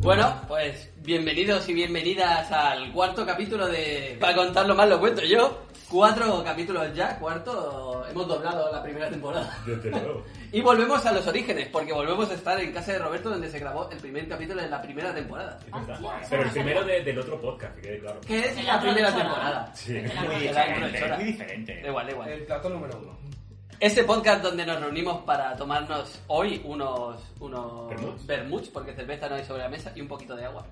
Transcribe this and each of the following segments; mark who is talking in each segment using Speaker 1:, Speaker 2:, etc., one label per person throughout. Speaker 1: Bueno, pues bienvenidos y bienvenidas al cuarto capítulo de... Para contarlo más lo cuento yo. Cuatro capítulos ya, cuarto. Hemos doblado la primera temporada.
Speaker 2: Desde luego.
Speaker 1: Y volvemos a los orígenes, porque volvemos a estar en casa de Roberto donde se grabó el primer capítulo de la primera temporada.
Speaker 2: Es verdad.
Speaker 3: Hostia,
Speaker 2: Pero el
Speaker 3: eso no
Speaker 2: primero
Speaker 3: sabía.
Speaker 2: de- del otro podcast, que quede claro.
Speaker 1: Que es
Speaker 3: El
Speaker 1: la
Speaker 3: otro
Speaker 1: primera
Speaker 3: chorra.
Speaker 1: temporada.
Speaker 2: Sí.
Speaker 3: El otro
Speaker 1: Muy
Speaker 3: chorra.
Speaker 1: diferente,
Speaker 4: Es muy diferente.
Speaker 1: Da igual, da igual.
Speaker 5: El plato número uno.
Speaker 1: Ese Este podcast donde nos reunimos para tomarnos hoy unos, unos
Speaker 2: Vermuts.
Speaker 1: vermuts, porque cerveza no hay sobre la mesa, y un poquito de agua.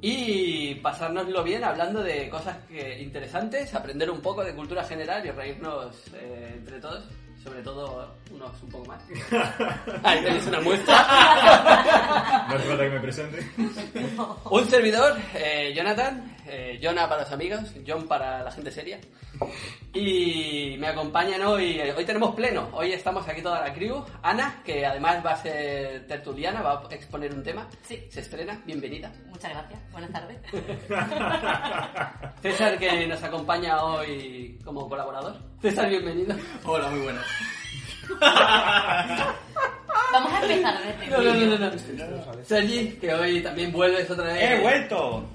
Speaker 1: Y pasárnoslo bien hablando de cosas que, interesantes, aprender un poco de cultura general y reírnos eh, entre todos, sobre todo unos un poco más. Ahí tenéis una muestra.
Speaker 2: No hace falta que me presente.
Speaker 1: Un servidor, eh, Jonathan, eh, Jonah para los amigos, John para la gente seria. Y me acompañan hoy, eh, hoy tenemos pleno, hoy estamos aquí toda la crew. Ana, que además va a ser tertuliana, va a exponer un tema.
Speaker 3: Sí.
Speaker 1: Se estrena, bienvenida.
Speaker 3: Muchas gracias. Buenas tardes.
Speaker 1: César, que nos acompaña hoy como colaborador. César, bienvenido.
Speaker 4: Hola, muy buenas.
Speaker 3: Vamos a empezar desde
Speaker 1: No, no,
Speaker 3: el
Speaker 1: no,
Speaker 3: principio.
Speaker 1: no. no. Sergi, que hoy también vuelves otra vez.
Speaker 4: ¡He vuelto!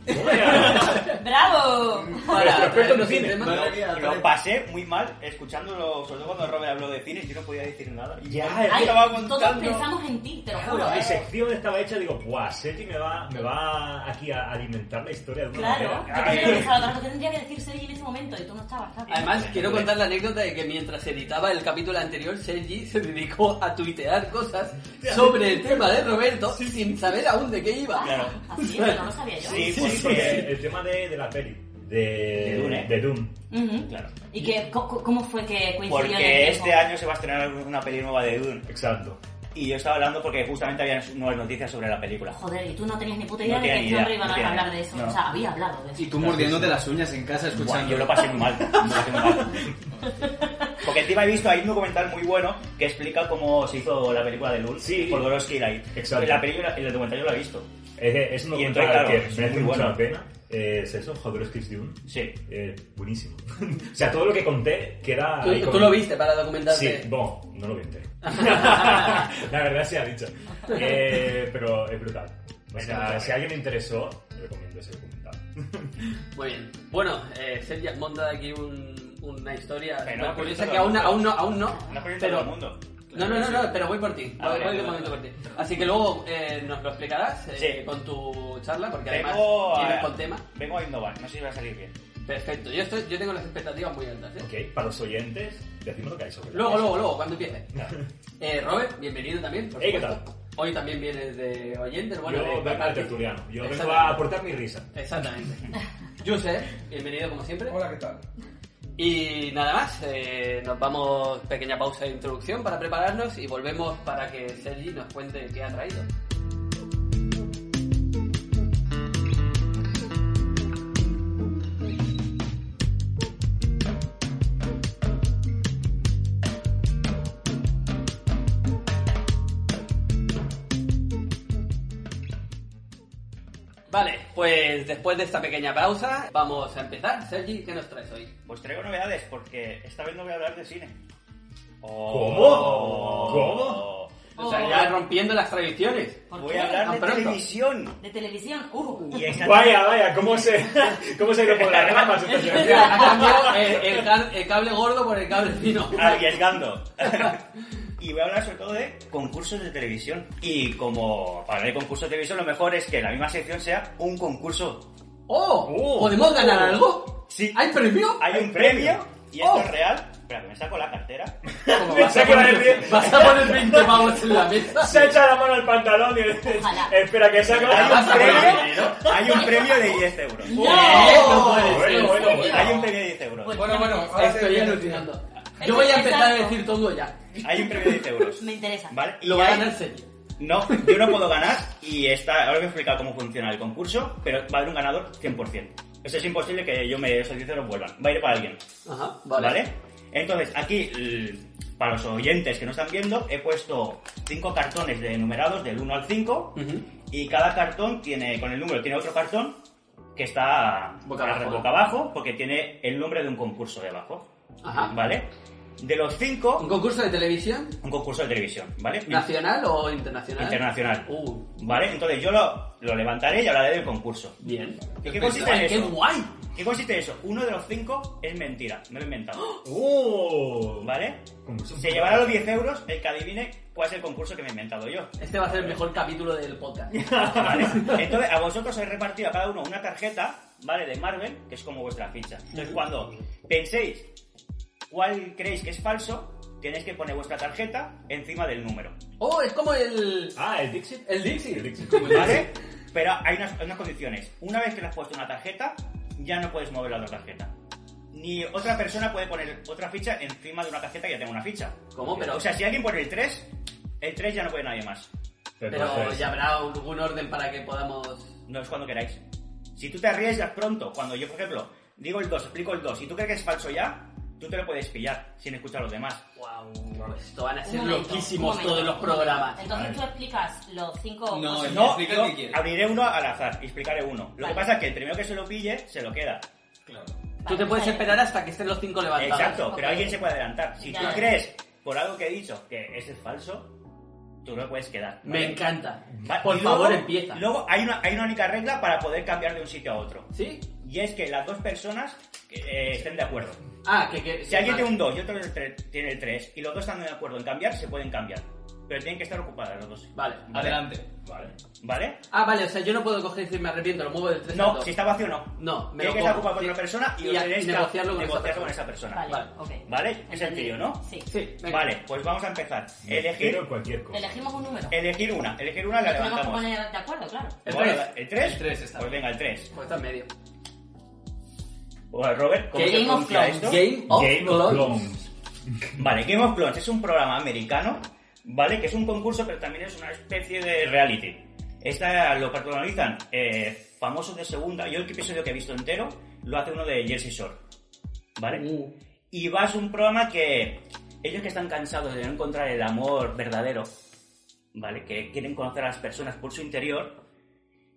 Speaker 3: ¡Bravo!
Speaker 1: Para
Speaker 2: Experto en
Speaker 1: traernos un
Speaker 2: cine.
Speaker 1: tema.
Speaker 4: Lo,
Speaker 5: Madre mía,
Speaker 4: lo
Speaker 5: Alex.
Speaker 4: pasé muy mal escuchándolo, sobre todo cuando Robert habló de cine, yo no podía decir nada. Y ya,
Speaker 3: Ay,
Speaker 4: estaba
Speaker 3: todos
Speaker 4: contando.
Speaker 3: pensamos en ti, te lo juro.
Speaker 2: Mi
Speaker 3: ¿eh?
Speaker 2: sección estaba hecha, digo, ¡buah! Seti me va, me va aquí a alimentar la historia de una
Speaker 3: Claro, yo
Speaker 2: manera.
Speaker 3: tendría que pensar otra cosa, tendría que decir Sergi en ese momento y tú no estabas, ¿sabes?
Speaker 1: Además, quiero contar la anécdota de que mientras editaba el capítulo anterior, Sergi se dedicó a tuitear cosas sobre el tema de Roberto sin saber aún de qué iba.
Speaker 4: Claro.
Speaker 3: Así, pero no lo sabía yo.
Speaker 4: Sí,
Speaker 2: Sí, sí,
Speaker 4: porque-
Speaker 2: el tema de, de la peli. De,
Speaker 4: De Dune, ¿eh?
Speaker 2: de Dune.
Speaker 3: Ujú.
Speaker 4: Claro.
Speaker 3: ¿Y que, co- co- cómo fue que coincidió en el
Speaker 4: Porque
Speaker 3: tiempo?
Speaker 4: este año se va a estrenar una peli nueva de Dune.
Speaker 2: Exacto.
Speaker 4: Y yo estaba hablando porque justamente había nuevas noticias sobre la película.
Speaker 3: Joder, y tú no tenías ni puta idea
Speaker 4: No
Speaker 3: de que
Speaker 4: tenía ni
Speaker 3: este
Speaker 4: idea,
Speaker 3: hombre iba
Speaker 4: no
Speaker 3: a
Speaker 4: tenía
Speaker 3: hablar
Speaker 4: ni
Speaker 3: de eso.
Speaker 4: idea.
Speaker 3: O sea, había hablado de eso.
Speaker 6: Y tú mordiéndote las uñas en casa escuchando.
Speaker 4: Buah, yo lo pasé muy mal. lo pasé muy mal. Porque encima he visto ahí un documental muy bueno que explica cómo se hizo la película de Dune
Speaker 2: Sí.
Speaker 4: por Dorosky y Light.
Speaker 2: Exacto.
Speaker 4: La película, el documental yo lo he visto.
Speaker 2: Es, es un
Speaker 4: Y
Speaker 2: documental
Speaker 4: entra, claro,
Speaker 2: que
Speaker 4: es
Speaker 2: merece
Speaker 4: muy
Speaker 2: mucho
Speaker 4: bueno.
Speaker 2: la pena. Eh, es eso, Jodorowsky's Dune.
Speaker 4: Sí.
Speaker 2: Eh, buenísimo. o sea, todo lo que conté queda... ahí
Speaker 1: Tú, tú
Speaker 2: con-
Speaker 1: lo viste para
Speaker 2: Sí,
Speaker 1: documentarte.
Speaker 2: bueno, no lo vente. la verdad se ha dicho. Eh, pero es brutal. O sea, si a alguien le interesó, le recomiendo ese documental.
Speaker 1: Muy bien. Bueno, eh, Sergi has montado aquí un- una historia
Speaker 4: Que no,
Speaker 1: súper
Speaker 4: porque
Speaker 1: curiosa
Speaker 4: está
Speaker 1: que
Speaker 4: todo
Speaker 1: aún,
Speaker 4: el
Speaker 1: aún no, aún no.
Speaker 4: Una película de
Speaker 1: Pero-
Speaker 4: todo el mundo.
Speaker 1: No, no, no, no, pero voy por ti.
Speaker 4: Ah,
Speaker 1: Voy,
Speaker 4: vale,
Speaker 1: voy de
Speaker 4: vale,
Speaker 1: momento por ti.
Speaker 4: vale.
Speaker 1: Así que luego eh, nos lo explicarás eh,
Speaker 4: Sí.
Speaker 1: con tu charla, porque además
Speaker 4: Vengo
Speaker 1: vienes
Speaker 4: a,
Speaker 1: con tema.
Speaker 4: vengo a innovar, no sé si va a salir bien.
Speaker 1: Perfecto. Yo, estoy, yo tengo las expectativas muy altas. ¿eh?
Speaker 2: Ok, para los oyentes, decimos lo que hay sobre
Speaker 1: Luego,
Speaker 2: la
Speaker 1: luego, luego, cuando empiece.
Speaker 2: mesa.
Speaker 1: Eh, Robert, bienvenido también. Por
Speaker 2: Hey, ¿qué
Speaker 1: supuesto. Hoy también vienes de oyente, bueno, eh,
Speaker 2: yo
Speaker 1: de
Speaker 2: vengo al
Speaker 1: compartir.
Speaker 2: tertuliano. Yo vengo a
Speaker 1: Exactamente.
Speaker 2: aportar mi risa.
Speaker 1: Exactamente. Josep, bienvenido como siempre.
Speaker 5: Hola, ¿qué tal?
Speaker 1: Y nada más, eh, nos vamos, pequeña pausa de introducción para prepararnos y volvemos para que Sergi nos cuente qué ha traído. Vale, pues después de esta pequeña pausa vamos a empezar. Sergi, ¿qué nos traes hoy?
Speaker 4: Pues traigo novedades porque esta vez no voy a hablar de cine. Oh.
Speaker 2: ¿Cómo?
Speaker 1: O sea, ya rompiendo las tradiciones.
Speaker 3: ¿Por
Speaker 4: Voy
Speaker 3: qué? Ah,
Speaker 4: a hablar
Speaker 1: ¿Tan
Speaker 4: de
Speaker 1: pronto?
Speaker 4: televisión.
Speaker 3: De televisión. Uh,
Speaker 4: Y exacta-
Speaker 2: Vaya, vaya, ¿cómo se, cómo se ha ido por la rama su
Speaker 1: Ha
Speaker 2: presentación?
Speaker 1: cambiado el, el ca- el cable gordo por el cable fino.
Speaker 4: Arriesgando. y voy a hablar sobre todo de concursos de televisión. Y como para el concurso de televisión, lo mejor es que la misma sección sea un concurso.
Speaker 1: ¡Oh!
Speaker 2: Oh.
Speaker 1: ¿Podemos ganar algo?
Speaker 4: Sí.
Speaker 1: ¿Hay premio?
Speaker 4: Hay un premio, y esto es real. Espera, que me saco la cartera.
Speaker 1: ¿Cómo vas,
Speaker 2: Pensé
Speaker 1: a
Speaker 2: que iba a
Speaker 1: poner,
Speaker 2: decir-
Speaker 1: vas a poner 20 pavos en la mesa?
Speaker 2: Se echa la mano al pantalón y dice,
Speaker 3: Ojalá.
Speaker 2: espera que saco
Speaker 4: Hay
Speaker 2: la
Speaker 1: vas
Speaker 4: un
Speaker 1: a poner
Speaker 4: premio,
Speaker 1: dinero?
Speaker 4: hay un premio de 10 euros.
Speaker 1: ¡No!
Speaker 2: Bueno, Oh. bueno, bueno.
Speaker 4: Hay un premio de 10 euros.
Speaker 3: Bueno.
Speaker 5: Bueno, bueno, ahora
Speaker 1: Estoy
Speaker 5: sí.
Speaker 1: alucinando. Yo voy a empezar a decir todo ya.
Speaker 4: Hay un premio de 10 euros.
Speaker 3: me interesa.
Speaker 4: ¿Vale? Y
Speaker 1: Lo va a
Speaker 4: hay-
Speaker 1: ganar Sergi.
Speaker 4: No, yo no puedo ganar y está, ahora voy a explicar cómo funciona el concurso, pero va a haber un ganador 100%. Eso es imposible que yo me esos 10 euros vuelvan. Va a ir para alguien,
Speaker 1: Ajá,
Speaker 4: ¿vale?
Speaker 1: vale.
Speaker 4: Entonces, aquí, l- para los oyentes que no están viendo, he puesto 5 cartones de numerados del 1 al 5
Speaker 1: Ujú.
Speaker 4: y cada cartón tiene, con el número, tiene otro cartón que está
Speaker 1: Boca abajo.
Speaker 4: boca abajo porque tiene el nombre de un concurso debajo,
Speaker 1: Ajá.
Speaker 4: ¿vale? de los
Speaker 1: ¿Un
Speaker 4: cinco,
Speaker 1: concurso de televisión?
Speaker 4: un concurso de televisión, ¿vale?
Speaker 1: ¿Nacional o internacional?
Speaker 4: Internacional.
Speaker 1: Uh,
Speaker 4: ¿Vale? Entonces yo lo, lo levantaré y hablaré del concurso.
Speaker 1: bien.
Speaker 4: ¿Qué consiste
Speaker 1: Ay,
Speaker 4: en
Speaker 1: ¡Qué
Speaker 4: eso?
Speaker 1: guay!
Speaker 4: ¿Qué consiste eso? Uno de los cinco es mentira, me lo he inventado.
Speaker 2: ¡Oh!
Speaker 4: ¿Vale?
Speaker 2: Concurso.
Speaker 4: Se llevará los 10 euros el que adivine cuál es el concurso que me he inventado yo.
Speaker 1: Este va a ser el mejor capítulo del podcast.
Speaker 4: ¿Vale? Entonces, a vosotros os he repartido a cada uno una tarjeta, ¿vale? De Marvel, que es como vuestra ficha. Entonces, cuando penséis cuál creéis que es falso, tenéis que poner vuestra tarjeta encima del número.
Speaker 1: ¡Oh, es como el...
Speaker 2: Ah, el Dixit.
Speaker 1: El Dixie.
Speaker 2: El Dixit.
Speaker 4: ¿Vale? Pero hay unas, hay unas condiciones. Una vez que le has puesto una tarjeta, ya no puedes mover la otra tarjeta. Ni otra persona puede poner otra ficha encima de una tarjeta que ya tenga una ficha.
Speaker 1: ¿Cómo? Pero,
Speaker 4: O sea, si alguien pone el 3, el 3 ya no puede nadie más.
Speaker 1: pero
Speaker 2: Entonces,
Speaker 1: ya habrá algún orden para que podamos...
Speaker 4: No es cuando queráis. Si tú te arriesgas pronto, cuando yo, por ejemplo, digo el 2, explico el 2, y tú crees que es falso ya, tú te lo puedes pillar sin escuchar a los demás.
Speaker 1: ¡Wow! Esto van a
Speaker 3: Un
Speaker 1: ser
Speaker 3: momento, un
Speaker 1: loquísimos
Speaker 3: momento.
Speaker 1: todos los programas.
Speaker 3: Entonces
Speaker 2: Vale.
Speaker 3: tú explicas los cinco.
Speaker 6: No,
Speaker 3: cosas.
Speaker 6: el-
Speaker 4: No,
Speaker 6: explica
Speaker 4: yo
Speaker 6: el que quieres.
Speaker 4: abriré uno al azar y explicaré uno. Lo
Speaker 3: Vale.
Speaker 4: que pasa es que el primero que se lo pille, se lo queda.
Speaker 1: Tú te
Speaker 3: Vale,
Speaker 1: puedes
Speaker 3: vale.
Speaker 1: esperar hasta que estén los cinco levantados.
Speaker 4: Exacto, pero
Speaker 3: Ok.
Speaker 4: alguien se puede adelantar. Si
Speaker 3: Ya,
Speaker 4: tú
Speaker 3: ya.
Speaker 4: crees, por algo que he dicho, que ese es falso, tú lo puedes quedar.
Speaker 1: Me
Speaker 4: ¿vale?
Speaker 1: encanta.
Speaker 4: Va-
Speaker 1: Por
Speaker 4: y luego-
Speaker 1: favor, empieza.
Speaker 4: Luego hay una, hay una única regla para poder cambiar de un sitio a otro.
Speaker 1: ¿Sí?
Speaker 4: Y es que las dos personas eh, estén de acuerdo.
Speaker 1: Ah, que... que
Speaker 4: Si alguien tiene un 2 y otro el tre- tiene el 3 y los dos están de acuerdo en cambiar, se pueden cambiar. Pero tienen que estar ocupadas los dos.
Speaker 1: Vale,
Speaker 6: Adelante.
Speaker 2: Vale.
Speaker 4: ¿Vale?
Speaker 1: Ah, vale, o sea, yo no puedo coger y decir me arrepiento, lo muevo del 3 al
Speaker 4: No,
Speaker 1: 2.
Speaker 4: si está vacío no.
Speaker 1: No, me
Speaker 4: Tiene
Speaker 1: lo
Speaker 4: que estar
Speaker 1: como.
Speaker 4: ocupado por otra persona y,
Speaker 1: Y
Speaker 4: os
Speaker 1: a-
Speaker 4: tenéis que
Speaker 1: negociarlo con esa
Speaker 4: negociar
Speaker 1: persona.
Speaker 4: esa persona.
Speaker 3: Vale,
Speaker 1: Vale.
Speaker 3: ok.
Speaker 4: Vale, es
Speaker 3: Entendí.
Speaker 4: sencillo, ¿no?
Speaker 3: Sí.
Speaker 1: Sí, venga.
Speaker 4: Vale, pues vamos a empezar. Elegir,
Speaker 2: Pero cualquier cosa.
Speaker 3: Elegimos un número.
Speaker 4: elegir una, elegir una la
Speaker 3: Nos tenemos que
Speaker 4: levantamos.
Speaker 3: poner de acuerdo, claro.
Speaker 1: El
Speaker 4: Bueno,
Speaker 1: tres.
Speaker 4: ¿El 3?
Speaker 6: El tres está
Speaker 4: Pues
Speaker 6: bien.
Speaker 4: venga, el 3.
Speaker 1: Pues está en medio.
Speaker 4: Bueno, Robert, ¿cómo
Speaker 1: Game
Speaker 4: se
Speaker 1: of
Speaker 4: pronuncia
Speaker 3: Thrones.
Speaker 4: esto?
Speaker 1: Game of
Speaker 2: Game of Thrones.
Speaker 4: Vale, Game of Thrones es un programa americano, ¿vale? Que es un concurso, pero también es una especie de reality. Esta lo protagonizan eh, famosos de segunda. Yo el que episodio que he visto entero lo hace uno de Jersey Shore, ¿vale?
Speaker 1: Uh,
Speaker 4: Y va es un programa que ellos que están cansados de no encontrar el amor verdadero, ¿vale? Que quieren conocer a las personas por su interior,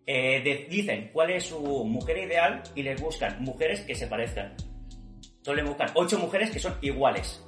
Speaker 4: eh, de- dicen cuál es su mujer ideal y les buscan mujeres que se parezcan. Entonces le buscan ocho mujeres que son iguales.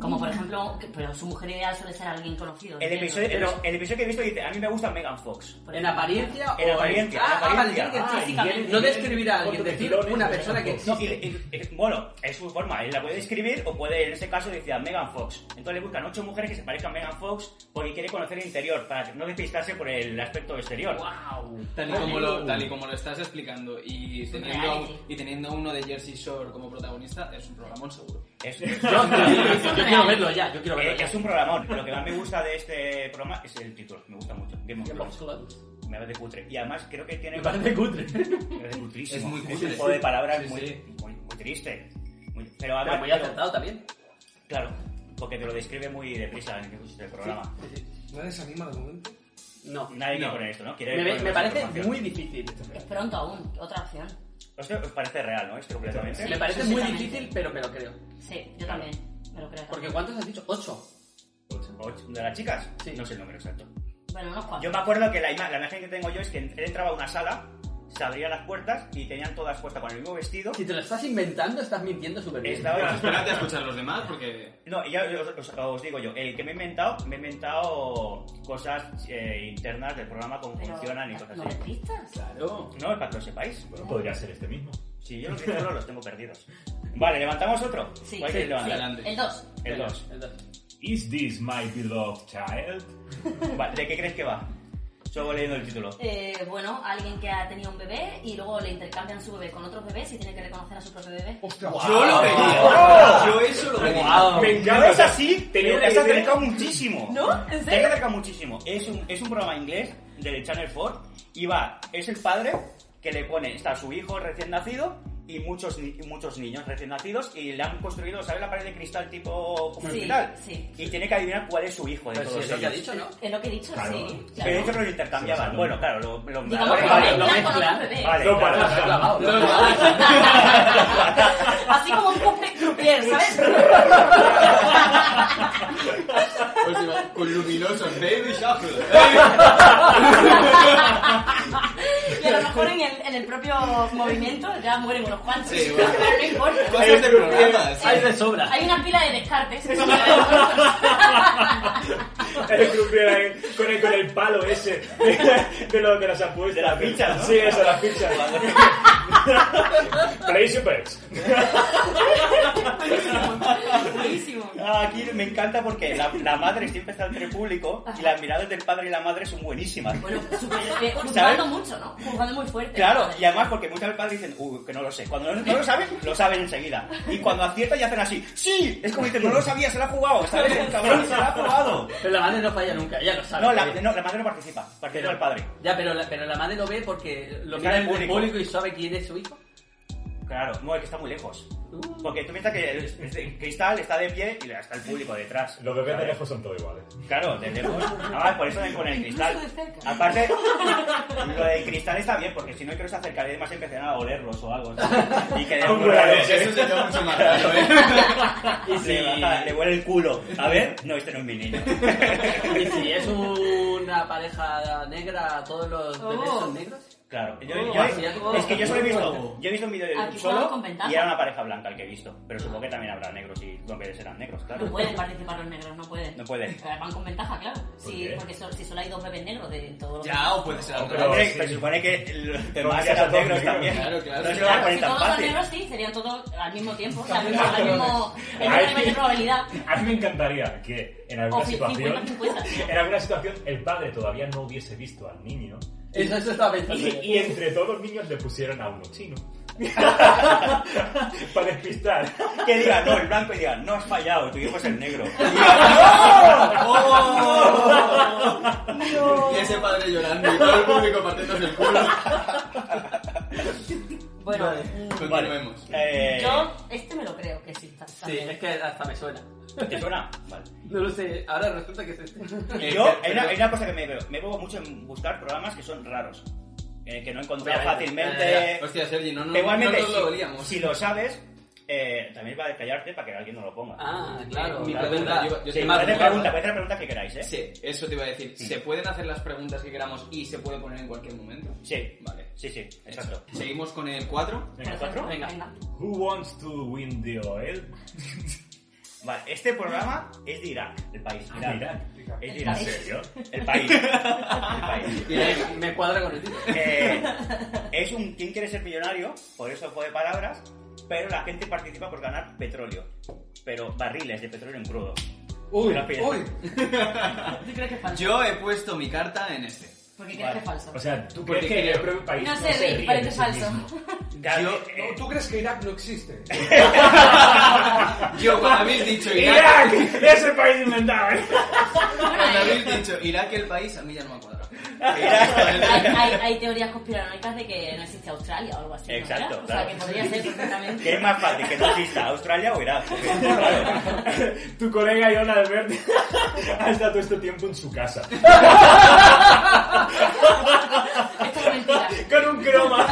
Speaker 3: Como por ejemplo, que- pero su mujer ideal suele ser alguien conocido.
Speaker 4: El
Speaker 3: entiendo.
Speaker 4: episodio, el,
Speaker 1: Pero-
Speaker 4: el episodio que he visto dice, a mí me gusta Megan Fox.
Speaker 1: ¿En apariencia
Speaker 4: En
Speaker 1: o Ah,
Speaker 4: apariencia, en apariencia.
Speaker 1: ah, vale, tiene que-
Speaker 3: Ah, físicamente.
Speaker 1: No describir a alguien, decir una persona que
Speaker 4: No,
Speaker 1: existe.
Speaker 4: y- y- y- bueno, es su forma, él la puede describir o puede, en este caso, decir a Megan Fox. Entonces le buscan ocho mujeres que se parezcan a Megan Fox porque quiere conocer el interior, para no despistarse por el aspecto exterior.
Speaker 1: ¡Wow!
Speaker 6: Tal y, como lo, tal y como lo estás explicando y
Speaker 3: un
Speaker 6: teniendo,
Speaker 3: reality.
Speaker 6: y teniendo uno de Jersey Shore como protagonista, es un programón seguro.
Speaker 4: Es,
Speaker 1: Yo, yo- yo quiero
Speaker 3: real.
Speaker 1: verlo ya, yo quiero verlo
Speaker 4: eh,
Speaker 1: ya.
Speaker 4: es un programón. Lo que más me gusta de este programa es el título, me gusta mucho. Game of
Speaker 1: Game of
Speaker 4: Thrones.
Speaker 1: Thrones.
Speaker 4: Me parece cutre. Y además creo que tiene...
Speaker 1: Me parece cutre.
Speaker 4: Me parece cutrísimo.
Speaker 6: Es muy
Speaker 4: un
Speaker 6: cutre.
Speaker 4: juego de palabras
Speaker 6: Sí,
Speaker 4: muy,
Speaker 6: sí.
Speaker 4: Muy, muy triste. Muy- pero además...
Speaker 1: Pero muy acertado también.
Speaker 4: Claro, porque te lo describe muy deprisa en el programa.
Speaker 1: Sí, sí.
Speaker 5: ¿No desanima de momento?
Speaker 1: No.
Speaker 4: Nadie quiere
Speaker 6: No.
Speaker 4: poner esto, ¿no? Quiere
Speaker 1: Me,
Speaker 4: poner
Speaker 1: me
Speaker 4: más
Speaker 1: parece
Speaker 4: información.
Speaker 1: muy difícil.
Speaker 3: Es pronto aún, otra opción.
Speaker 4: Hostia, os parece real, ¿no? Esto completamente.
Speaker 1: Me parece
Speaker 3: Sí, sí,
Speaker 1: muy
Speaker 3: también.
Speaker 1: difícil, pero me lo creo.
Speaker 3: Sí, yo también. Me lo creo.
Speaker 1: Porque
Speaker 3: también.
Speaker 1: ¿cuántos has dicho? Ocho.
Speaker 4: Ocho. ¿De las chicas?
Speaker 1: Sí.
Speaker 4: No sé el número exacto.
Speaker 3: Bueno, unos
Speaker 4: Yo
Speaker 3: cuantos.
Speaker 4: me acuerdo que la, ima- la imagen que tengo yo es que él entraba a una sala, se abrían las puertas y tenían todas puestas con el mismo vestido.
Speaker 1: Si te lo estás inventando, estás mintiendo súper bien.
Speaker 6: Pero
Speaker 4: Estaba...
Speaker 6: Pues espérate a escuchar los demás porque...
Speaker 4: No, ya os, os- os digo yo, el que me he inventado, me he inventado cosas eh, internas del programa, cómo
Speaker 3: Pero,
Speaker 4: funcionan y cosas
Speaker 3: ¿No
Speaker 4: así.
Speaker 3: ves pistas?
Speaker 6: Claro.
Speaker 4: No, para que lo sepáis.
Speaker 2: Bueno, podría ser este mismo.
Speaker 4: Si yo los títulos los tengo perdidos. Vale, ¿levantamos otro?
Speaker 3: Sí,
Speaker 4: ¿Cuál
Speaker 3: sí,
Speaker 4: queréis levantar?
Speaker 6: Adelante.
Speaker 3: El 2.
Speaker 4: El
Speaker 1: Venga,
Speaker 4: 2.
Speaker 1: El dos.
Speaker 2: Is this my beloved child?
Speaker 4: Vale, ¿De qué crees que va? Solo voy leyendo el título.
Speaker 3: Eh, bueno, alguien que ha tenido un bebé y luego le intercambian su bebé con otros bebés y tiene que reconocer a su propio bebé.
Speaker 5: ¡Hostia!
Speaker 6: Yo
Speaker 4: ¡Guau!
Speaker 6: lo pedí. Yo eso lo pedí.
Speaker 1: Guau.
Speaker 4: Me encanta. No es así,
Speaker 2: Tenía
Speaker 4: pero
Speaker 2: una
Speaker 4: te has
Speaker 2: idea.
Speaker 4: acercado muchísimo.
Speaker 3: ¿No? ¿En
Speaker 4: Te has acercado muchísimo. Es un, es un programa inglés del Channel 4 y va, es el padre que le pone, está su hijo recién nacido y muchos, ni- y muchos niños recién nacidos y le han construido, ¿sabes? La pared de cristal tipo como
Speaker 3: Sí,
Speaker 4: hospital.
Speaker 3: sí.
Speaker 4: Y tiene que adivinar cuál es su hijo de
Speaker 2: Pues
Speaker 1: Pero si
Speaker 4: todos
Speaker 1: es lo que ha
Speaker 4: ellos.
Speaker 1: dicho, ¿no?
Speaker 3: Es lo que he dicho,
Speaker 2: Claro.
Speaker 3: sí.
Speaker 4: Pero
Speaker 3: Claro.
Speaker 4: ellos lo intercambiaban.
Speaker 2: Sí,
Speaker 4: bueno,
Speaker 2: sí.
Speaker 4: claro, lo, lo
Speaker 3: Digamos que
Speaker 1: Vale,
Speaker 3: lo
Speaker 1: lo
Speaker 3: mezclan con
Speaker 1: mezclan.
Speaker 3: otro bebé.
Speaker 4: Vale,
Speaker 2: No, para.
Speaker 4: claro.
Speaker 1: Lo has clavado.
Speaker 6: No, no,
Speaker 3: Así como un cumple crupier, ¿sabes?
Speaker 6: Pues iba con luminosos, baby shuffle.
Speaker 3: Y a lo mejor en el, en el propio movimiento ya mueren unos cuantos.
Speaker 6: Sí,
Speaker 3: pero
Speaker 6: bueno.
Speaker 3: no importa.
Speaker 6: Cosas de programa. sí.
Speaker 1: Hay de sobra.
Speaker 3: Hay una pila de descartes. que se me da de golpe.
Speaker 2: El club de- con, el, con el palo ese de, de lo, de las apuestas.
Speaker 4: De las fichas, ¿no?
Speaker 2: Sí, eso, las fichas. Place your bets.
Speaker 3: Buenísimo.
Speaker 4: Ah, Aquí me encanta porque la, la madre siempre está entre el público y las miradas del padre y la madre son buenísimas.
Speaker 3: Bueno, super, eh,
Speaker 4: ¿Sabes?
Speaker 3: juzgando mucho, ¿no? Juzgando muy fuerte.
Speaker 4: Claro,
Speaker 3: Madre.
Speaker 4: y además porque muchas veces padres dicen, uh, que no lo sé. Cuando no, no lo saben, lo saben enseguida. Y cuando aciertan y hacen así, ¡sí! Es como dicen, no lo sabía, se lo ha jugado. ¿Sabes? El cabrón se lo ha jugado.
Speaker 1: Pero la madre no falla nunca, ya lo sabe.
Speaker 4: No la, no, la madre no participa, participa el padre.
Speaker 1: Ya, pero la, pero la madre lo ve porque lo
Speaker 4: Está
Speaker 1: mira
Speaker 4: en
Speaker 1: el
Speaker 4: el público.
Speaker 1: público. y sabe quién es su hijo.
Speaker 4: Claro, no, es que está muy lejos.
Speaker 1: Uh.
Speaker 4: Porque tú piensas que el, el cristal está de pie y está el público detrás.
Speaker 2: Los bebés de
Speaker 4: ¿sabes?
Speaker 2: lejos son todos iguales.
Speaker 4: Claro, de lejos. Ah, por eso me ponen el cristal.
Speaker 3: Incluso de cerca.
Speaker 4: Aparte, lo del cristal está bien, porque si no quiero acercar, además empezarán a olerlos o algo. ¿sabes? Y que de
Speaker 2: Aún
Speaker 4: pronto-
Speaker 2: huele.
Speaker 6: Eso se lleva mucho más rato, ¿eh?
Speaker 4: Y si baja, le huele el culo. A ver, no, este no es mi niño.
Speaker 1: Y si es una pareja negra, todos los bebés
Speaker 3: Oh.
Speaker 1: son negros.
Speaker 4: Claro. Yo-
Speaker 1: Oh,
Speaker 4: yo-
Speaker 1: así ya como-
Speaker 4: es que yo solo he visto, yo he visto un vídeo de
Speaker 3: Aquí
Speaker 4: él
Speaker 3: juegan
Speaker 4: solo
Speaker 3: con ventaja.
Speaker 4: y era una pareja blanca el que he visto. Pero supongo que también habrá negros y los bebés serán negros, claro.
Speaker 3: No pueden participar los negros, no pueden.
Speaker 4: No pueden.
Speaker 3: Eh, Van con ventaja, claro. Sí,
Speaker 2: qué?
Speaker 3: porque so- si solo hay dos bebés negros de todos los.
Speaker 6: Ya, o puede ser al
Speaker 2: Pero-
Speaker 4: Pero, hombre,
Speaker 6: revés.
Speaker 2: sí.
Speaker 4: pero se supone que los demás
Speaker 2: Porque
Speaker 4: eran
Speaker 2: son
Speaker 4: negros
Speaker 2: negros.
Speaker 4: también.
Speaker 6: Claro, claro.
Speaker 4: No se lo van a
Speaker 3: Claro,
Speaker 4: poner
Speaker 3: si
Speaker 4: tan
Speaker 3: todos son
Speaker 4: fácil.
Speaker 3: negros sí, serían todos al mismo tiempo, o sea, al mismo, al mismo, en
Speaker 2: Ay.
Speaker 3: una mayor probabilidad.
Speaker 2: A mí me encantaría que en
Speaker 3: O
Speaker 2: alguna situación,
Speaker 3: 50-50.
Speaker 2: en alguna situación el padre todavía no hubiese visto al niño
Speaker 1: Eso, eso está
Speaker 2: y,
Speaker 1: pensando. yo.
Speaker 2: y entre todos los niños le pusieran a uno chino. Para despistar.
Speaker 4: Que diga, no, el blanco y diga, no has fallado, tu hijo es el negro.
Speaker 6: Oh. Y ese padre llorando y todo el público partiéndose el culo.
Speaker 3: Bueno,
Speaker 1: Vale.
Speaker 3: mm,
Speaker 6: Continuemos.
Speaker 4: Eh,
Speaker 3: yo este me lo creo que sí.
Speaker 1: Sí,
Speaker 3: también.
Speaker 1: es que hasta me suena.
Speaker 4: ¿Te suena? Vale.
Speaker 1: No lo sé, ahora resulta que es este.
Speaker 6: Eh,
Speaker 4: Yo,
Speaker 6: pero-
Speaker 4: hay una, hay una cosa que me veo. Me pongo mucho en buscar programas que son raros. eh, que no he encontrado
Speaker 1: Espera,
Speaker 4: fácilmente.
Speaker 6: Hostia, Sergi, Eh, pues, no, no,
Speaker 4: Que Igualmente,
Speaker 6: no nos lo
Speaker 4: si,
Speaker 6: olíamos.
Speaker 4: si lo sabes, eh, también va a callarte para que alguien no lo ponga.
Speaker 1: Ah, claro.
Speaker 6: Mi
Speaker 1: claro,
Speaker 6: pregunta,
Speaker 1: claro.
Speaker 6: yo- yo
Speaker 4: Sí,
Speaker 6: estoy
Speaker 1: más
Speaker 4: puede
Speaker 6: mal
Speaker 4: hacer
Speaker 1: jugado,
Speaker 4: pregunta,
Speaker 1: ¿eh?
Speaker 4: puede hacer la pregunta que queráis, ¿eh?
Speaker 6: Sí, eso te iba a decir. ¿Se pueden hacer las preguntas que queramos y se puede poner en cualquier momento?
Speaker 4: Sí.
Speaker 6: Vale.
Speaker 4: Sí, sí, exacto.
Speaker 6: Seguimos con el 4.
Speaker 3: Por
Speaker 2: Venga,
Speaker 3: ejemplo,
Speaker 2: cuatro.
Speaker 1: Venga.
Speaker 3: venga.
Speaker 2: Who wants to win the oil?
Speaker 4: Vale, este programa es de Irak, el
Speaker 6: Ah,
Speaker 4: país. Irak.
Speaker 2: Mira,
Speaker 4: Es de
Speaker 2: ¿en
Speaker 4: Irak.
Speaker 2: serio?
Speaker 4: El país. El país.
Speaker 1: Me- Me cuadra con el título.
Speaker 4: Eh, es un ¿Quién quiere ser millonario? Por eso fue de palabras. Pero la gente participa por ganar petróleo. Pero barriles de petróleo en crudo.
Speaker 2: Uy,
Speaker 4: Una pieza.
Speaker 6: Uy,
Speaker 3: ¿Tú crees que es falso?
Speaker 6: yo he puesto mi carta en este.
Speaker 3: Porque crees
Speaker 4: Vale.
Speaker 3: que es falso.
Speaker 2: O sea, ¿tú
Speaker 6: Porque
Speaker 2: crees que el
Speaker 6: creo-
Speaker 2: propio país
Speaker 3: no
Speaker 2: se
Speaker 3: sé,
Speaker 2: ríe
Speaker 3: Rick, parece
Speaker 2: de sí
Speaker 3: falso.
Speaker 2: mismo?
Speaker 4: Claro,
Speaker 6: Yo-
Speaker 4: eh,
Speaker 5: No, ¿Tú crees que Irak no existe?
Speaker 6: Yo, cuando habéis dicho Irak,
Speaker 2: ¡Irak! ¡Es el país inventado! ¿eh?
Speaker 6: cuando habéis dicho Irak el país, a mí ya no me acuerdo.
Speaker 3: Hay, hay, hay teorías conspiranoicas de que no existe Australia o algo así. ¿no?
Speaker 4: Exacto,
Speaker 3: O sea,
Speaker 4: claro.
Speaker 3: que podría ser perfectamente.
Speaker 4: ¿Qué es más fácil que no exista Australia o Irak? Porque, claro,
Speaker 2: Tu colega Ion Albert ha estado todo este tiempo en su casa.
Speaker 3: Esto es mentira.
Speaker 2: Con un croma.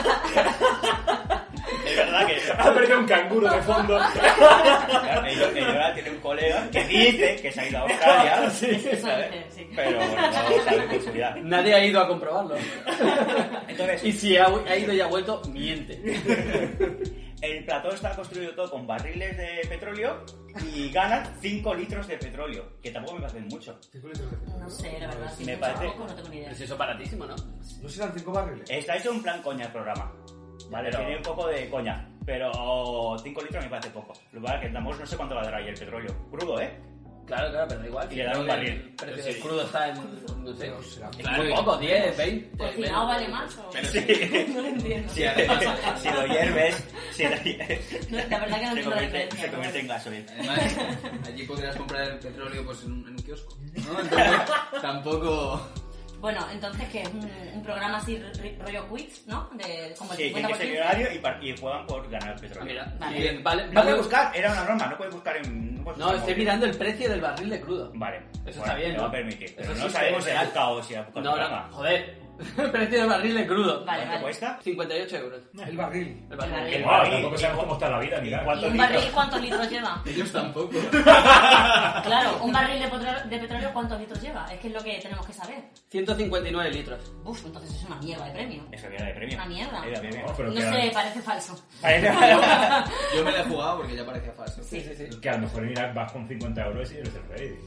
Speaker 4: es verdad que
Speaker 2: Ha perdido un canguro de fondo.
Speaker 4: Claro, el, el Yola tiene un colega que dice que se ha ido a Australia,
Speaker 3: Eso
Speaker 4: ¿sabes?
Speaker 3: dice, sí.
Speaker 4: pero no sabe con seguridad.
Speaker 1: Nadie ha ido a comprobarlo.
Speaker 4: Entonces,
Speaker 1: Y si ha, ha ido y ha vuelto, miente.
Speaker 4: el platón está construido todo con barriles de petróleo y ganan 5 litros de petróleo, que tampoco me parecen mucho.
Speaker 5: Cinco litros de petróleo.
Speaker 3: No sé, la verdad. Si
Speaker 4: Me
Speaker 3: me
Speaker 4: parece-
Speaker 3: Poco, no tengo ni idea.
Speaker 1: Pues eso baratísimo, ¿no?
Speaker 5: ¿No serán cinco barriles?
Speaker 4: Está hecho un plan coña el programa. Vale,
Speaker 2: Pero-
Speaker 4: tiene un poco de coña, pero 5 litros me parece poco. Lo que pasa es que damos no sé cuánto valdrá ahí el petróleo. Crudo, ¿eh?
Speaker 1: Claro, claro, pero da igual.
Speaker 4: Y le dan un barril.
Speaker 1: El precio
Speaker 2: Sí.
Speaker 1: del crudo está en, no sé,
Speaker 5: No será.
Speaker 6: Claro,
Speaker 1: muy
Speaker 6: y-
Speaker 1: poco, 10, 20.
Speaker 3: Cocinado vale más o...
Speaker 6: Pero
Speaker 3: No lo entiendo.
Speaker 6: Sí, además,
Speaker 4: si lo hierves, si lo hierves,
Speaker 3: No, la verdad que no
Speaker 4: se
Speaker 3: entiendo la
Speaker 4: convierte,
Speaker 3: diferencia.
Speaker 4: se convierte en gasolina.
Speaker 6: además, allí podrías comprar el petróleo pues, en, un, en un kiosco. ¿no? Entonces, tampoco.
Speaker 3: Bueno, entonces que es un, un programa así ri- rollo quiz, ¿no? De, como el
Speaker 4: Sí, tiene que
Speaker 3: 50%.
Speaker 4: ser millonario y, par- y juegan por ganar
Speaker 1: Ah,
Speaker 4: petróleo.
Speaker 1: mira,
Speaker 3: Vale.
Speaker 1: bien, vale.
Speaker 4: No
Speaker 1: vale.
Speaker 4: puedes buscar, era una broma, no puedes buscar en. No, puedes
Speaker 1: No,
Speaker 4: buscar
Speaker 1: estoy
Speaker 4: móvil.
Speaker 1: mirando el precio del barril de crudo.
Speaker 4: Vale.
Speaker 1: Eso está bien,
Speaker 4: Te
Speaker 1: ¿no?
Speaker 4: va a permitir. Pero
Speaker 1: Eso
Speaker 4: no
Speaker 1: sí
Speaker 4: sabemos
Speaker 1: es
Speaker 4: si ha
Speaker 1: real.
Speaker 4: buscado o si ha buscado
Speaker 1: No, no,
Speaker 4: programa.
Speaker 1: joder. El precio del barril de crudo.
Speaker 3: Vale,
Speaker 4: ¿Cuánto
Speaker 3: vale.
Speaker 4: cuesta?
Speaker 1: 58 euros.
Speaker 5: El barril.
Speaker 1: El
Speaker 3: barril.
Speaker 1: barril.
Speaker 3: El
Speaker 2: Wow,
Speaker 4: barril.
Speaker 2: tampoco sabemos cómo está la vida,
Speaker 4: ¿Y
Speaker 2: mira.
Speaker 4: cuántos
Speaker 3: ¿Y un barril
Speaker 4: litros?
Speaker 3: cuántos litros lleva?
Speaker 6: Ellos tampoco.
Speaker 3: Claro, un barril de petróleo, de petróleo, ¿cuántos litros lleva? Es que es lo que tenemos que saber.
Speaker 1: 159 litros.
Speaker 3: Uf, entonces es una mierda de premio.
Speaker 4: Eso que era de premio.
Speaker 3: Una mierda.
Speaker 4: Era de premio.
Speaker 2: No, pero
Speaker 3: No
Speaker 2: que, a,
Speaker 3: sé, parece falso.
Speaker 6: Yo me la he jugado porque ya parecía falso.
Speaker 3: Sí, sí, sí.
Speaker 2: que a lo mejor en Irak vas con 50 euros y eres el rey.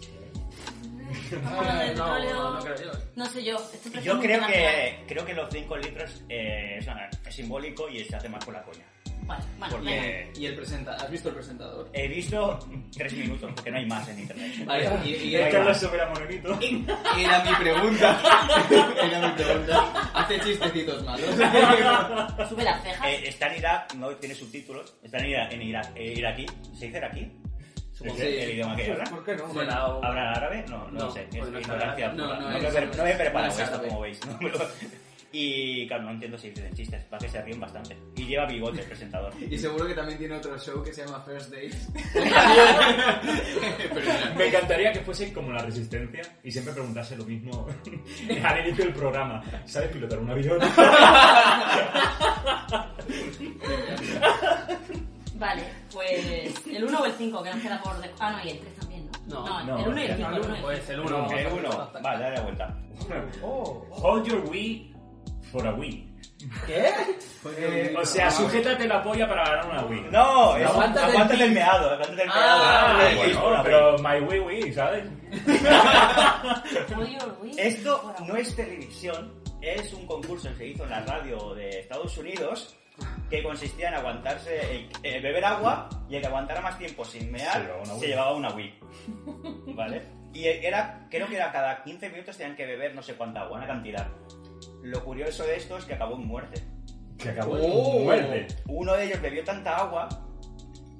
Speaker 3: Bueno, de
Speaker 1: no,
Speaker 3: petróleo-
Speaker 1: no, no creo yo.
Speaker 3: No sé yo. esto parece
Speaker 4: Yo
Speaker 3: muy
Speaker 4: creo
Speaker 3: natural.
Speaker 4: que, creo que los 5 litros eh, es, una- es simbólico y se hace más por la coña.
Speaker 3: Vale, vale, venga.
Speaker 4: Porque
Speaker 6: Y el presentador. ¿Has visto el presentador?
Speaker 4: he visto 3 minutos, porque no hay más en internet.
Speaker 6: Vale, y,
Speaker 2: Y
Speaker 6: y
Speaker 2: el
Speaker 6: era,
Speaker 2: Carlos Sobera Morenito.
Speaker 4: Eh,
Speaker 6: era mi pregunta. Era mi pregunta. Hace chistecitos malos.
Speaker 3: Sube las cejas.
Speaker 4: Eh, está en Irak, no tiene subtítulos. Está en Irak, en Irak, eh, iraquí. ¿Se dice iraquí?
Speaker 1: Supongo
Speaker 4: Es el-
Speaker 6: que sí.
Speaker 4: el idioma que hablan.
Speaker 5: ¿Por qué no?
Speaker 1: Bueno, o-
Speaker 4: ¿Hablan árabe? No, no,
Speaker 1: No,
Speaker 4: sé. Es
Speaker 1: pues no es
Speaker 4: ignorancia
Speaker 1: árabe.
Speaker 6: No,
Speaker 4: pura.
Speaker 6: no
Speaker 4: No, me,
Speaker 6: es-
Speaker 4: pre- no me he preparado
Speaker 6: no es
Speaker 4: esto,
Speaker 6: árabe.
Speaker 4: como veis. ¿no? Pero- Y claro, no entiendo si dicen chistes, para que se ríen bastante. Y lleva bigote el presentador.
Speaker 6: Y seguro que también tiene otro show que se llama First Dates. Pero mira,
Speaker 2: Me encantaría que fuese como la resistencia y siempre preguntase lo mismo al inicio del programa. ¿Sabes pilotar un avión?
Speaker 3: Vale, pues el 1 o el 5 que nos queda por... de- Ah, no, y el 3 también, ¿no?
Speaker 1: No,
Speaker 3: el
Speaker 2: no,
Speaker 3: 1 y el
Speaker 2: el
Speaker 3: 5.
Speaker 5: uno.
Speaker 1: Pues el
Speaker 2: No,
Speaker 1: uno.
Speaker 4: Eh,
Speaker 1: vamos a-
Speaker 4: uno. Vale, dale la vuelta.
Speaker 5: Oh.
Speaker 2: Hold your Wii for a Wii. Ah.
Speaker 1: ¿Qué?
Speaker 6: porque-
Speaker 2: Eh, O sea, sujétate la polla para ganar una Wii.
Speaker 4: No, es,
Speaker 1: Aguántate el
Speaker 4: aguántate el meado, aguántate el meado.
Speaker 1: Ah,
Speaker 2: Ah,
Speaker 4: Vale,
Speaker 2: bueno,
Speaker 4: una
Speaker 2: pero my Wii Wii, ¿sabes?
Speaker 3: Oye, Luis,
Speaker 4: Esto
Speaker 3: por
Speaker 4: no es televisión, es un concurso que se hizo en la radio de Estados Unidos que consistía en aguantarse, el- eh, beber agua y el que aguantara más tiempo sin
Speaker 2: Se
Speaker 4: mear
Speaker 2: llevaba una
Speaker 4: se
Speaker 2: Wii.
Speaker 4: llevaba una Wii. ¿Vale? Y era, creo que era cada 15 minutos tenían que beber no sé cuánta agua, una cantidad. Lo curioso de esto es que acabó en muerte.
Speaker 2: Que acabó
Speaker 6: Oh.
Speaker 2: en muerte.
Speaker 4: Uno de ellos bebió tanta agua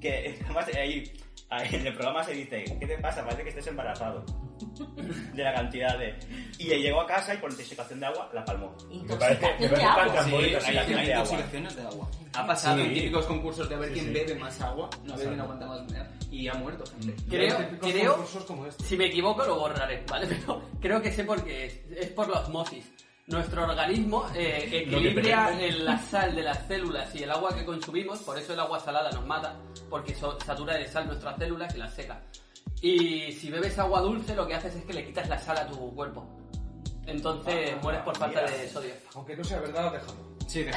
Speaker 4: que además ahí, ahí en el programa se dice, ¿qué te pasa? Parece que estés embarazado. De la cantidad de... Y llegó a casa y por intoxicación de agua la palmó.
Speaker 2: Me parece, me
Speaker 3: Intoxicación
Speaker 2: parece
Speaker 3: de
Speaker 2: tan
Speaker 3: agua.
Speaker 6: Sí,
Speaker 2: bonito.
Speaker 6: sí,
Speaker 4: hay-
Speaker 6: tiene
Speaker 4: hay agua.
Speaker 6: intoxicaciones de agua. Ha pasado en
Speaker 2: Sí.
Speaker 6: típicos concursos de a ver
Speaker 2: Sí,
Speaker 6: quién
Speaker 2: sí.
Speaker 6: bebe más agua, no a ver
Speaker 2: Exacto.
Speaker 6: quién aguanta más mear, y ha muerto gente.
Speaker 1: Creo-
Speaker 5: Los típicos
Speaker 1: creo-
Speaker 5: concursos como este.
Speaker 1: Si me equivoco lo borraré, ¿vale? Pero creo que sé por qué es. Es por la osmosis. Nuestro organismo eh,
Speaker 2: Lo que
Speaker 1: equilibra
Speaker 2: perdemos.
Speaker 1: el- la sal de las células y el agua que consumimos, por eso el agua salada nos mata, porque so- satura de sal nuestras células y las seca. Y si bebes agua dulce, lo que haces es que le quitas la sal a tu cuerpo. Entonces mueres por falta
Speaker 4: Ah, mira.
Speaker 1: de sodio.
Speaker 5: Aunque no sea verdad, lo dejamos.
Speaker 6: Sí, de-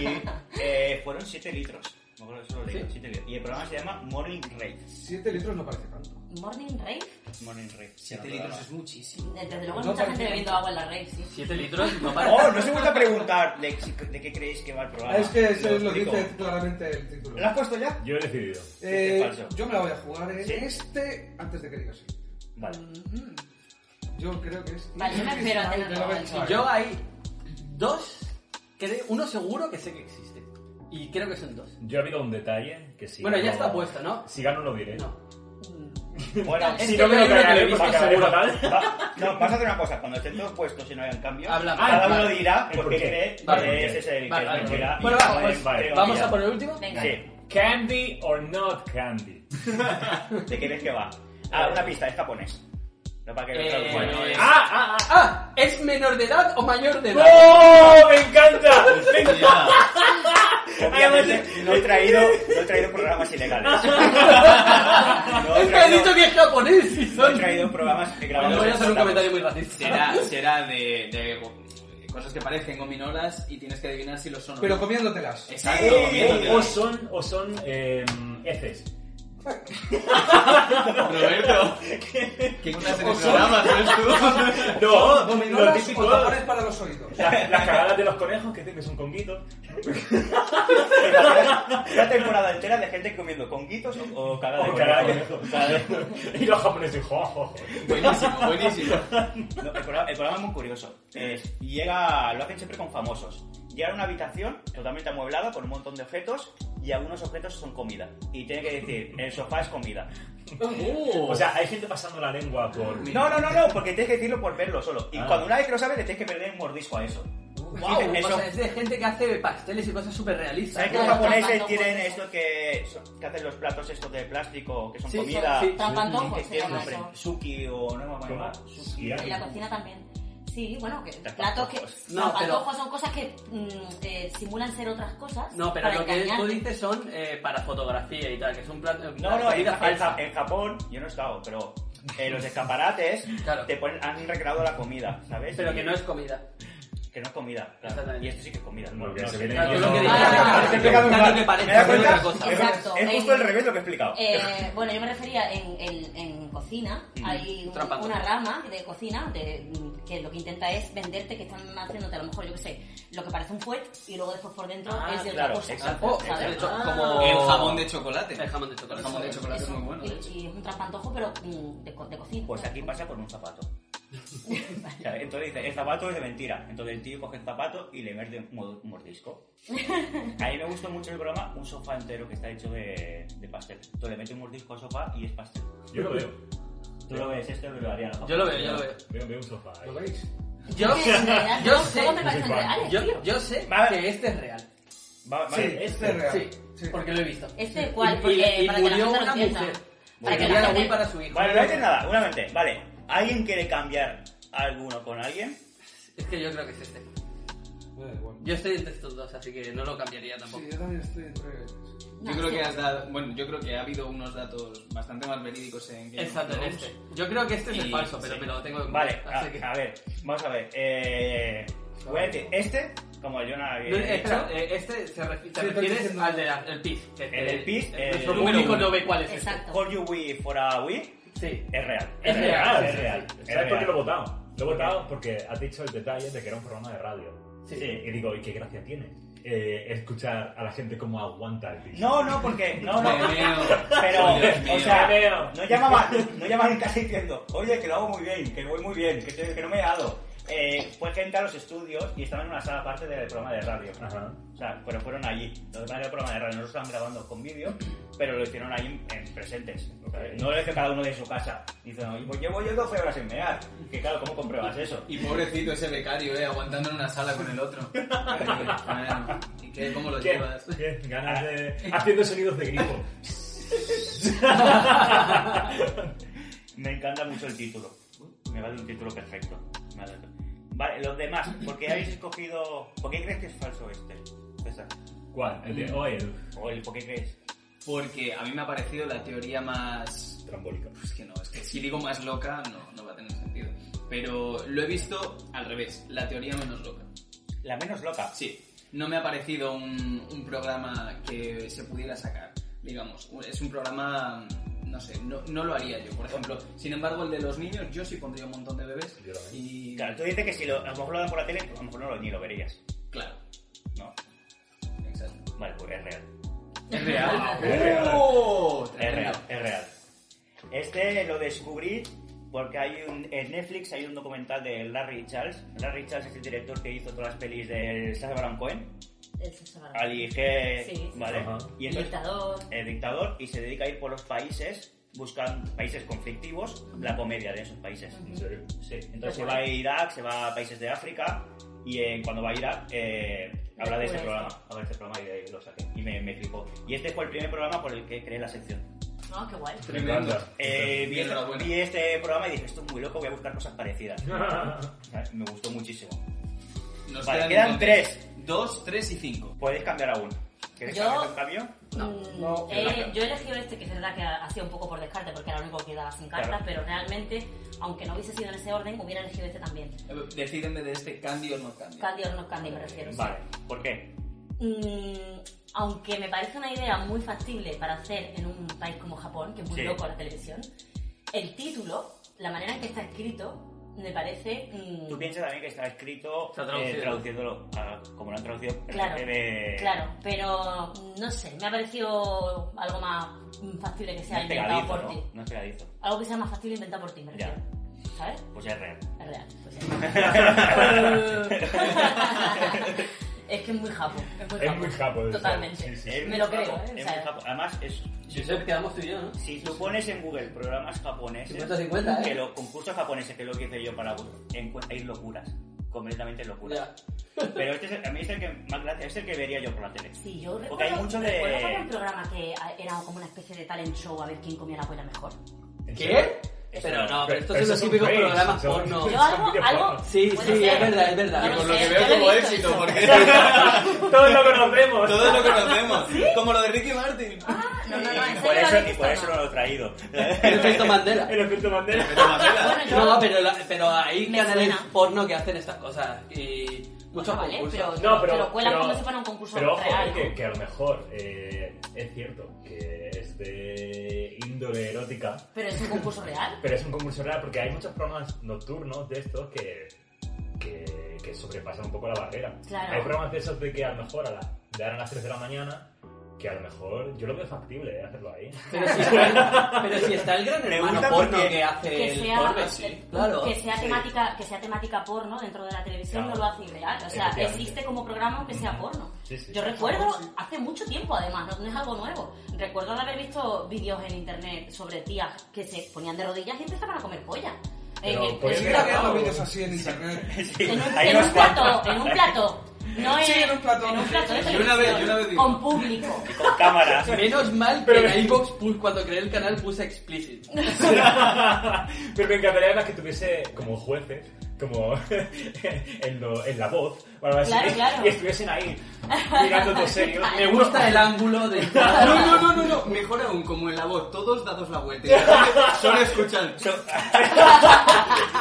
Speaker 4: Y, eh, fueron 7 litros. Me acuerdo que solo leí,
Speaker 1: Sí.
Speaker 4: siete litros. Y el programa se llama Morning Rave.
Speaker 5: 7 litros no parece tanto.
Speaker 3: Morning Rave.
Speaker 4: Morning Rave. Se
Speaker 6: Siete
Speaker 4: lo
Speaker 6: litros
Speaker 4: daba.
Speaker 6: Este es muchísimo.
Speaker 3: Desde luego hay
Speaker 5: No
Speaker 3: mucha gente
Speaker 5: parece-
Speaker 3: bebiendo agua en la rave, sí.
Speaker 1: 7 litros no para.
Speaker 4: Oh, no se vuelve a preguntar de, de qué creéis que va el programa.
Speaker 5: es que eso lo
Speaker 4: explico.
Speaker 5: dice claramente el título.
Speaker 4: ¿Lo has puesto ya?
Speaker 2: Yo he decidido.
Speaker 5: Eh,
Speaker 4: Este es falso.
Speaker 5: yo me la voy a jugar en
Speaker 4: Sí.
Speaker 5: este antes de que digas. sí.
Speaker 4: Vale.
Speaker 3: Mm,
Speaker 5: Yo creo que es. este.
Speaker 3: Vale, yo me espero a tener
Speaker 5: Me la voy
Speaker 3: todo
Speaker 5: a echar.
Speaker 1: Yo hay dos, que- uno seguro que sé que existe. Y creo que son dos.
Speaker 2: Yo he habido un detalle que si
Speaker 1: Bueno, ya
Speaker 2: gano-
Speaker 1: está puesto, ¿no?
Speaker 2: Si gano lo diré.
Speaker 1: No.
Speaker 4: Bueno,
Speaker 1: Es
Speaker 2: Si
Speaker 1: que
Speaker 2: no me lo
Speaker 1: yo creo que
Speaker 2: cagaré,
Speaker 1: lo he
Speaker 2: pues
Speaker 1: visto
Speaker 2: acabaré
Speaker 1: seguro.
Speaker 2: fatal.
Speaker 4: Va- No, vas a hacer una cosa, cuando estén todos puestos y no hayan cambio,
Speaker 1: Hablamos.
Speaker 4: cada
Speaker 1: Ah,
Speaker 4: uno
Speaker 1: vale.
Speaker 4: dirá
Speaker 2: ¿El
Speaker 4: por
Speaker 2: por
Speaker 4: qué
Speaker 2: qué?
Speaker 4: cree que
Speaker 1: Vale.
Speaker 4: ese es el
Speaker 1: Vale,
Speaker 4: que
Speaker 1: vale, vale.
Speaker 4: elegirá y
Speaker 1: Bueno,
Speaker 4: cuál
Speaker 1: va,
Speaker 4: es
Speaker 1: pues,
Speaker 4: el que
Speaker 1: vamos
Speaker 4: elegirá.
Speaker 1: a por el último.
Speaker 3: Venga.
Speaker 4: Sí,
Speaker 2: Candy or not candy.
Speaker 4: ¿de qué crees que va? Ah, una pista, es japonés. No para que
Speaker 1: Eh,
Speaker 4: lo
Speaker 1: bueno,
Speaker 4: bueno,
Speaker 1: es-
Speaker 2: ¡Ah, ah, ah!
Speaker 1: Ah, ¿es menor de edad o mayor de edad?
Speaker 2: ¡Oh! ¡Me encanta! ¡Me
Speaker 6: Ya.
Speaker 4: Obviamente no he traído, no he traído programas ilegales. No he
Speaker 1: es que ha dicho
Speaker 4: traído,
Speaker 1: que es japonés y
Speaker 4: no he
Speaker 1: son...
Speaker 4: traído programas que grabamos.
Speaker 1: Bueno, voy a
Speaker 4: en
Speaker 1: hacer un
Speaker 4: Santa
Speaker 1: comentario muy racista.
Speaker 6: Será, será de, de cosas que parecen gominolas y tienes que adivinar si lo son o no.
Speaker 5: Pero comiéndotelas.
Speaker 6: Exacto,
Speaker 4: Sí.
Speaker 6: comiéndote.
Speaker 2: O son, o son eh, heces.
Speaker 6: Roberto, ¿qué clase de
Speaker 5: O son-
Speaker 6: programas eres tú?
Speaker 2: No, lo
Speaker 5: Gominolas o
Speaker 2: típico.
Speaker 5: tapones para los oídos.
Speaker 2: Las, las cagadas de los conejos que dicen que son conguitos.
Speaker 4: Mónica. Una temporada entera de gente comiendo conguitos o, o cagada de
Speaker 2: O cagada de
Speaker 4: conejo. Cagada de-
Speaker 2: Y los japoneses, jo, jo, jo.
Speaker 6: Buenísimo, buenísimo.
Speaker 4: No, el, programa, el programa es muy curioso. Es- llega, lo hacen siempre con famosos. Llega a una habitación totalmente amueblada con un montón de objetos y algunos objetos son comida. Y tiene que decir, el sofá es comida.
Speaker 2: O sea, hay gente pasando la lengua por.
Speaker 4: No, no, no, no, porque tienes que decirlo por verlo solo. Y
Speaker 2: Ah.
Speaker 4: cuando una vez que lo sabes, le tienes que perder un mordisco a eso.
Speaker 1: Wow,
Speaker 4: Dicen,
Speaker 1: o
Speaker 4: eso-
Speaker 1: sea, es de gente que hace pasteles y cosas súper realistas.
Speaker 4: ¿Sabes que
Speaker 1: ¿no?
Speaker 4: los
Speaker 3: Claro,
Speaker 4: japoneses
Speaker 3: trampas,
Speaker 4: tienen
Speaker 3: trampas.
Speaker 4: esto que, son- que hacen los platos estos de plástico, que son
Speaker 1: Sí,
Speaker 4: comida?
Speaker 1: sí, sí.
Speaker 3: Trampantojos
Speaker 4: Que
Speaker 3: pues, se
Speaker 4: tienen
Speaker 3: llama
Speaker 4: nombre,
Speaker 3: eso.
Speaker 4: Suki o no me acuerdo.
Speaker 2: ¿Cómo?
Speaker 4: Suki.
Speaker 3: En la cocina también. Sí, bueno, que
Speaker 4: Los
Speaker 3: platos que.
Speaker 4: pantojos.
Speaker 1: No,
Speaker 3: los
Speaker 1: pero-
Speaker 3: pantojos son cosas que mm, eh, simulan ser otras cosas.
Speaker 1: No, pero
Speaker 3: para
Speaker 1: lo que
Speaker 3: engañar.
Speaker 1: tú dices son eh, para fotografía y tal, que son platos.
Speaker 4: No, no, en,
Speaker 1: comida
Speaker 4: en
Speaker 1: falsa.
Speaker 4: Ja- en Japón, yo no he estado, pero eh, los escaparates
Speaker 1: Claro.
Speaker 4: te ponen, han recreado la comida, ¿sabes?
Speaker 1: Pero
Speaker 4: Y-
Speaker 1: que no es comida.
Speaker 4: que no es comida. claro.
Speaker 1: Exactamente.
Speaker 4: Y esto sí que es comida. ¿no?
Speaker 2: Porque
Speaker 4: No
Speaker 2: se
Speaker 4: sé.
Speaker 2: viene
Speaker 1: Claro, tú lo
Speaker 2: yo-
Speaker 1: que dices
Speaker 3: Ah,
Speaker 1: es
Speaker 3: ah,
Speaker 1: que parece
Speaker 2: te pego
Speaker 1: que-
Speaker 2: un
Speaker 1: tanto
Speaker 2: mal.
Speaker 1: que
Speaker 4: ¿Me
Speaker 1: parece
Speaker 4: das
Speaker 1: ser otra
Speaker 4: cuenta?
Speaker 1: cosa.
Speaker 4: Es-
Speaker 3: Exacto.
Speaker 4: Es justo el revés lo que he explicado.
Speaker 3: Eh, bueno, yo me refería en, en- en cocina. Hay un-
Speaker 1: Trampanto.
Speaker 3: una rama de cocina de- mm, que lo que intenta es venderte que están haciéndote a lo mejor, yo qué sé, lo que parece un fuet y luego después por dentro
Speaker 4: Ah,
Speaker 3: es de
Speaker 4: claro,
Speaker 3: otra cosa.
Speaker 4: exacto,
Speaker 1: Oh,
Speaker 4: exacto.
Speaker 1: de hecho,
Speaker 3: Ah.
Speaker 1: como...
Speaker 6: El jamón de chocolate.
Speaker 1: El jamón de chocolate.
Speaker 6: El jamón de
Speaker 1: Eso,
Speaker 6: chocolate es
Speaker 3: Eso,
Speaker 6: muy bueno, de
Speaker 3: y,
Speaker 6: hecho.
Speaker 3: y es un trampantojo, pero mm, de, co- de cocina.
Speaker 4: Pues aquí pasa con un zapato. O sea, Entonces dice, el zapato es de mentira. Entonces el tío coge el zapato y le mete un mo- un mordisco. A mí me gustó mucho el programa un sofá entero que está hecho de, de pastel. Entonces le mete un mordisco al sofá y es pastel.
Speaker 2: Yo lo veo.
Speaker 4: Tú lo ves, esto lo haría
Speaker 1: Yo lo veo, yo lo veo.
Speaker 2: Veo, veo un sofá. ahí.
Speaker 5: ¿Lo veis?
Speaker 1: Yo,
Speaker 3: Porque en realidad
Speaker 1: yo
Speaker 3: todos-
Speaker 1: sé,
Speaker 3: todos me parecen
Speaker 2: fan.
Speaker 3: reales,
Speaker 1: yo,
Speaker 3: tío.
Speaker 1: yo sé
Speaker 4: Vale.
Speaker 1: que este es real.
Speaker 4: Va-
Speaker 5: Sí,
Speaker 4: vale,
Speaker 5: este es real.
Speaker 1: Sí,
Speaker 5: Sí.
Speaker 1: porque lo he visto.
Speaker 3: Este cuál,
Speaker 1: Y-
Speaker 3: porque
Speaker 1: y, y
Speaker 3: para que la
Speaker 1: murió
Speaker 3: gente lo
Speaker 1: una
Speaker 3: entienda.
Speaker 1: mujer.
Speaker 3: Para
Speaker 1: Para
Speaker 3: que
Speaker 1: que
Speaker 3: la
Speaker 1: la
Speaker 3: gente-
Speaker 1: Wii para su hijo.
Speaker 4: Vale, no hay que nada, una mente. Vale, ¿alguien quiere cambiar alguno con alguien?
Speaker 1: Es que yo creo que es este.
Speaker 5: Me da igual.
Speaker 1: Yo estoy entre estos dos, así que no lo cambiaría tampoco.
Speaker 5: Sí, yo también estoy entre.
Speaker 3: No,
Speaker 6: Yo creo
Speaker 3: sí.
Speaker 6: que has dado, bueno, yo creo que ha habido unos datos bastante más verídicos en Game of
Speaker 1: Exacto, en
Speaker 6: Thrones.
Speaker 1: este. Yo creo que este es el
Speaker 6: Y-
Speaker 1: falso, pero
Speaker 6: sí.
Speaker 1: me lo tengo en
Speaker 4: Vale, ah,
Speaker 1: cuenta,
Speaker 4: a,
Speaker 1: así que...
Speaker 4: a ver, vamos a ver. Eh, voy a decir este, como yo no había
Speaker 1: No, eh, espera,
Speaker 4: dicho.
Speaker 1: eh, este se refi- te
Speaker 5: Sí, estoy
Speaker 1: refieres
Speaker 5: diciendo-
Speaker 1: al del PIS. que-
Speaker 4: El del PIS,
Speaker 1: que
Speaker 4: el
Speaker 1: Nuestro
Speaker 4: número
Speaker 1: público
Speaker 4: uno.
Speaker 1: no ve cuál es este.
Speaker 3: Exacto.
Speaker 4: For eh, you Wii for a Wii
Speaker 1: Sí.
Speaker 4: es real.
Speaker 1: Es real,
Speaker 4: es
Speaker 1: sí,
Speaker 4: real.
Speaker 1: sí,
Speaker 4: es
Speaker 2: ¿Sabes por qué
Speaker 4: real.
Speaker 2: lo he votado? Lo he votado porque has dicho el detalle de que era un programa de radio.
Speaker 1: Sí.
Speaker 2: Y digo, ¿y qué gracia tiene? Eh, escuchar a la gente cómo aguanta el piso.
Speaker 4: No, no, porque. No, no.
Speaker 6: Me veo.
Speaker 4: Pero,
Speaker 6: Dios mío.
Speaker 4: o sea,
Speaker 2: Me veo.
Speaker 4: no llamaban, no llamaban casi diciendo, oye, que lo hago muy bien, que voy muy bien, que, estoy- que no me he dado. Eh, fue gente a los estudios y estaban en una sala aparte del programa de radio.
Speaker 2: Ajá.
Speaker 4: O sea, pero fueron allí. Los demás del programa de radio no lo estaban grabando con vídeo, pero lo hicieron allí en presentes.
Speaker 2: Ok.
Speaker 4: No lo hizo cada uno de su casa. Dicen, oye, pues llevo yo 12 horas en mear. Que claro, ¿cómo compruebas eso?
Speaker 6: Y pobrecito ese becario, eh, aguantando en una sala con el otro. Ay, bueno, ¿Y qué? ¿Cómo lo
Speaker 2: ¿Qué?
Speaker 6: llevas?
Speaker 2: ¿Qué? Ganas de... Haciendo sonidos de grifo.
Speaker 4: Me encanta mucho el título. Me vale un título perfecto. Me vale. Vale, los demás, ¿por qué habéis escogido. ¿Por qué crees que es falso este? César?
Speaker 2: ¿Cuál? El de hoy,
Speaker 4: ¿O el por qué crees?
Speaker 6: Porque a mí me ha parecido la teoría más
Speaker 2: el trambólico.
Speaker 6: Es que no, es que si digo más loca no, no va a tener sentido. Pero lo he visto al revés, la teoría menos loca.
Speaker 4: La menos loca.
Speaker 6: Sí, no me ha parecido un, un programa que se pudiera sacar, digamos. Es un programa, no sé, no, no lo haría yo, por ejemplo. Sin embargo, el de los niños, yo sí pondría un montón de bebés.
Speaker 2: Yo también.
Speaker 6: Y
Speaker 4: Claro, tú dices que si lo, a lo mejor lo dan por la tele, a lo mejor no lo, ni lo verías.
Speaker 6: claro,
Speaker 4: No.
Speaker 6: exacto.
Speaker 4: Vale, pues es real.
Speaker 6: Es real.
Speaker 2: Es real.
Speaker 6: ¡Oh!
Speaker 4: Es
Speaker 6: Tremendo.
Speaker 4: real, es real. Este lo descubrí porque hay un, en Netflix hay un documental de Larry Charles. Larry Charles es el director que hizo todas las pelis del Sacha Baron Cohen.
Speaker 3: Eso es verdad.
Speaker 4: Ali G.
Speaker 3: Sí, sí.
Speaker 4: Vale.
Speaker 2: Ajá.
Speaker 4: Y
Speaker 3: El
Speaker 4: entonces
Speaker 3: dictador.
Speaker 4: el dictador y se dedica a ir por los países, buscan países conflictivos, la comedia de esos países.
Speaker 2: ¿En serio?
Speaker 4: Sí, entonces se va a
Speaker 3: guay.
Speaker 4: Irak, se va a países de África y eh, cuando va a Irak eh, habla de ese
Speaker 3: Descubre esto.
Speaker 4: programa, habla de ese programa y de ahí lo saqué y me, me flipó. Y este fue el primer programa por el que creé la sección.
Speaker 3: No, qué guay.
Speaker 2: Me
Speaker 6: Tremendo.
Speaker 2: encanta.
Speaker 4: Eh, vi, este,
Speaker 6: Enhorabuena.
Speaker 4: vi este programa y dije, esto es muy loco, voy a buscar cosas parecidas. ¿Sabes? me gustó muchísimo.
Speaker 6: Nos
Speaker 4: Vale, quedan
Speaker 6: entonces Dos, tres y cinco.
Speaker 4: ¿Podéis cambiar aún? ¿Queréis
Speaker 3: Yo-
Speaker 4: cambiar un cambio?
Speaker 6: No,
Speaker 3: Mm,
Speaker 5: no,
Speaker 3: eh,
Speaker 4: no, no.
Speaker 3: yo he elegido este, que es verdad que ha ha sido un poco por descarte, porque era el único que daba sin cartas,
Speaker 4: Claro.
Speaker 3: pero realmente, aunque no hubiese sido en ese orden, hubiera elegido este también.
Speaker 6: Eh, Decídenme de este candy o no candy.
Speaker 3: Candy o no Candy me refiero. sí.
Speaker 4: Vale, ¿por qué?
Speaker 3: Mm, aunque me parece una idea muy factible para hacer en un país como Japón, que es muy
Speaker 4: Sí.
Speaker 3: loco la televisión, el título, la manera en que está escrito, me parece... mm,
Speaker 4: Tú piensas también que está escrito
Speaker 1: Está traducido.
Speaker 4: eh, traduciéndolo a- como lo han traducido
Speaker 3: Claro,
Speaker 4: de-
Speaker 3: Claro, pero mm, no sé, me ha parecido algo más mm, factible que
Speaker 4: No
Speaker 3: sea
Speaker 4: es
Speaker 3: inventado
Speaker 4: pegadizo,
Speaker 3: por
Speaker 4: ¿no?
Speaker 3: ti.
Speaker 4: No es pegadizo.
Speaker 3: Algo que sea más factible inventado por ti, me
Speaker 4: Ya.
Speaker 3: refiero. ¿Sabes?
Speaker 4: Pues es real.
Speaker 3: Es real. Pues sí. es que es muy japo. Es muy
Speaker 2: Es
Speaker 3: japo.
Speaker 2: muy japo, de
Speaker 3: Totalmente.
Speaker 2: ser, sí, sí.
Speaker 4: Es
Speaker 3: Me
Speaker 4: muy
Speaker 3: lo
Speaker 4: japo,
Speaker 3: creo, ¿eh?
Speaker 4: es
Speaker 3: O
Speaker 4: muy
Speaker 3: sea,
Speaker 4: japo. Además, es,
Speaker 1: Josep, quedamos tú y yo, ¿no?
Speaker 4: si tú pones en Google programas japoneses,
Speaker 1: 50-50,
Speaker 4: que
Speaker 1: ¿eh?
Speaker 4: los concursos japoneses, que es lo que hice yo para Google, encue- hay locuras. Completamente locuras.
Speaker 1: Ya.
Speaker 4: Pero este es el- a mí es el que más gracia, es el que vería yo por la tele.
Speaker 3: Sí, yo recuerdo,
Speaker 4: Porque hay mucho de-
Speaker 3: recuerdo que había un programa que era como una especie de talent show a ver quién comía la abuela mejor.
Speaker 2: ¿En
Speaker 1: ¿Qué?
Speaker 2: serio?
Speaker 4: Eso
Speaker 1: Pero no,
Speaker 4: no,
Speaker 1: pero, pero estos son los
Speaker 2: Pero esos son
Speaker 1: típicos
Speaker 2: fakes,
Speaker 1: programas
Speaker 2: son-
Speaker 1: porno.
Speaker 3: Yo algo, algo...
Speaker 1: Sí,
Speaker 3: puede
Speaker 1: sí,
Speaker 3: ser.
Speaker 1: es verdad, es verdad.
Speaker 3: No
Speaker 1: Que
Speaker 3: lo
Speaker 6: Por lo
Speaker 3: sé,
Speaker 6: que
Speaker 3: yo lo
Speaker 6: veo
Speaker 3: he
Speaker 6: como
Speaker 3: visto,
Speaker 6: éxito,
Speaker 3: eso.
Speaker 6: porque
Speaker 2: Todos lo conocemos.
Speaker 6: todos lo conocemos. Como lo de Ricky Martin.
Speaker 3: No, no, no, en
Speaker 4: Y
Speaker 3: serio lo
Speaker 4: por
Speaker 3: he
Speaker 4: eso, y
Speaker 3: visto,
Speaker 4: por
Speaker 3: no.
Speaker 4: eso no lo he traído.
Speaker 1: El efecto Mandela.
Speaker 2: El efecto Mandela.
Speaker 6: Pero más allá.
Speaker 3: Bueno, yo-
Speaker 1: No, pero, la- pero hay
Speaker 3: Me
Speaker 1: canales
Speaker 3: suena.
Speaker 1: porno que hacen estas cosas. Y muchos
Speaker 3: Ah, vale,
Speaker 1: concursos.
Speaker 3: pero- te lo cuelan como si fuera un concurso
Speaker 2: pero ojo,
Speaker 3: real,
Speaker 2: Que,
Speaker 3: ¿no?
Speaker 2: que a lo mejor eh, es cierto que es de índole erótica,
Speaker 3: Pero es un concurso real.
Speaker 2: pero es un concurso real porque hay muchos programas nocturnos de estos que, que, que sobrepasan un poco la barrera.
Speaker 3: Claro.
Speaker 2: Hay programas de esos de que a lo mejor a las de ahora a las 3 de la mañana, que a lo mejor yo lo veo factible eh, hacerlo ahí.
Speaker 1: Pero si, está, pero si está el gran
Speaker 4: Me
Speaker 1: hermano
Speaker 4: gusta
Speaker 1: porno
Speaker 4: porque-
Speaker 1: que hace
Speaker 3: Que
Speaker 1: el
Speaker 3: sea,
Speaker 1: porno, sí, claro.
Speaker 3: que sea temática, que sea temática porno dentro de la televisión
Speaker 2: Claro.
Speaker 3: no lo hace irreal. O sea,
Speaker 2: Efectivamente.
Speaker 3: existe como programa aunque sea porno.
Speaker 2: Sí, sí.
Speaker 3: Yo recuerdo, hace mucho tiempo además, no no es algo nuevo. Recuerdo de haber visto vídeos en internet sobre tías que se ponían de rodillas y empezaban a comer polla.
Speaker 2: Pero
Speaker 3: Eh,
Speaker 2: pollas
Speaker 3: que- que-
Speaker 2: de
Speaker 5: pues Mira que
Speaker 2: grabado.
Speaker 5: los vídeos así en internet.
Speaker 4: Sí,
Speaker 3: en un,
Speaker 4: hay
Speaker 3: en
Speaker 4: unos
Speaker 3: un plato,
Speaker 4: cuantos.
Speaker 3: en un plato. No
Speaker 5: Sí, en un plato.
Speaker 3: En un plato de
Speaker 6: Yo una vez- yo una vez
Speaker 3: televisión,
Speaker 6: digo.
Speaker 3: con público.
Speaker 4: Con cámaras.
Speaker 1: Menos mal que
Speaker 2: Pero-
Speaker 1: en iVoox pu- cuando creé el canal puse explicit.
Speaker 2: Pero me encantaría además que tuviese como jueces, como en, lo- en la voz, o algo así,
Speaker 3: Claro, claro.
Speaker 2: y estuviesen ahí mirándote serio.
Speaker 1: Me gusta el ángulo de...
Speaker 6: No, no, no, no, no. Mejor aún, como en la voz, todos dados la vuelta. Y de repente Solo escuchan.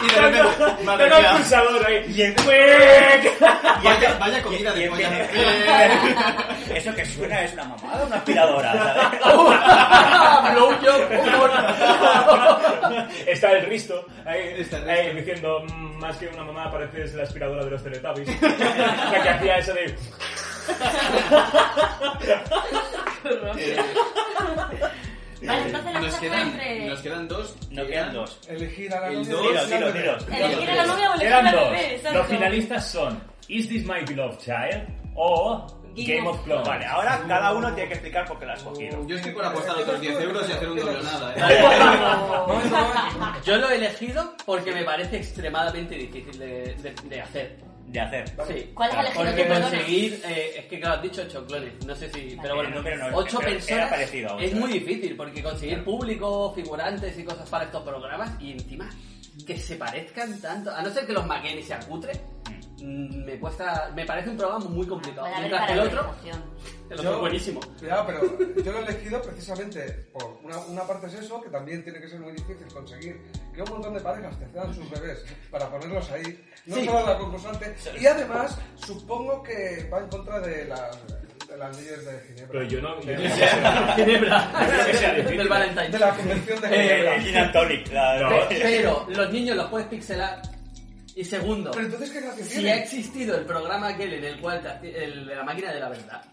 Speaker 6: Y de repente, madre
Speaker 2: Tengo el
Speaker 6: mía,
Speaker 2: pulsador ahí.
Speaker 4: Y el-
Speaker 6: vaya, vaya comida
Speaker 4: Y
Speaker 6: de polla.
Speaker 4: empieza-
Speaker 6: Eh,
Speaker 4: Eso que suena es una mamada, una aspiradora, ¿sabes?
Speaker 1: Blow job porno.
Speaker 2: Está el risto ahí,
Speaker 6: Está el
Speaker 2: ahí diciendo, "Mm, más que una mamá pareces la aspiradora de los teletubbies. la que hacía eso de...
Speaker 3: Vale, entonces la
Speaker 6: Nos
Speaker 3: cosa fue
Speaker 6: quedan,
Speaker 3: entre...
Speaker 6: nos quedan dos.
Speaker 4: No quedan dos.
Speaker 5: Elegir a la
Speaker 6: El
Speaker 5: novia. y
Speaker 6: dos,
Speaker 4: Dilo,
Speaker 5: elegir
Speaker 4: dilo,
Speaker 5: al
Speaker 4: dilo.
Speaker 5: bebé.
Speaker 3: Elegir a la novia o elegir
Speaker 2: Quedan
Speaker 3: al
Speaker 2: dos.
Speaker 3: bebé, exacto.
Speaker 2: Los finalistas son Is This My Beloved Child o
Speaker 3: Game
Speaker 2: Game,
Speaker 3: of
Speaker 2: of Clones.
Speaker 4: Vale, ahora cada uno tiene que explicar por qué la has cogido.
Speaker 6: Yo estoy por apostar otros 10 euros y hacer un doble o nada. ¿eh?
Speaker 5: Vamos a ver.
Speaker 1: Yo lo he elegido porque me parece extremadamente difícil de, de- de hacer.
Speaker 4: De hacer. Eh,
Speaker 1: Sí.
Speaker 3: ¿Cuál has elegido
Speaker 1: Porque
Speaker 3: tú, perdona?
Speaker 1: conseguir, eh, es que claro, has dicho ocho clones, no sé si, pero
Speaker 4: El
Speaker 1: bueno,
Speaker 4: número no es-
Speaker 1: ocho
Speaker 4: pero era
Speaker 1: personas
Speaker 4: parecido a ocho,
Speaker 1: es
Speaker 4: ¿eh?
Speaker 1: muy difícil, porque conseguir público, figurantes y cosas para estos programas, y encima que se parezcan tanto, a no ser que los maqueen y se acutre,
Speaker 4: Mm.
Speaker 1: me cuesta, me parece un programa muy complicado,
Speaker 3: Puede haber
Speaker 1: mientras que el otro,
Speaker 3: caracterización.
Speaker 1: el otro es buenísimo.
Speaker 5: Cuidado, pero yo lo he elegido precisamente por una, una parte es eso, que también tiene que ser muy difícil conseguir que un montón de parejas te cedan sus bebés para ponerlos ahí, no
Speaker 1: Sí.
Speaker 5: solo la concursante, y además supongo que va en contra de las, de las leyes de Ginebra.
Speaker 2: Pero yo no... yo no-
Speaker 1: Ginebra,
Speaker 2: creo que sea difícil.
Speaker 1: del Valentine.
Speaker 5: De la Convención de Ginebra.
Speaker 4: El
Speaker 3: Eh,
Speaker 4: gin and tonic, la-
Speaker 2: No.
Speaker 1: Pe- Pero los niños los puedes pixelar. Y segundo,
Speaker 5: Pero entonces, ¿qué gracia
Speaker 1: si ha
Speaker 5: tiene?
Speaker 1: existido el programa aquel en el cual te haci- el de la máquina de la verdad.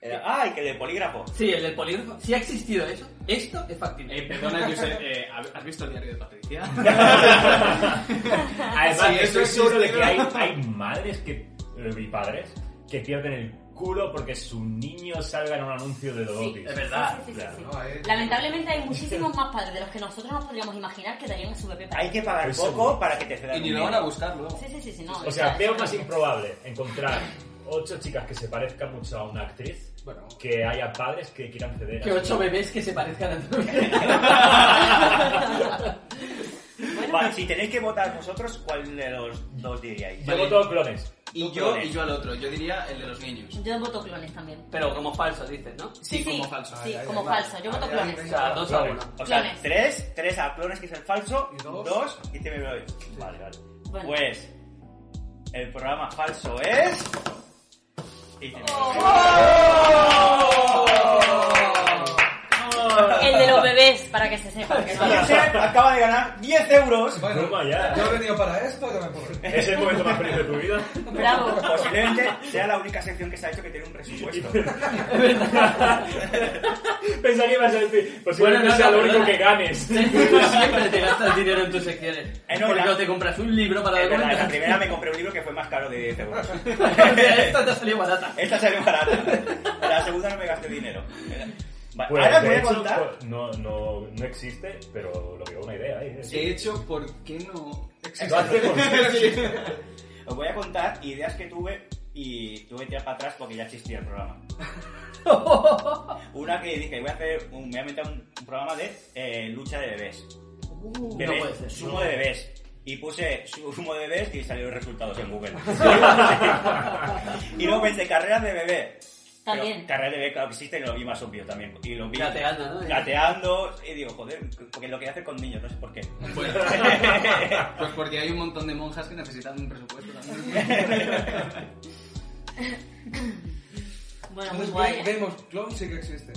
Speaker 4: Era- Ah, y que de polígrafo.
Speaker 1: Sí, el del polígrafo. Si ha existido eso, esto es
Speaker 6: Eh,
Speaker 1: factible.
Speaker 6: perdona, Josep, eh, ¿has visto el diario de Patricia?
Speaker 2: Además,
Speaker 6: Sí, eso este
Speaker 2: estoy
Speaker 6: existe.
Speaker 2: seguro de que hay, hay madres que, eh, y padres que pierden el culo porque su niño salga en un anuncio de Dodotis.
Speaker 1: es verdad.
Speaker 3: Sí, sí, sí,
Speaker 2: Claro.
Speaker 3: sí.
Speaker 5: No, ahí-
Speaker 3: Lamentablemente hay muchísimos más padres de los que nosotros nos podríamos imaginar que darían a su bebé para
Speaker 4: Hay que pagar
Speaker 2: Eso.
Speaker 4: poco para que te cedan
Speaker 6: Y ni
Speaker 4: un
Speaker 6: lo van a
Speaker 4: niño.
Speaker 6: buscar luego.
Speaker 3: Sí, sí, sí, sí, no.
Speaker 2: O sea, veo
Speaker 3: eso
Speaker 2: más
Speaker 3: no.
Speaker 2: improbable encontrar ocho chicas que se parezcan mucho a una actriz
Speaker 5: Bueno.
Speaker 2: que haya padres que quieran ceder. a
Speaker 1: Que
Speaker 2: su-
Speaker 1: ocho bebés que se parezcan a tu
Speaker 3: Bueno,
Speaker 4: Vale, si tenéis que votar vosotros, ¿cuál de los dos diríais?
Speaker 2: Yo voto clones.
Speaker 6: Y yo, y yo al otro. Yo diría el de los niños.
Speaker 3: yo voto clones también.
Speaker 1: Pero como falso, dices, ¿no?
Speaker 6: Sí, como falso.
Speaker 3: Sí,
Speaker 5: Ahí, ahí,
Speaker 3: como
Speaker 5: ahí.
Speaker 3: falso. Yo voto
Speaker 5: Ahí, ahí,
Speaker 1: O
Speaker 5: ahí.
Speaker 3: clones.
Speaker 1: sea, dos a uno.
Speaker 4: O sea,
Speaker 3: Clones.
Speaker 4: tres, tres a clones, que es el falso,
Speaker 5: Y dos.
Speaker 4: dos, y te me voy. Vale, vale.
Speaker 3: Bueno.
Speaker 4: Pues, el programa falso es... Y te me voy.
Speaker 5: ¡Oh!
Speaker 3: El de los bebés, para que se sepa. que no-
Speaker 4: Josep acaba de ganar 10 euros.
Speaker 5: Bueno,
Speaker 2: Broma ya.
Speaker 5: yo he venido para esto, yo me voy.
Speaker 2: Es el momento más feliz de tu vida.
Speaker 3: Bravo.
Speaker 4: Posiblemente sea la única sección que se ha hecho que tiene un presupuesto.
Speaker 2: Pensaría que ibas a decir, pues
Speaker 1: Bueno,
Speaker 2: igual no
Speaker 1: no,
Speaker 2: sea
Speaker 1: no,
Speaker 2: lo único
Speaker 1: perdona.
Speaker 2: que ganes.
Speaker 1: Tú siempre te gastas dinero en tus secciones.
Speaker 4: Eh, no,
Speaker 1: Porque
Speaker 4: la-
Speaker 1: o te compras un libro para
Speaker 4: Es verdad, en Eh, la
Speaker 1: documentar.
Speaker 4: primera me compré un libro que fue más caro de 10 euros.
Speaker 1: Esta te ha salido barata.
Speaker 4: Esta salió barata. En la segunda no me gasté dinero. Vale,
Speaker 2: Pues,
Speaker 4: ahora os
Speaker 2: de
Speaker 4: voy a
Speaker 2: hecho,
Speaker 4: contar.
Speaker 2: pues, no, no, no existe, pero lo que una idea. ahí, ¿eh?
Speaker 6: De hecho, ¿por qué no
Speaker 2: Lo hace con-
Speaker 4: Os voy a contar ideas que tuve y tuve que tirar para atrás porque ya existía el programa. Una que dije, voy a hacer, un- voy a meter un, un programa de eh, lucha de bebés. Bebés,
Speaker 1: Uh, puede ser,
Speaker 4: sumo de bebés. Y puse sumo de bebés y salieron resultados en Google. y luego pensé carreras de bebé. Pero
Speaker 3: También.
Speaker 4: carreras de bebé, claro que existen y lo vi más obvio también. Y lo vi
Speaker 1: Gateando, ¿no?
Speaker 4: gateando, y digo, joder, porque lo que hace con niños, no sé por qué.
Speaker 6: Bueno, pues porque hay un montón de monjas que necesitan un presupuesto también.
Speaker 3: Bueno, muy
Speaker 5: Entonces,
Speaker 3: guay.
Speaker 5: Game-
Speaker 3: ¿eh?
Speaker 5: Game of Clones sí que existe.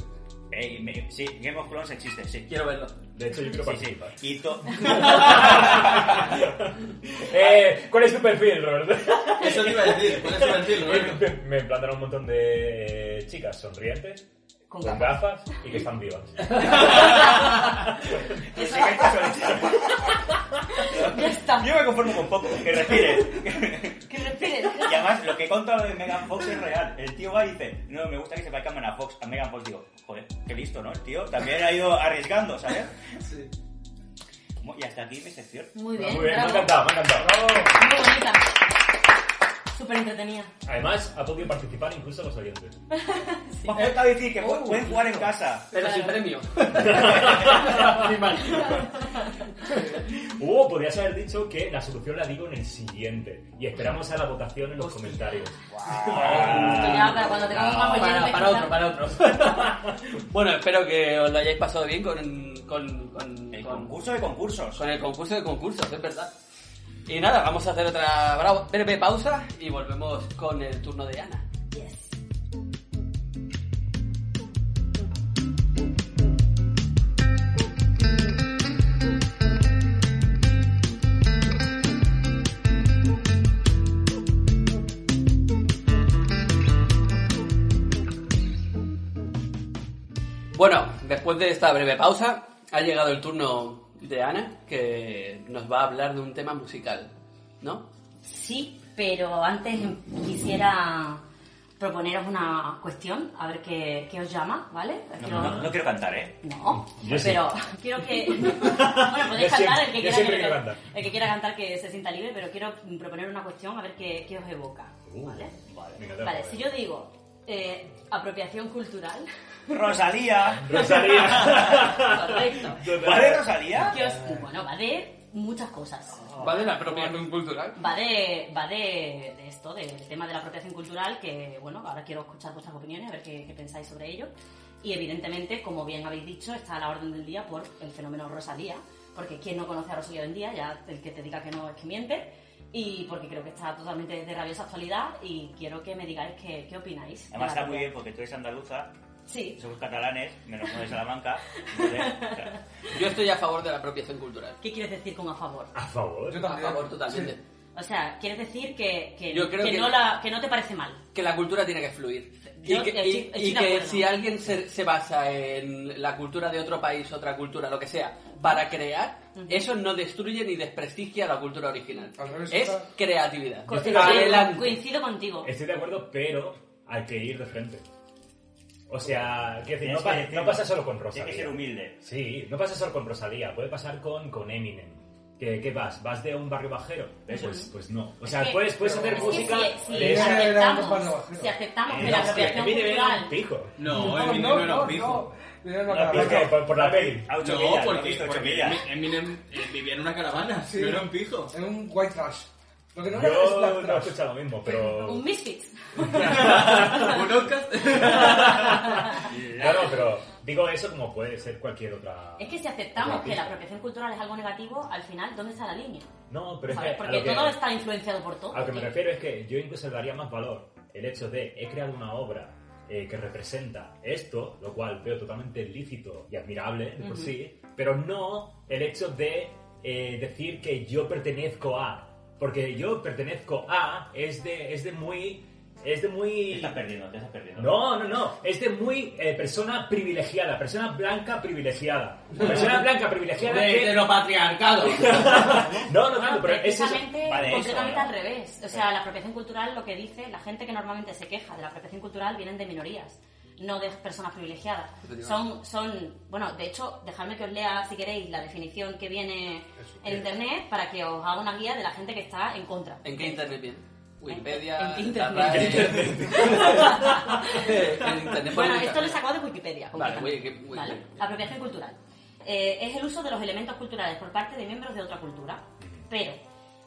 Speaker 4: Ey, Eh, me- sí, Game of Thrones existe, sí.
Speaker 1: Quiero verlo.
Speaker 2: De hecho, yo quiero
Speaker 4: Sí, sí.
Speaker 2: participar.
Speaker 4: Y to-
Speaker 2: Eh, ¿Cuál es tu perfil, Robert?
Speaker 6: Eso te iba a decir, ¿cuál es tu perfil, Roberto?
Speaker 2: Me plantaron un montón de eh, chicas sonrientes,
Speaker 3: Con
Speaker 2: con
Speaker 3: gafas.
Speaker 2: gafas y que están vivas.
Speaker 3: Eso- ya está.
Speaker 4: Yo me conformo con poco, que respire.
Speaker 3: Que respires.
Speaker 4: Y además, lo que he contado de Megan Fox es real. El tío va y dice, no, me gusta que se parezca a Megan Fox. A Megan Fox digo, joder, qué listo, ¿no? El tío también ha ido arriesgando, ¿sabes?
Speaker 6: Sí.
Speaker 4: Mu- Y hasta aquí mi sección.
Speaker 3: Muy bien.
Speaker 2: Muy bien, me ha
Speaker 3: bravo.
Speaker 2: encantado, me ha encantado.
Speaker 3: Muy bonita. Súper entretenida.
Speaker 2: Además, ha podido participar incluso los oyentes.
Speaker 4: Me falta decir que pu- pueden jugar en casa.
Speaker 1: Pero sin
Speaker 3: Claro.
Speaker 1: premio. Ni mal.
Speaker 2: Uh, podrías haber dicho que la solución la digo en el siguiente. Y esperamos a la votación en los comentarios.
Speaker 3: Que ya, para cuando tengamos
Speaker 4: Ah, pues no,
Speaker 3: más
Speaker 1: Para,
Speaker 3: oyentes,
Speaker 1: para otro,
Speaker 3: quizá.
Speaker 1: para otro. bueno, espero que os lo hayáis pasado bien con, con, con,
Speaker 4: El
Speaker 1: con-
Speaker 4: concurso de concursos.
Speaker 1: con el concurso de concursos, es verdad. Y nada, vamos a hacer otra bravo- breve pausa y volvemos con el turno de Ana.
Speaker 3: Yes.
Speaker 1: Bueno, después de esta breve pausa, ha llegado el turno de Ana, que nos va a hablar de un tema musical, ¿no?
Speaker 3: Sí, pero antes quisiera proponeros una cuestión, a ver qué, qué os llama, ¿vale?
Speaker 4: No,
Speaker 3: Quiero-
Speaker 4: no- no quiero cantar, ¿eh?
Speaker 3: No,
Speaker 2: Yo sí.
Speaker 3: pero quiero que. Bueno, podéis
Speaker 2: Yo
Speaker 3: cantar
Speaker 2: siempre-
Speaker 3: el que
Speaker 2: yo
Speaker 3: quiera
Speaker 2: siempre
Speaker 3: que-
Speaker 2: quiero cantar.
Speaker 3: El que quiera cantar que se sienta libre, pero quiero proponer una cuestión a ver qué, qué os evoca.
Speaker 2: Uh,
Speaker 3: ¿Vale?
Speaker 2: vale, me encanta.
Speaker 3: Vale, si yo digo eh, apropiación cultural,
Speaker 4: Rosalía.
Speaker 2: Rosalía.
Speaker 3: correcto.
Speaker 4: ¿Vale, Rosalía?
Speaker 3: Que os- bueno, va de muchas cosas.
Speaker 1: ¿Va de la apropiación cultural?
Speaker 3: Va de, va de, de esto, de- del tema de la apropiación cultural, que bueno, ahora quiero escuchar vuestras opiniones, a ver qué, qué pensáis sobre ello. Y evidentemente, como bien habéis dicho, está a la orden del día por el fenómeno Rosalía, porque quien no conoce a Rosalía hoy en día, ya el que te diga que no es que miente, y porque creo que está totalmente de rabiosa actualidad y quiero que me digáis qué, qué opináis. de la
Speaker 4: Además está muy
Speaker 3: propia-
Speaker 4: bien porque tú eres andaluza,
Speaker 3: Sí,
Speaker 4: somos catalanes, menos uno de Salamanca. entonces, o sea,
Speaker 1: Yo estoy a favor de la apropiación cultural.
Speaker 3: ¿qué quieres decir con a favor?
Speaker 2: A favor.
Speaker 5: Yo
Speaker 1: A
Speaker 5: también.
Speaker 1: favor totalmente.
Speaker 5: Sí.
Speaker 3: O sea, ¿quieres decir que, que,
Speaker 1: Yo creo que-
Speaker 3: No, la, que no te parece mal?
Speaker 1: Que la cultura tiene que fluir.
Speaker 3: Yo
Speaker 1: y que,
Speaker 3: estoy-
Speaker 1: y-
Speaker 3: estoy
Speaker 1: y
Speaker 3: de
Speaker 1: que
Speaker 3: acuerdo.
Speaker 1: si alguien se, se basa en la cultura de otro país, otra cultura, lo que sea, para crear, eso no destruye ni desprestigia la cultura original.
Speaker 5: Al revés,
Speaker 1: Es
Speaker 5: está-
Speaker 1: creatividad.
Speaker 2: Yo estoy de acuerdo.
Speaker 1: Adelante.
Speaker 3: Coincido contigo.
Speaker 2: Estoy de acuerdo, pero hay que ir de frente. O sea, quiero decir,
Speaker 4: tienes
Speaker 2: no,
Speaker 4: que
Speaker 2: pa-
Speaker 4: decirlo.
Speaker 2: no pasa solo con Rosalía.
Speaker 4: Tienes que ser humilde.
Speaker 2: Sí, no pasa solo con Rosalía, puede pasar con, con Eminem. ¿Qué, qué vas? ¿Vas de un barrio bajero? Eh, Pues, pues no. O sea,
Speaker 3: que-
Speaker 2: puedes, puedes hacer
Speaker 3: Es que
Speaker 2: música
Speaker 3: si, si
Speaker 2: de
Speaker 5: esa-
Speaker 3: aceptamos, si aceptamos que la
Speaker 2: Hostia,
Speaker 3: apropiación
Speaker 2: Eminem era un
Speaker 3: cultural...
Speaker 2: pijo.
Speaker 6: No,
Speaker 5: No,
Speaker 6: Eminem
Speaker 5: no,
Speaker 6: no era
Speaker 5: no,
Speaker 6: un pijo.
Speaker 5: no. Era una
Speaker 4: La
Speaker 2: ¿Por
Speaker 5: calavera.
Speaker 2: qué? Por, por la peli.
Speaker 4: A ocho
Speaker 6: No,
Speaker 4: millas, ¿no has
Speaker 6: porque,
Speaker 4: visto ocho
Speaker 6: porque
Speaker 4: millas?
Speaker 6: Eminem eh, vivía en una caravana,
Speaker 5: Sí.
Speaker 6: no era un pijo.
Speaker 5: Era un white trash. Lo que no era es
Speaker 2: Yo
Speaker 5: black
Speaker 2: no he
Speaker 5: trash.
Speaker 2: escuchado lo mismo, pero...
Speaker 3: Un misfit.
Speaker 6: Un outcast.
Speaker 2: No, no, pero digo eso como puede ser cualquier otra...
Speaker 3: Es que si aceptamos
Speaker 2: otra
Speaker 3: que la
Speaker 2: pista.
Speaker 3: apropiación cultural es algo negativo, al final, ¿dónde está la línea?
Speaker 2: No, pero es que...
Speaker 3: ¿Sabes?
Speaker 2: a
Speaker 3: Porque
Speaker 2: lo que-
Speaker 3: todo está influenciado por todo.
Speaker 2: A lo que me
Speaker 3: tío.
Speaker 2: refiero es que yo incluso le daría más valor el hecho de he creado una obra eh, que representa esto, lo cual veo totalmente lícito y admirable de por
Speaker 3: Ujú.
Speaker 2: sí, pero no el hecho de eh, decir que yo pertenezco a. Porque yo pertenezco a es de, es de muy. Es de
Speaker 4: Te
Speaker 2: muy.
Speaker 4: estás perdiendo, te estás perdiendo.
Speaker 2: No, no, no. Es de muy eh, persona privilegiada, persona blanca privilegiada. Persona blanca privilegiada que.
Speaker 1: lo patriarcado.
Speaker 2: No, no,
Speaker 3: Bueno,
Speaker 2: tanto, pero es eso.
Speaker 3: precisamente,
Speaker 4: Va de eso,
Speaker 3: completamente
Speaker 4: ¿no?
Speaker 3: al revés. O sea, la apropiación cultural lo que dice, la gente que normalmente se queja de la apropiación cultural vienen de minorías, no de personas privilegiadas. Son, son, bueno, de hecho, dejadme que os lea, si queréis, la definición que viene en internet para que os haga una guía de la gente que está en contra.
Speaker 1: eh. ¿En qué internet viene?
Speaker 3: ¿En
Speaker 1: Wikipedia,
Speaker 3: qué
Speaker 1: la
Speaker 3: internet?
Speaker 1: RAE, el internet
Speaker 3: Bueno,
Speaker 1: política.
Speaker 3: esto lo he sacado de Wikipedia.
Speaker 1: Vale,
Speaker 3: concretamente,
Speaker 1: Wiki- Wiki-
Speaker 3: ¿vale? Apropiación cultural. eh, es el uso de los elementos culturales por parte de miembros de otra cultura. Pero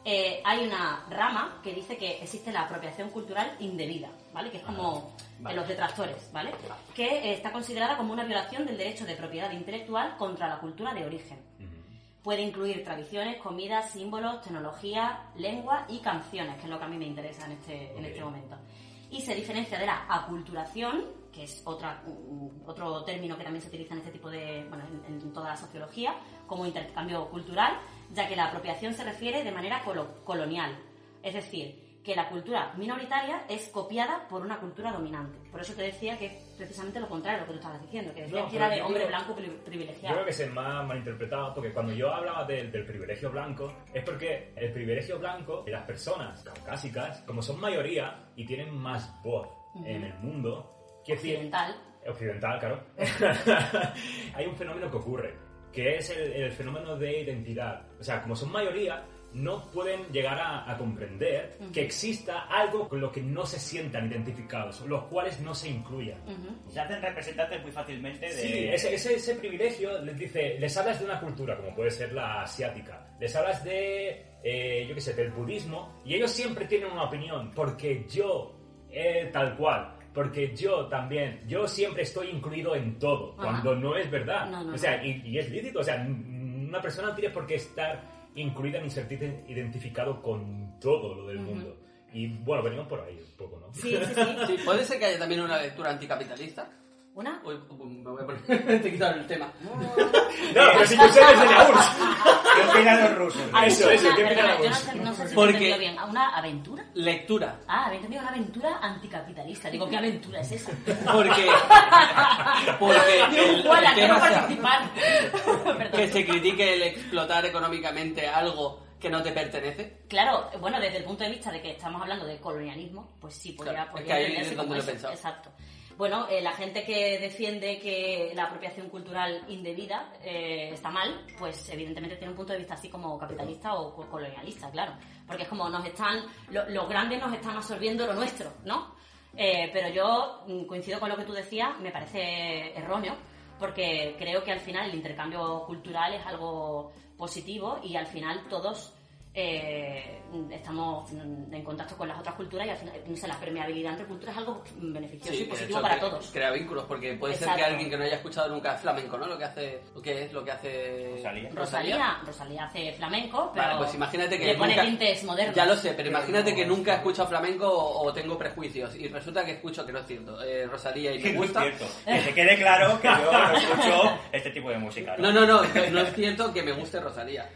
Speaker 3: eh, hay una rama que dice que existe la apropiación cultural indebida, ¿vale? Que es como de los detractores, ¿vale? Que eh, está considerada como una violación del derecho de propiedad intelectual contra la cultura de origen. Puede incluir tradiciones, comidas, símbolos, tecnología, lengua y canciones, que es lo que a mí me interesa en este, en este
Speaker 2: Ok.
Speaker 3: momento. Y se diferencia de la aculturación, que es otra, u- u- otro término que también se utiliza en este tipo de, bueno, en, en toda la sociología, como intercambio cultural, ya que la apropiación se refiere de manera colo- colonial. Es decir, que la cultura minoritaria es copiada por una cultura dominante. Por eso te decía que es precisamente lo contrario a lo que tú estabas diciendo, que decías
Speaker 2: No,
Speaker 3: que era
Speaker 2: pero
Speaker 3: de
Speaker 2: yo
Speaker 3: hombre
Speaker 2: creo-
Speaker 3: blanco pri-
Speaker 2: Yo creo
Speaker 3: privilegiado.
Speaker 2: que se me ha malinterpretado porque cuando yo hablaba del, del privilegio blanco es porque el privilegio blanco de las personas caucásicas, como son mayoría y tienen más voz en el mundo, que
Speaker 3: Occidental.
Speaker 2: occidental, claro, hay un fenómeno que ocurre, que es el, el fenómeno de identidad. O sea, como son mayoría, no pueden llegar a, a comprender que exista algo con lo que no se sientan identificados, los cuales no se incluyan.
Speaker 3: Ujú.
Speaker 4: Se hacen representantes muy fácilmente de...
Speaker 2: Sí,
Speaker 3: Eh,
Speaker 2: ese, ese, ese privilegio les dice, les hablas de una cultura, como puede ser la asiática, les hablas de, eh, yo qué sé, del budismo, y ellos siempre tienen una opinión, porque yo, eh, tal cual, porque yo también, yo siempre estoy incluido en todo,
Speaker 3: Ajá.
Speaker 2: cuando no es verdad.
Speaker 3: No, no,
Speaker 2: o sea, y, y es lícito, o sea, n- una persona no tiene por qué estar incluida ni sentirse identificado con todo lo del mundo. Y bueno, venimos por ahí un poco, ¿no?
Speaker 3: Sí, sí, sí.
Speaker 1: Sí, puede ser que haya también una lectura anticapitalista.
Speaker 3: ¿Una?
Speaker 1: Uy, uy, me voy a poner. Te he quitado el tema.
Speaker 2: No, pero si tú eres de la URSS.
Speaker 4: ¿Qué opinan los rusos?
Speaker 2: Ah, eso, eso,
Speaker 3: Una-
Speaker 2: ¿qué
Speaker 3: perdona,
Speaker 2: opinan
Speaker 3: yo no
Speaker 2: los-
Speaker 3: sé, no sé si
Speaker 1: Porque-
Speaker 3: lo he entendido bien. ¿A ¿Una aventura?
Speaker 1: Lectura.
Speaker 3: Ah, había entendido una aventura anticapitalista. Digo, ¿qué aventura es esa?
Speaker 1: Porque. Porque. el- el
Speaker 3: Hola, quiero
Speaker 1: tema sea
Speaker 3: participar.
Speaker 1: que
Speaker 3: Perdón.
Speaker 1: se critique el explotar económicamente algo que no te pertenece.
Speaker 3: Claro, bueno, desde el punto de vista de que estamos hablando de colonialismo, pues sí, podría,
Speaker 1: Claro, es
Speaker 3: podría
Speaker 1: que ahí
Speaker 3: entenderse
Speaker 1: es donde
Speaker 3: como
Speaker 1: lo he
Speaker 3: eso.
Speaker 1: pensado.
Speaker 3: Exacto. Bueno, eh, la gente que defiende que la apropiación cultural indebida eh, está mal, pues evidentemente tiene un punto de vista así como capitalista o co- colonialista, claro. Porque es como nos están, lo- los grandes nos están absorbiendo lo nuestro, ¿no? Eh, pero yo mm, coincido con lo que tú decías, me parece erróneo, porque creo que al final el intercambio cultural es algo positivo y al final todos eh, estamos mm, en contacto con las otras culturas y al final, no sé, la permeabilidad entre culturas es algo mm, beneficioso y
Speaker 1: de
Speaker 3: positivo
Speaker 1: hecho,
Speaker 3: para
Speaker 1: que-
Speaker 3: todos.
Speaker 1: Crea vínculos, porque puede ser que
Speaker 3: Exacto.
Speaker 1: alguien que no haya escuchado nunca flamenco, ¿no? Lo que hace. ¿O qué es? Lo que hace.
Speaker 4: Rosalía.
Speaker 3: Rosalía, Rosalía hace flamenco, pero
Speaker 1: Vale, pues imagínate que
Speaker 3: le pone
Speaker 1: nunca-
Speaker 3: tintes modernos.
Speaker 1: Ya lo sé, pero imagínate que nunca he escuchado flamenco o, o tengo prejuicios y resulta que escucho que no es cierto. eh, Rosalía y me
Speaker 4: No es
Speaker 1: gusta.
Speaker 4: cierto. Que se quede claro que yo no escucho este tipo de música.
Speaker 1: No, no, no, que no es cierto que me guste Rosalía.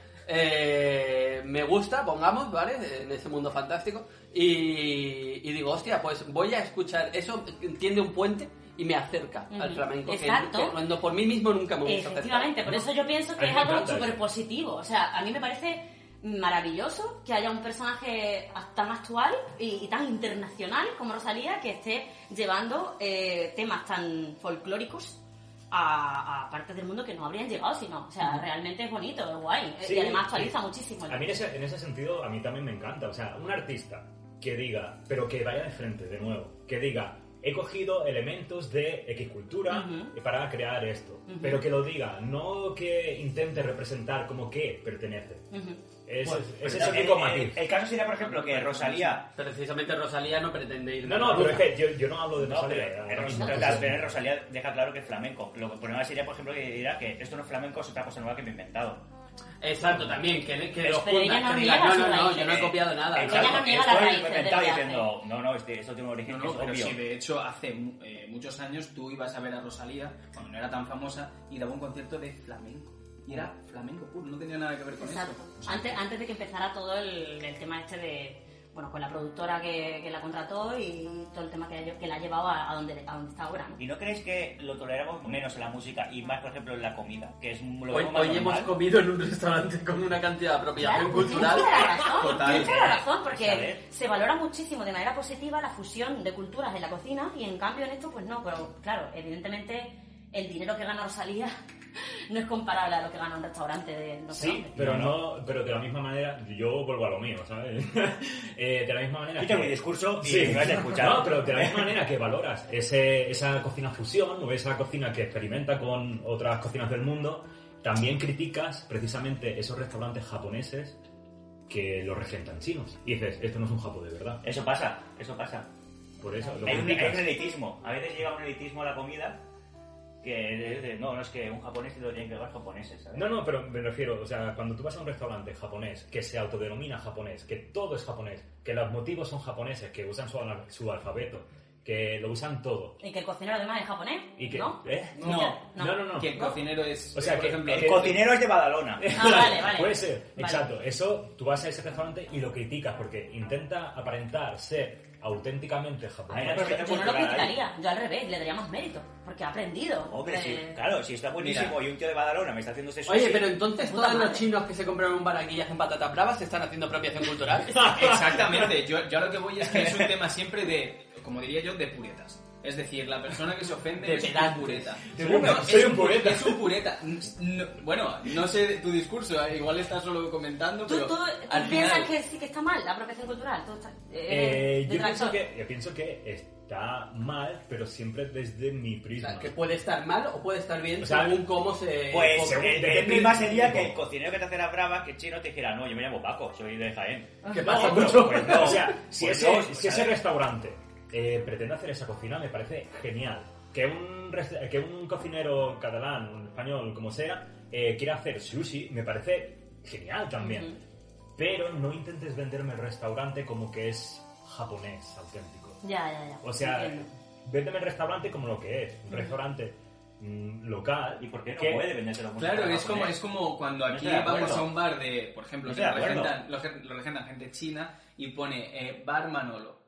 Speaker 1: Eh, me gusta, pongamos, ¿vale? En ese mundo fantástico. Y, y digo, hostia, pues voy a escuchar. Eso tiende un puente y me acerca al
Speaker 3: Ujú,
Speaker 1: flamenco. que-
Speaker 3: exacto.
Speaker 1: que cuando por mí mismo nunca me gusta
Speaker 3: Efectivamente, por eso yo pienso
Speaker 2: A
Speaker 3: que
Speaker 2: mí
Speaker 3: es
Speaker 2: me
Speaker 3: algo
Speaker 2: encanta eso.
Speaker 3: súper positivo. O sea, a mí me parece maravilloso que haya un personaje tan actual y, y tan internacional como Rosalía que esté llevando eh, temas tan folclóricos a, a partes del mundo que no habrían llegado, sino, o sea, realmente es bonito, es guay Eh,
Speaker 2: Sí,
Speaker 3: y además actualiza
Speaker 2: sí.
Speaker 3: muchísimo.
Speaker 2: A mí en ese, en ese sentido, a mí también me encanta. O sea, un artista que diga, pero que vaya de frente de nuevo, que diga, he cogido elementos de X cultura
Speaker 3: Ujú.
Speaker 2: para crear esto, pero que lo diga, no que intente representar como que pertenece.
Speaker 3: Ujú.
Speaker 2: Es-
Speaker 1: Pues,
Speaker 2: ese es
Speaker 4: El,
Speaker 2: el único
Speaker 4: el,
Speaker 2: matiz.
Speaker 4: eh, el caso sería, por ejemplo, que Rosalía...
Speaker 1: Precisamente Rosalía no pretende ir.
Speaker 2: No, no, pero es que yo, yo no hablo de
Speaker 4: No,
Speaker 2: Rosalía.
Speaker 4: pero,
Speaker 2: ahora
Speaker 4: pero,
Speaker 2: mismo.
Speaker 4: pero, pero Rosalía deja claro que es flamenco. Lo que problema sería, por ejemplo, que dirá que esto no es flamenco, es otra cosa nueva que me he inventado.
Speaker 1: Exacto, también, que, que
Speaker 4: Pero
Speaker 1: lo
Speaker 3: ella
Speaker 1: juntas,
Speaker 3: no
Speaker 1: que
Speaker 3: niega
Speaker 1: digas, no,
Speaker 3: su
Speaker 1: no, no,
Speaker 3: raíz.
Speaker 1: yo no he copiado nada.
Speaker 3: Ella no
Speaker 1: Ah, ¿no?
Speaker 4: Exacto,
Speaker 3: niega
Speaker 4: esto
Speaker 3: la
Speaker 4: es
Speaker 3: raíz
Speaker 4: lo que
Speaker 3: del
Speaker 4: me estaba
Speaker 3: viaje.
Speaker 4: diciendo, no, no, este- esto tiene un
Speaker 6: No,
Speaker 4: origen
Speaker 6: no, pero
Speaker 4: que es
Speaker 6: sí,
Speaker 4: obvio.
Speaker 6: de hecho, hace eh, muchos años tú ibas a ver a Rosalía, cuando no era tan famosa, y daba un concierto de flamenco. Y era flamenco puro, no tenía nada que ver con eso.
Speaker 3: Exacto. Antes, antes de que empezara todo el, el tema este de, bueno, con la productora que, que la contrató y todo el tema que, la lle- que la ha llevado a, a donde, a donde está ahora. ¿no?
Speaker 4: ¿Y no creéis que lo toleramos menos en la música y más, por ejemplo, en la comida? Que es un- lo
Speaker 1: Hoy,
Speaker 4: vemos más
Speaker 1: hoy hemos
Speaker 4: normal?
Speaker 1: comido en un restaurante con una cantidad de apropiación
Speaker 3: Claro,
Speaker 1: cultural.
Speaker 3: Tienes toda la razón,
Speaker 1: Total.
Speaker 3: tienes toda la razón,
Speaker 4: ¿Sabes?
Speaker 3: porque se valora muchísimo de manera positiva la fusión de culturas en la cocina y en cambio en esto, pues no, pero claro, evidentemente el dinero que gana Rosalía no es comparable a lo que gana un restaurante de no sé
Speaker 2: Sí,
Speaker 3: dónde.
Speaker 2: pero no, pero de la misma manera, yo vuelvo a lo mío, ¿sabes? Eh, de la misma manera.
Speaker 4: Quita
Speaker 2: que-
Speaker 4: mi discurso y
Speaker 2: Sí.
Speaker 4: me vas a escuchar.
Speaker 2: No, pero de la misma manera que valoras ese- esa cocina fusión o esa cocina que experimenta con otras cocinas del mundo, También criticas precisamente esos restaurantes japoneses que los regentan chinos. Y dices, esto no es un Japón de verdad.
Speaker 4: Eso pasa, eso pasa.
Speaker 2: Por eso lo
Speaker 4: Hay un, hay un
Speaker 2: criticas.
Speaker 4: elitismo. A veces llega un elitismo a la comida que es de, no, no es que un japonés te lo tienen que dar japoneses, ¿sabes?
Speaker 2: No, no, pero me refiero, o sea, cuando tú vas a un restaurante japonés que se autodenomina japonés, que todo es japonés, que los motivos son japoneses, que usan su, al- su alfabeto, que lo usan todo.
Speaker 3: Y que el cocinero además es japonés,
Speaker 2: Y que,
Speaker 3: ¿no?
Speaker 2: ¿eh?
Speaker 3: No.
Speaker 2: No, no, no.
Speaker 6: Que el cocinero es. eh,
Speaker 2: O sea,
Speaker 6: por
Speaker 2: que-
Speaker 6: ejemplo,
Speaker 4: El cocinero es de Badalona.
Speaker 2: eh,
Speaker 3: Ah, vale, vale.
Speaker 2: Puede ser,
Speaker 3: Vale.
Speaker 2: exacto. Eso tú vas a ese restaurante y lo criticas porque intenta aparentar ser auténticamente
Speaker 4: Hay una
Speaker 2: japonés. Eh,
Speaker 4: perfecta
Speaker 3: Yo no lo
Speaker 4: cultural.
Speaker 3: criticaría, yo al revés, le daría más mérito, porque ha aprendido.
Speaker 4: Hombre, sí,
Speaker 3: Eh,
Speaker 4: claro, si está buenísimo
Speaker 6: Mira.
Speaker 4: y un tío de Badalona me está haciendo ese sushi.
Speaker 1: Oye, pero entonces
Speaker 3: Puta
Speaker 1: todos los
Speaker 3: madre.
Speaker 1: chinos que se compraron un baraquillas en patatas bravas se están haciendo apropiación cultural.
Speaker 6: Exactamente, yo, yo a lo que voy es que es un tema siempre de, como diría yo, de puretas. Es decir, la persona que se ofende
Speaker 4: De
Speaker 6: es un
Speaker 4: pedantes.
Speaker 6: pureta.
Speaker 2: Soy un-
Speaker 6: No,
Speaker 2: soy
Speaker 6: es
Speaker 2: un pureta.
Speaker 6: Es un pureta. No, bueno, no sé tu discurso, eh, igual estás solo comentando,
Speaker 3: ¿Tú,
Speaker 6: pero
Speaker 3: tú-
Speaker 6: al
Speaker 3: tú piensas
Speaker 6: final...
Speaker 3: que sí que está mal la apropiación cultural? ¿Tú estás, eh,
Speaker 2: Eh, yo, pienso
Speaker 3: detractor?
Speaker 2: que, yo pienso que está mal, pero siempre desde mi
Speaker 1: O
Speaker 2: prisma.
Speaker 1: sea, que puede estar mal o puede estar bien
Speaker 2: O sea,
Speaker 1: según cómo se...
Speaker 4: Pues
Speaker 2: según-
Speaker 4: eh,
Speaker 2: depende
Speaker 4: mi prima
Speaker 2: del
Speaker 4: sería
Speaker 2: tipo.
Speaker 4: que el cocinero que te hace las bravas, que el chino te dijera, no, yo me llamo Paco, soy de Jaén.
Speaker 1: ¿Qué
Speaker 2: No,
Speaker 1: pasa,
Speaker 2: pero,
Speaker 1: mucho?
Speaker 2: pues no, o sea, si,
Speaker 4: Pues
Speaker 2: ese,
Speaker 4: no,
Speaker 2: si
Speaker 4: o sea,
Speaker 2: ese restaurante eh, pretende hacer esa cocina, me parece genial. Que un, resta- que un cocinero catalán, un español, como sea, eh, quiera hacer sushi, me parece genial también. Pero no intentes venderme el restaurante como que es japonés auténtico.
Speaker 3: Ya, ya, ya.
Speaker 2: O sea,
Speaker 3: entiendo.
Speaker 2: véndeme el restaurante como lo que es, un restaurante mm, local.
Speaker 4: ¿Y por qué no
Speaker 2: que-
Speaker 4: puede vendérselo mucho?
Speaker 6: Claro, es como, es como cuando
Speaker 4: No
Speaker 6: aquí
Speaker 4: estoy de
Speaker 6: vamos
Speaker 4: acuerdo.
Speaker 6: a un bar de, por ejemplo,
Speaker 4: No
Speaker 6: que
Speaker 4: estoy
Speaker 6: lo
Speaker 4: de acuerdo.
Speaker 6: regentan, lo, gen- lo regentan gente china y pone eh, bar Manolo.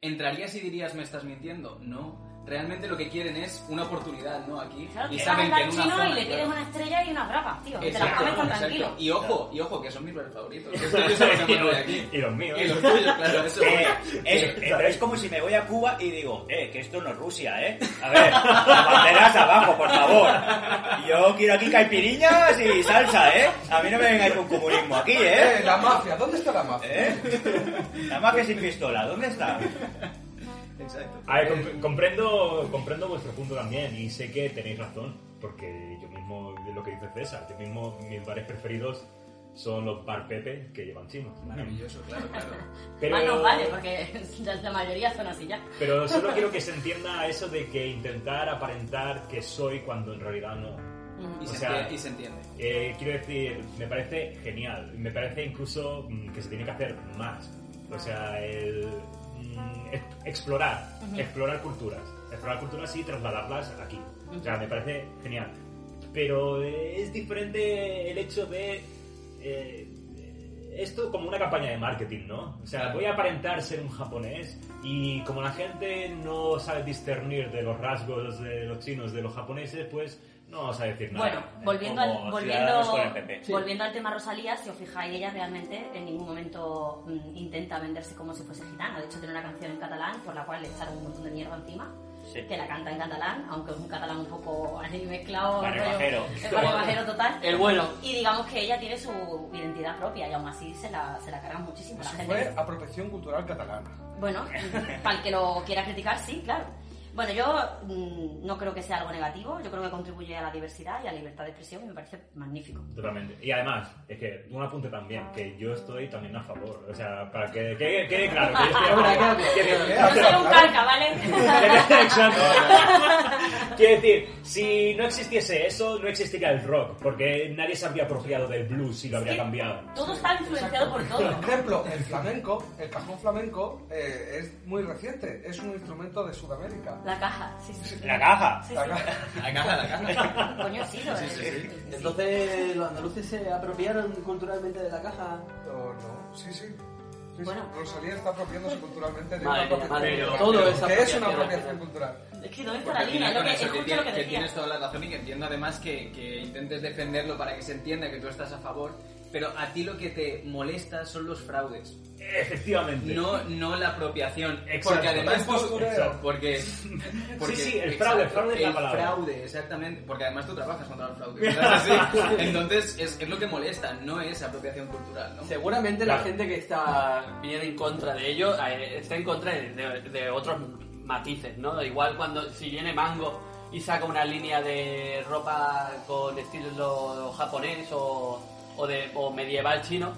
Speaker 6: ¿Entrarías y dirías me estás mintiendo? No. Realmente lo que quieren es una oportunidad, ¿no? Aquí.
Speaker 3: Claro,
Speaker 6: y
Speaker 3: que
Speaker 6: saben
Speaker 3: vas
Speaker 6: que
Speaker 3: al
Speaker 6: en una
Speaker 3: chino
Speaker 6: zona,
Speaker 3: y le pides
Speaker 6: claro.
Speaker 3: una estrella y unas bravas, tío. y Te las
Speaker 6: Exacto,
Speaker 3: comes con
Speaker 6: exacto.
Speaker 3: tranquilo.
Speaker 6: Y ojo, y ojo, que son mis bares favoritos. Eso, eso no se
Speaker 2: y,
Speaker 6: mueve
Speaker 2: los,
Speaker 6: de aquí.
Speaker 2: y los míos.
Speaker 6: Y los tuyos, claro, eso.
Speaker 4: Eh, es, eh, pero es como si me voy a Cuba y digo, eh, que esto no es Rusia, eh. A ver, las banderas abajo, por favor. Yo quiero aquí caipirinhas y salsa, eh. A mí no me vengáis con comunismo aquí,
Speaker 5: Eh,
Speaker 4: eh.
Speaker 5: la mafia, ¿dónde está la mafia?
Speaker 4: ¿Eh? La mafia sin pistola, ¿dónde está?
Speaker 6: Exacto.
Speaker 2: A ver, comp- comprendo, comprendo vuestro punto también y sé que tenéis razón, porque yo mismo, de lo que dice César, yo mismo mis bares preferidos son los bar Pepe que llevan chinos.
Speaker 6: Maravilloso, claro, claro.
Speaker 2: Pero,
Speaker 3: Más nos vale, porque ya la mayoría son así ya.
Speaker 2: pero solo quiero que se entienda eso de que intentar aparentar que soy cuando en realidad no.
Speaker 6: Y,
Speaker 3: Mm.
Speaker 2: O
Speaker 6: se,
Speaker 2: sea,
Speaker 6: entiende, y se entiende.
Speaker 2: Eh, quiero decir, me parece genial, me parece incluso mm, que se tiene que hacer más. O sea, el mm, ex- explorar, explorar culturas, explorar culturas y trasladarlas aquí. O sea, me parece genial. Pero eh, es diferente el hecho de eh, esto como una campaña de marketing, ¿no? O sea, voy a aparentar ser un japonés y como la gente no sabe discernir de los rasgos de los chinos de los japoneses, pues no vamos a decir nada.
Speaker 3: Bueno, volviendo
Speaker 4: como
Speaker 3: al,
Speaker 4: Ciudadanos con el PP.
Speaker 3: volviendo,
Speaker 4: Sí.
Speaker 3: volviendo al tema Rosalía, si os fijáis, ella realmente en ningún momento mm, intenta venderse como si fuese gitana. De hecho, tiene una canción en catalán por la cual le echaron un montón de mierda encima.
Speaker 4: Sí.
Speaker 3: Que la canta en catalán, aunque es un catalán un poco ahí mezclado.
Speaker 4: Vale,
Speaker 3: rollo-
Speaker 4: bajero.
Speaker 3: Es vale, bajero total.
Speaker 1: El Eh, bueno.
Speaker 3: Y digamos que ella tiene su identidad propia y aún así se la, se la cargan muchísimo la
Speaker 5: Eso
Speaker 3: gente.
Speaker 5: fue apropiación cultural catalana.
Speaker 3: Bueno, para el que lo quiera criticar, sí, claro. Bueno, yo mm, no creo que sea algo negativo, yo creo que contribuye a la diversidad y a la libertad de expresión y me parece magnífico.
Speaker 2: Totalmente. Y además, es que un apunte también, que yo estoy también a favor. O sea, para que quede quede claro que yo estoy a favor.
Speaker 5: Eh,
Speaker 3: No soy
Speaker 5: claro,
Speaker 3: un
Speaker 5: claro.
Speaker 3: calca, ¿vale?
Speaker 2: Exacto. Quiero decir, si no existiese eso, no existiría el rock, porque nadie se habría apropiado del blues y lo habría
Speaker 3: Sí.
Speaker 2: cambiado.
Speaker 3: Todo está influenciado por todo.
Speaker 5: Por ejemplo, el flamenco, el cajón flamenco eh, es muy reciente, es un instrumento de Sudamérica.
Speaker 3: La caja, sí, sí.
Speaker 4: La caja.
Speaker 3: Sí,
Speaker 5: La
Speaker 3: sí.
Speaker 5: ca-
Speaker 6: La caja, la caja.
Speaker 3: Coño, sí, lo es.
Speaker 1: Entonces, ¿los andaluces se apropiaron culturalmente de la caja?
Speaker 5: ¿O no? Sí, sí. Sí, sí.
Speaker 3: Bueno.
Speaker 5: Rosalía está apropiándose culturalmente de
Speaker 1: Madre
Speaker 5: una
Speaker 1: mía,
Speaker 5: apropiación
Speaker 1: madre mía.
Speaker 5: cultural.
Speaker 1: Todo es
Speaker 5: que es
Speaker 1: apropiación.
Speaker 5: una apropiación cultural.
Speaker 3: Es que ¿dónde está
Speaker 6: Porque
Speaker 3: la
Speaker 6: al
Speaker 3: línea?
Speaker 6: final
Speaker 3: Es lo
Speaker 6: con
Speaker 3: que,
Speaker 6: eso
Speaker 3: es
Speaker 6: pues que,
Speaker 3: justo
Speaker 6: tienes,
Speaker 3: lo que
Speaker 6: que
Speaker 3: decía.
Speaker 6: tienes toda la razón y que entiendo además que, que intentes defenderlo para que se entienda que tú estás a favor, pero a ti lo que te molesta son los fraudes,
Speaker 2: Efectivamente.
Speaker 6: no, no la apropiación.
Speaker 2: Exacto.
Speaker 6: Porque además
Speaker 5: Es
Speaker 6: tú-
Speaker 5: postureo.
Speaker 6: Porque, porque-
Speaker 2: sí, el fraude, el fraude es la
Speaker 6: el
Speaker 2: palabra.
Speaker 6: fraude, exactamente. Porque además tú trabajas contra el fraude. ¿sabes? Así. Entonces es, es lo que molesta, no es apropiación cultural. ¿no?
Speaker 1: Seguramente la
Speaker 2: Claro.
Speaker 1: gente que está bien en contra de ello eh, está en contra de, de- de otros matices, ¿no? Igual cuando si viene Mango y saca una línea de ropa con estilo japonés o, o de, o medieval chino.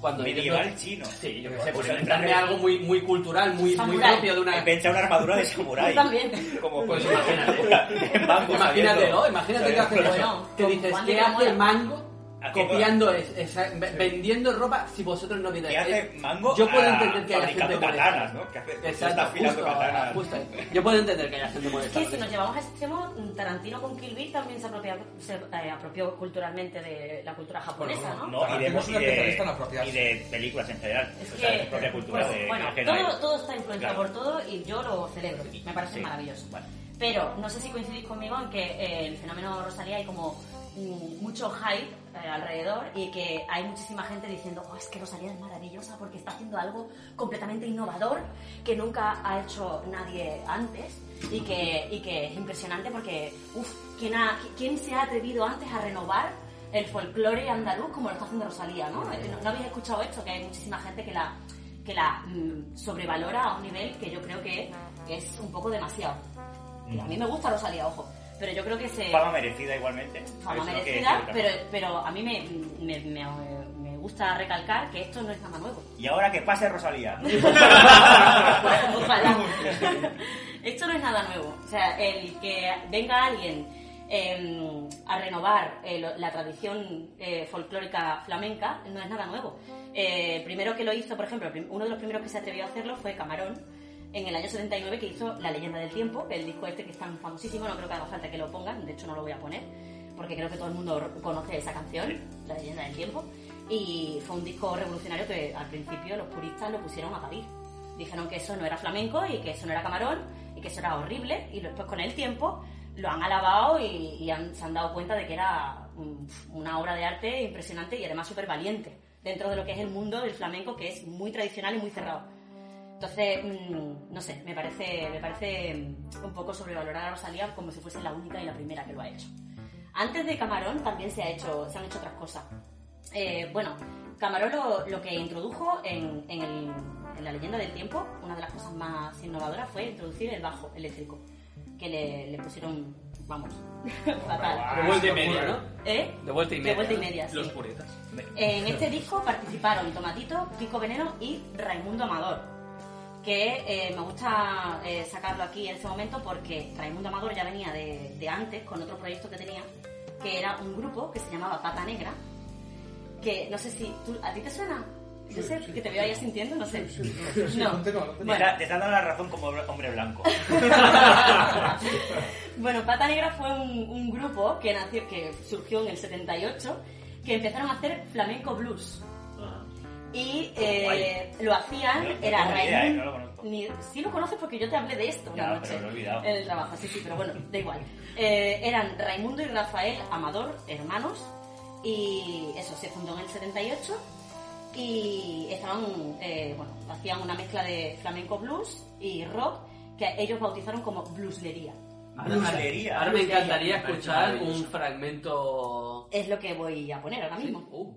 Speaker 1: Cuando ellos
Speaker 4: Medieval
Speaker 1: no-
Speaker 4: chino.
Speaker 1: Sí, yo qué sé, por
Speaker 4: Pues
Speaker 1: inventarme
Speaker 4: entonces-
Speaker 1: algo muy, muy cultural, muy, muy
Speaker 3: Samurái.
Speaker 1: propio de una...
Speaker 4: Pensé una armadura de samurái.
Speaker 3: Yo también.
Speaker 4: Como
Speaker 1: Pues
Speaker 4: con-
Speaker 1: imagínate.
Speaker 4: en bambú
Speaker 1: Imagínate,
Speaker 4: saliendo.
Speaker 1: ¿no? Imagínate que haces
Speaker 3: Bueno,
Speaker 1: que
Speaker 3: con
Speaker 1: dices,
Speaker 3: Juan de
Speaker 1: ¿qué hace
Speaker 3: Camuela.
Speaker 1: Mango
Speaker 4: Haciendo-
Speaker 1: copiando, es- esa- ve- vendiendo ropa si vosotros no miráis?
Speaker 4: Que hace
Speaker 1: Eh,
Speaker 4: mango
Speaker 1: Yo puedo
Speaker 4: a-
Speaker 1: entender que haya gente
Speaker 4: fabricando
Speaker 1: molesta.
Speaker 4: katanas, ¿no? Que hace- se está
Speaker 1: Exacto,
Speaker 4: afilando
Speaker 1: justo,
Speaker 4: katanas.
Speaker 1: justo. Yo puedo entender que haya gente
Speaker 3: Es
Speaker 1: molesta.
Speaker 3: que
Speaker 1: con
Speaker 3: si nos
Speaker 1: eso.
Speaker 3: llevamos a ese extremo, mm, Tarantino con Kill Bill también se, apropia- se, eh, apropió culturalmente de la cultura japonesa, ¿no?
Speaker 4: No, y de,
Speaker 5: Tarantino es un
Speaker 4: y de-
Speaker 5: especialista en apropiarse.
Speaker 4: y de películas en general.
Speaker 3: Es
Speaker 4: o
Speaker 3: que,
Speaker 4: sea, de su propia cultura
Speaker 3: pues,
Speaker 4: de
Speaker 3: bueno,
Speaker 4: ajena a
Speaker 3: todo,
Speaker 4: ellos.
Speaker 3: todo está influenciado
Speaker 4: Claro.
Speaker 3: por todo y yo lo celebro, me parece
Speaker 4: Sí.
Speaker 3: maravilloso.
Speaker 4: Vale.
Speaker 3: Pero no sé si coincidís conmigo en que eh, el fenómeno Rosalía hay como mm, mucho hype eh, alrededor y que hay muchísima gente diciendo "Oh, es que Rosalía es maravillosa porque está haciendo algo completamente innovador que nunca ha hecho nadie antes y que, y que es impresionante porque uff, ¿quién, ha- ¿quién se ha atrevido antes a renovar el folclore andaluz como lo está haciendo Rosalía? ¿no? Eh, ¿No, no habéis escuchado esto? Que hay muchísima gente que la, que la mm, sobrevalora a un nivel que yo creo que es un poco demasiado. Y a mí me gusta Rosalía, ojo. Pero yo creo que se.
Speaker 4: Fama merecida igualmente.
Speaker 3: fama
Speaker 4: Es lo que
Speaker 3: merecida,
Speaker 4: decía
Speaker 3: pero,
Speaker 4: Lucas.
Speaker 3: pero a mí me, me, me- me gusta recalcar que esto no es nada nuevo.
Speaker 4: Y ahora que pase Rosalía.
Speaker 3: Ojalá. Esto no es nada nuevo. O sea, el que venga alguien eh, a renovar eh, lo- la tradición eh, folclórica flamenca no es nada nuevo. Eh, primero que lo hizo, por ejemplo, prim- uno de los primeros que se atrevió a hacerlo fue Camarón en el año 79 que hizo La leyenda del tiempo, el disco este que es tan famosísimo, no creo que haga falta que lo pongan, de hecho no lo voy a poner, porque creo que todo el mundo conoce esa canción, La leyenda del tiempo, y fue un disco revolucionario que al principio los puristas lo pusieron a parir dijeron que eso no era flamenco y que eso no era camarón y que eso era horrible y después con el tiempo lo han alabado y, y han- se han dado cuenta de que era mm, una obra de arte impresionante y además súper valiente dentro de lo que es el mundo del flamenco que es muy tradicional y muy cerrado. Entonces, mm, no sé, me parece, me parece mm, un poco sobrevalorar a Rosalía como si fuese la única y la primera que lo ha hecho. Antes de Camarón también se, ha hecho, se han hecho otras cosas. Eh, bueno, Camarón lo, lo que introdujo en, en el- en la leyenda del tiempo, una de las cosas más innovadoras fue introducir el bajo eléctrico, que le, le pusieron, vamos, fatal.
Speaker 1: De vuelta y media, ¿no?
Speaker 3: ¿Eh?
Speaker 1: De vuelta y media.
Speaker 3: De vuelta y media, sí.
Speaker 6: Los puretas.
Speaker 3: En este disco participaron Tomatito, Pico Veneno y Raimundo Amador. Que eh, me gusta eh, sacarlo aquí en este momento porque Raimundo Amador ya venía de, de antes con otro proyecto que tenía, que era un grupo que se llamaba Pata Negra. Que no sé si. ¿tú- ¿A ti te suena? Yo sé que te veo ahí sintiendo, no sé. No.
Speaker 5: Ponte, no, ponte.
Speaker 4: Te
Speaker 3: Bueno.
Speaker 4: está- Te están dando la razón como hombre blanco.
Speaker 3: Bueno, Pata Negra fue un, un grupo que, nació, que surgió en el 78 que empezaron a hacer flamenco blues.
Speaker 4: Ah.
Speaker 3: Y eh, lo hacían,
Speaker 4: No, no
Speaker 3: era
Speaker 4: tengo ni idea,
Speaker 3: Raymond.
Speaker 4: eh, no lo conozco.
Speaker 3: ni- sí lo conoces porque yo te hablé de esto una
Speaker 4: Ya,
Speaker 3: noche.
Speaker 4: pero lo he olvidado.
Speaker 3: En el trabajo, sí, sí, pero bueno, da igual. Eh, eran Raimundo y Rafael Amador, hermanos, y eso se fundó en el 78 y estaban, eh, bueno, hacían una mezcla de flamenco blues y rock que ellos bautizaron como blueslería.
Speaker 4: Brujería.
Speaker 1: Ahora me encantaría
Speaker 6: Parece
Speaker 1: escuchar
Speaker 6: maravilloso.
Speaker 1: un fragmento...
Speaker 3: Es lo que voy a poner ahora mismo.
Speaker 1: Uh,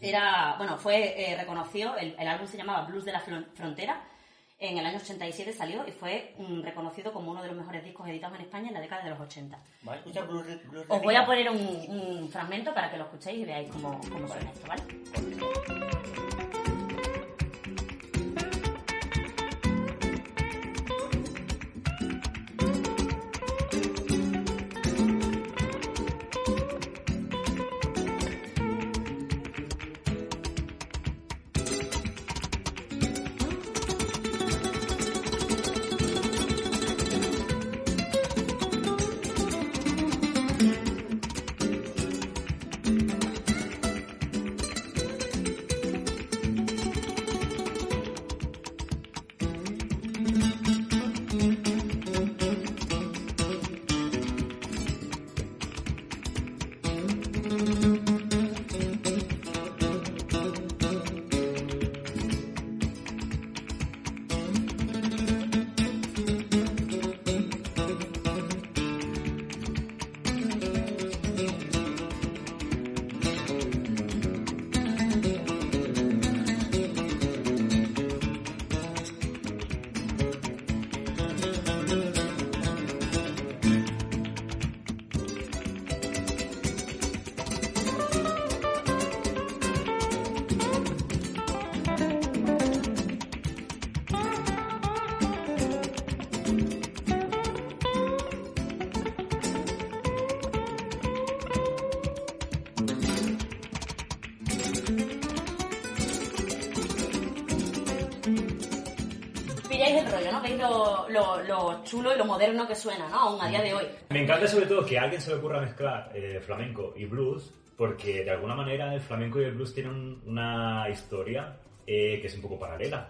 Speaker 3: Era, bueno, fue eh, reconocido, el, el álbum se llamaba Blues de la Fron- Frontera, en el año 87 salió y fue mm, reconocido como uno de los mejores discos editados en España en la década de los 80.
Speaker 4: ¿Vas a escuchar Bruce- Bruce
Speaker 3: Os voy
Speaker 4: Lee?
Speaker 3: a poner un, un fragmento para que lo escuchéis y veáis cómo, cómo suena esto, ¿vale? veis el rollo, ¿no? Veis lo, lo- lo chulo y lo moderno que suena, ¿no? Aún a día de hoy.
Speaker 2: Me encanta sobre todo que a alguien se le ocurra mezclar eh, flamenco y blues, porque de alguna manera el flamenco y el blues tienen una historia eh, que es un poco paralela.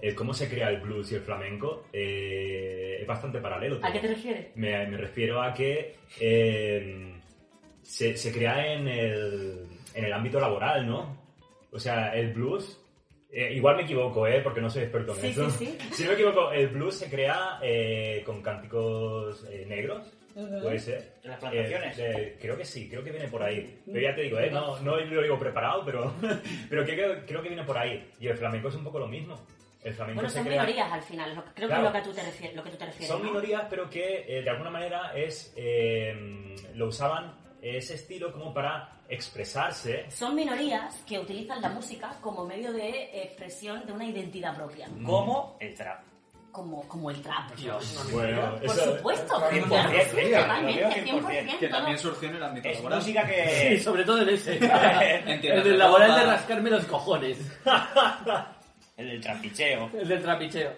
Speaker 2: Eh, cómo se crea el blues y el flamenco eh, es bastante paralelo.
Speaker 3: ¿A qué
Speaker 2: todo.
Speaker 3: te refieres?
Speaker 2: Me, me refiero a que eh, se, se crea en el, en el ámbito laboral, ¿no? O sea, el blues... eh, igual me equivoco, ¿eh? Porque no soy experto en
Speaker 3: Sí,
Speaker 2: eso.
Speaker 3: sí, sí.
Speaker 2: Si no me equivoco, el blues se crea eh, con cánticos eh, negros, puede ser.
Speaker 4: En las plantaciones.
Speaker 2: Eh, eh, creo que sí, creo que viene por ahí. Pero ya te digo, eh, no, no lo digo preparado, pero, pero creo, creo que viene por ahí. Y el flamenco es un poco lo mismo. El flamenco
Speaker 3: Bueno,
Speaker 2: se
Speaker 3: son
Speaker 2: crea...
Speaker 3: minorías al final, lo que- creo
Speaker 2: Claro.
Speaker 3: que es lo que tú te refieres. Lo que tú te refieres
Speaker 2: Son
Speaker 3: ¿no?
Speaker 2: minorías, pero que eh, de alguna manera es eh, lo usaban ese estilo como para expresarse.
Speaker 3: Son minorías que utilizan la música como medio de expresión de una identidad propia,
Speaker 4: Como el trap.
Speaker 3: como, como el trap.
Speaker 1: Dios.
Speaker 2: Bueno,
Speaker 3: Por supuesto,
Speaker 5: claro,
Speaker 3: claro,
Speaker 5: por
Speaker 3: sí,
Speaker 4: cien,
Speaker 3: totalmente,
Speaker 4: lo veo 100%,
Speaker 3: 100%.
Speaker 6: Que también
Speaker 3: todo.
Speaker 6: surgió en el ámbito
Speaker 4: Es
Speaker 6: laboral.
Speaker 4: música
Speaker 1: Sí,
Speaker 4: que...
Speaker 1: sobre todo en ese.
Speaker 6: Entiendo, Ah,
Speaker 1: el del
Speaker 6: me
Speaker 1: laboral de
Speaker 6: gusta.
Speaker 1: rascarme los cojones.
Speaker 4: El del trapicheo.
Speaker 1: El del trapicheo.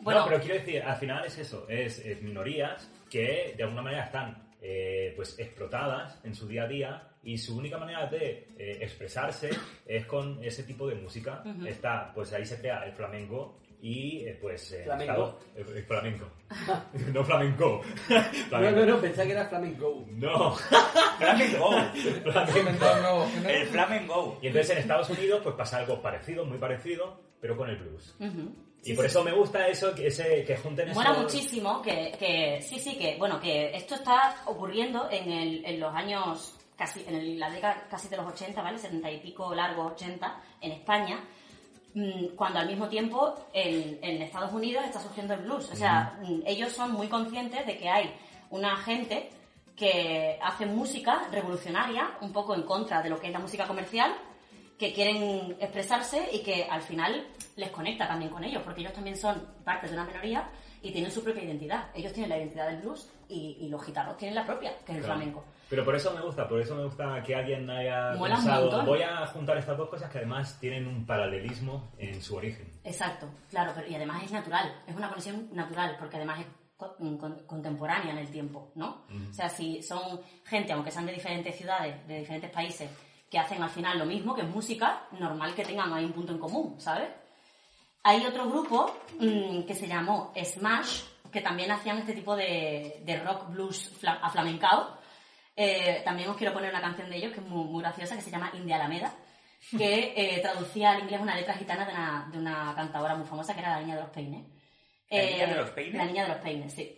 Speaker 3: Bueno,
Speaker 2: No, pero quiero decir, al final es eso, es, es minorías que de alguna manera están eh, pues explotadas en su día a día y su única manera de eh, expresarse es con ese tipo de música. Está, pues ahí se crea el flamenco y eh, pues... eh,
Speaker 1: Flamenco.
Speaker 2: el, el flamenco. no flamenco.
Speaker 1: No,
Speaker 2: Flamenco.
Speaker 1: no, no, pensaba que era flamenco.
Speaker 2: No.
Speaker 4: Flamengo.
Speaker 5: Inventaron nuevos
Speaker 4: El
Speaker 5: géneros.
Speaker 4: flamengo.
Speaker 2: Y entonces en Estados Unidos pues pasa algo parecido, muy parecido, pero con el blues.
Speaker 3: ujú.
Speaker 2: y por eso me gusta eso, que, ese, que junten
Speaker 3: Mola
Speaker 2: esos-
Speaker 3: muchísimo que, que- sí, sí, que bueno, que esto está ocurriendo en, el- en los años casi, en el- la década casi de los 80, ¿vale? 70 y pico largos 80 en España, mm, cuando al mismo tiempo en, en Estados Unidos está surgiendo el blues. O sea, mm, ellos son muy conscientes de que hay una gente que hace música revolucionaria, un poco en contra de lo que es la música comercial, que quieren expresarse y que al final les conecta también con ellos, porque ellos también son parte de una minoría y tienen su propia identidad. Ellos tienen la identidad del blues y, y los gitanos tienen la propia, que es el
Speaker 2: Claro.
Speaker 3: flamenco.
Speaker 2: Pero por eso me gusta, por eso me gusta que alguien haya
Speaker 3: Mola un
Speaker 2: pensado,
Speaker 3: montón.
Speaker 2: voy a juntar estas dos cosas que además tienen un paralelismo en su origen.
Speaker 3: Exacto, claro, pero, y además es natural, es una conexión natural, porque además es co- mm, con- contemporánea en el tiempo, ¿no? O sea, si son gente, aunque sean de diferentes ciudades, de diferentes países, que hacen al final lo mismo, que es música, normal que tengan ahí un punto en común, ¿sabes? Hay otro grupo mm, que se llamó Smash, que también hacían este tipo de, de rock blues fla- aflamencao. Eh, también os quiero poner una canción de ellos que es muy, muy graciosa, que se llama India Alameda, que eh, traducía al inglés una letra gitana de una, de una cantadora muy famosa que era la Niña de los Peines. Eh,
Speaker 4: ¿La Niña de los Peines?
Speaker 3: La Niña de los Peines, sí.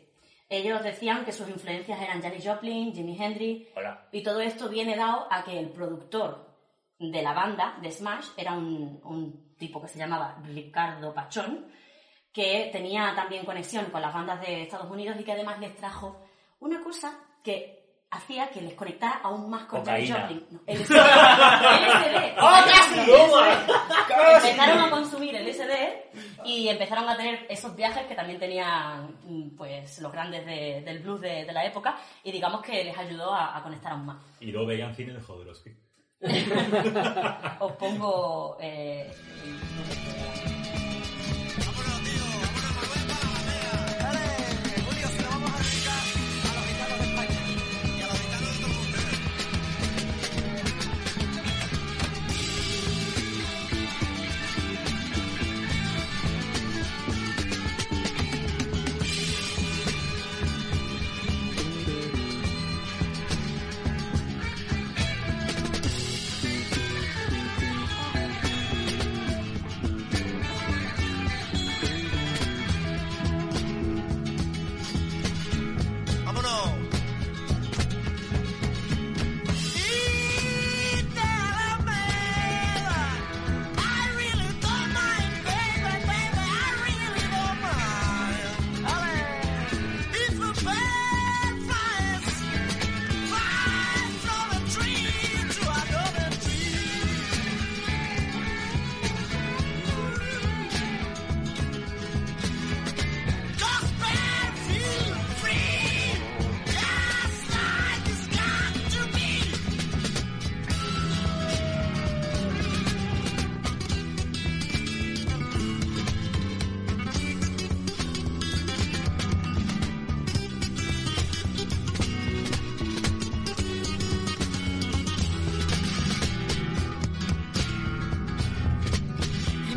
Speaker 3: Ellos decían que sus influencias eran Janis Joplin, Jimi Hendrix,
Speaker 4: Hola.
Speaker 3: y todo esto viene dado a que el productor de la banda, de Smash, era un, un tipo que se llamaba Ricardo Pachón, que tenía también conexión con las bandas de Estados Unidos y que además les trajo una cosa que hacía que les conectara aún más con Janis
Speaker 4: Cocaína.
Speaker 3: Joplin. No, LSD. LSD. Empezaron a consumir el SD y empezaron a tener esos viajes que también tenían mm, pues, los grandes de- del blues de, de la época y digamos que les ayudó a, a conectar aún más.
Speaker 2: Y luego veían cine de Jodorowsky.
Speaker 3: Os pongo... eh,
Speaker 7: Thank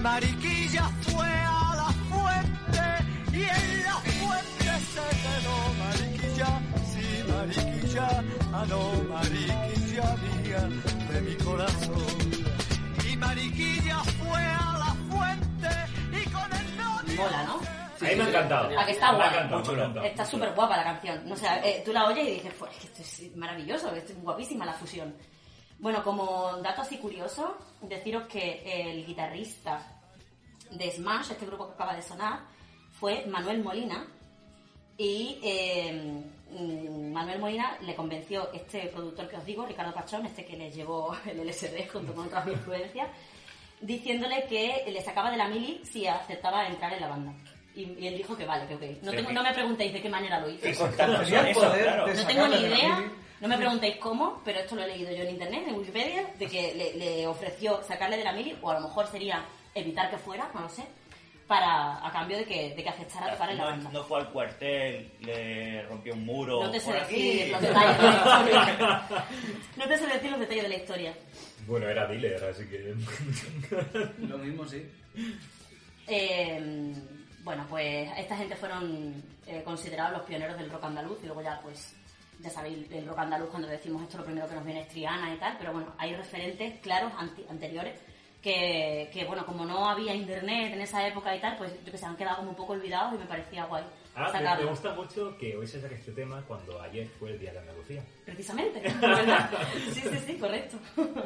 Speaker 7: mariquilla fue a la fuente y en la fuente se quedó mariquilla, sí mariquilla, ah no mariquilla mía de mi corazón. Y mariquilla fue a la fuente y con el novio...
Speaker 3: Mola, ¿no?
Speaker 2: a mí me ha encantado.
Speaker 3: ¿A Ah, que está
Speaker 2: Me ha
Speaker 3: guay?
Speaker 2: encantado, me ha encantado.
Speaker 3: Está súper guapa la canción. O sea, eh, tú la oyes y dices, "Fue, es que esto es maravilloso, esto es guapísima la fusión. Bueno, como dato así curioso, deciros que el guitarrista de Smash, este grupo que acaba de sonar, fue Manuel Molina. Y eh, mm, Manuel Molina le convenció este productor que os digo, Ricardo Pachón, este que les llevó el LSD junto con otras influencias, diciéndole que le sacaba de la mili si aceptaba entrar en la banda. Y, y él dijo que vale, que ok. No,
Speaker 4: Sí,
Speaker 3: tengo-
Speaker 4: sí.
Speaker 3: no me preguntéis de qué manera lo hizo.
Speaker 4: Contactos
Speaker 5: Tenía
Speaker 4: son
Speaker 5: el
Speaker 4: eso,
Speaker 5: poder
Speaker 4: claro.
Speaker 5: de
Speaker 3: No
Speaker 4: No
Speaker 5: sacar
Speaker 3: tengo ni
Speaker 5: de la
Speaker 3: idea,
Speaker 5: mili.
Speaker 3: no me preguntéis cómo, pero esto lo he leído yo en internet, en Wikipedia, de que le, le ofreció sacarle de la mili, o a lo mejor sería evitar que fuera, no lo sé, para, a cambio de que, de que aceptara tocar en la
Speaker 4: No,
Speaker 3: banda.
Speaker 4: no fue al cuartel, le rompió un muro.
Speaker 3: No te sé
Speaker 4: por
Speaker 3: decir
Speaker 4: aquí.
Speaker 3: los detalles de la historia. No te sé decir los detalles de la historia.
Speaker 2: Bueno, era dealer, así que.
Speaker 6: Lo mismo, sí.
Speaker 3: Eh, bueno, pues esta gente fueron eh, considerados los pioneros del rock andaluz y luego ya pues ya sabéis el rock andaluz cuando decimos esto lo primero que nos viene es Triana y tal, pero bueno, hay referentes claros anti- anteriores que, que, bueno, como no había internet en esa época y tal, pues yo que se han quedado como un poco olvidados y me parecía guay
Speaker 2: Ah, me- me,
Speaker 3: sacarlo.
Speaker 2: gusta mucho que hoy se saque este tema cuando ayer fue el Día de Andalucía.
Speaker 3: Precisamente, ¿verdad? Sí, sí, sí, correcto.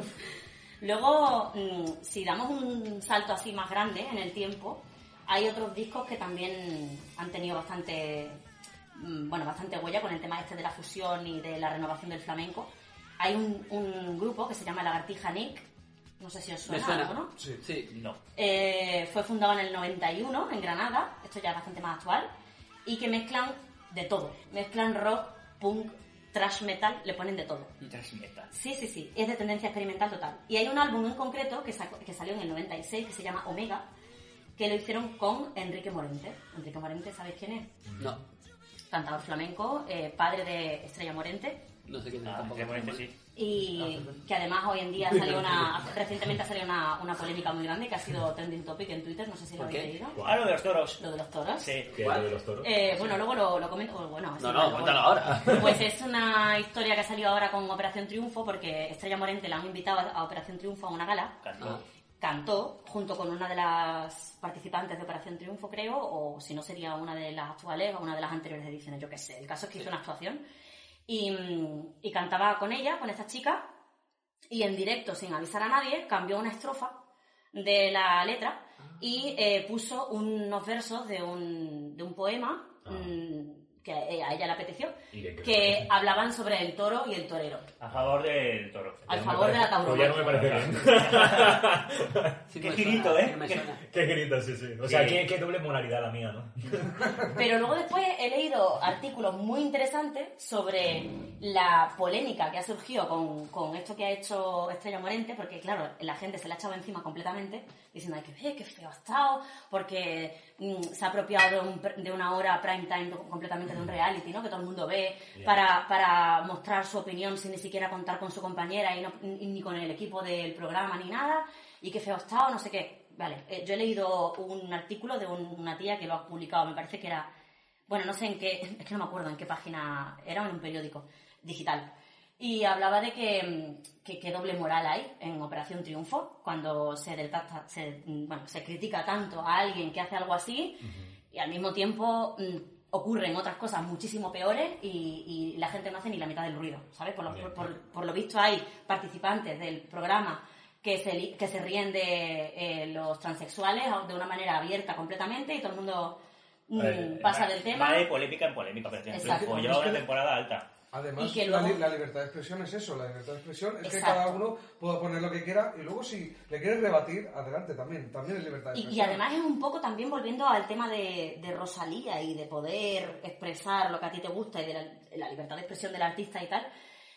Speaker 3: Luego, mm, si damos un salto así más grande en el tiempo, hay otros discos que también han tenido bastante, mm, bueno, bastante huella con el tema este de la fusión y de la renovación del flamenco. Hay un, un grupo que se llama Lagartija Nick, no sé si os
Speaker 1: Me
Speaker 3: suena,
Speaker 1: suena.
Speaker 3: algo, ¿no?
Speaker 1: Sí.
Speaker 4: No.
Speaker 3: Eh, fue fundado en el 91 en Granada, esto ya es bastante más actual, y que mezclan de todo. Mezclan rock, punk, thrash metal, le ponen de todo.
Speaker 4: Transmeta.
Speaker 3: Sí, sí, sí, es de tendencia experimental total. Y hay un álbum en concreto que, sacó- que salió en el 96 que se llama Omega, que lo hicieron con Enrique Morente. Enrique Morente, ¿sabéis quién es?
Speaker 1: No,
Speaker 3: Cantador flamenco, eh, padre de Estrella Morente,
Speaker 1: no sé quién es
Speaker 4: Ah,
Speaker 1: tampoco.
Speaker 4: se pone este sí.
Speaker 3: y que además hoy en día salió una, recientemente ha salido una, una polémica muy grande que ha sido trending topic en Twitter, no sé si lo
Speaker 1: ¿Por
Speaker 3: habéis
Speaker 1: qué?
Speaker 3: leído.
Speaker 4: Ah, lo de los toros.
Speaker 3: Lo de los toros.
Speaker 4: Sí.
Speaker 2: Que es lo de los toros.
Speaker 3: Eh, bueno, luego lo, lo comento. o Bueno,
Speaker 1: No,
Speaker 3: sí,
Speaker 1: no,
Speaker 3: lo-
Speaker 1: cuéntalo ahora.
Speaker 3: Pues es una historia que ha salido ahora con Operación Triunfo, porque Estrella Morente la han invitado a Operación Triunfo a una gala.
Speaker 4: Cantó.
Speaker 3: Cantó junto con una de las participantes de Operación Triunfo, creo, o si no sería una de las actuales o una de las anteriores ediciones, yo qué sé. El caso es que hizo una actuación y, mm, y cantaba con ella, con esta chica, y en directo, sin avisar a nadie, cambió una estrofa de la letra y eh, puso unos versos de un, de un poema
Speaker 2: Ah.
Speaker 3: mm, que a ella le apeteció,
Speaker 2: Y de que-
Speaker 3: que hablaban sobre el toro y el torero.
Speaker 4: A favor del toro.
Speaker 3: al
Speaker 2: Ya me
Speaker 3: favor de la
Speaker 2: parece- Pues ya no me parece bien.
Speaker 1: Sí
Speaker 4: Qué
Speaker 1: me
Speaker 4: girito,
Speaker 1: suena,
Speaker 4: ¿eh?
Speaker 1: sí pues, ah, me
Speaker 4: Qué-
Speaker 1: suena.
Speaker 2: Qué grito, sí, sí. O sea,
Speaker 4: Sí.
Speaker 2: qué, qué doble moralidad la mía, ¿no?
Speaker 3: Pero luego después he leído artículos muy interesantes sobre la polémica que ha surgido con, con esto que ha hecho Estrella Morente, porque claro, la gente se la ha echado encima completamente, diciendo, ay, qué fe, qué feo ha estado, porque mm, se ha apropiado de, un pr- de una hora prime time completamente de un reality, ¿no? Que todo el mundo ve, para, para mostrar su opinión sin ni siquiera contar con su compañera y no- ni ni con el equipo del programa ni nada, y qué feo ha estado, no sé qué. Vale, eh, yo he leído un artículo de un- una tía que lo ha publicado, me parece que era bueno, no sé en qué, es que no me acuerdo en qué página, era en un periódico digital. Y hablaba de que, mm, que, qué doble moral hay en Operación Triunfo cuando se, detacta- se, mm, bueno, se critica tanto a alguien que hace algo así y al mismo tiempo mm, ocurren otras cosas muchísimo peores y, y la gente no hace ni la mitad del ruido, ¿sabes? Por lo,
Speaker 2: Bien.
Speaker 3: por, por- por lo visto hay participantes del programa que se, li- que se ríen de eh, los transexuales de una manera abierta completamente y todo el mundo mm,
Speaker 2: A ver,
Speaker 3: pasa
Speaker 4: Va-
Speaker 3: del tema.
Speaker 4: Va de polémica en polémica, pero tiene
Speaker 3: Exacto.
Speaker 4: triunfo. Lleva una temporada alta.
Speaker 5: Además,
Speaker 3: Y que
Speaker 5: la,
Speaker 3: luego-
Speaker 5: li- la libertad de expresión es eso, la libertad de expresión es que
Speaker 3: Exacto.
Speaker 5: cada uno pueda poner lo que quiera y luego si le quieres rebatir, adelante también, también es libertad de
Speaker 3: Y,
Speaker 5: expresión.
Speaker 3: y además es un poco también volviendo al tema de, de Rosalía y de poder expresar lo que a ti te gusta y de la, la libertad de expresión del artista y tal.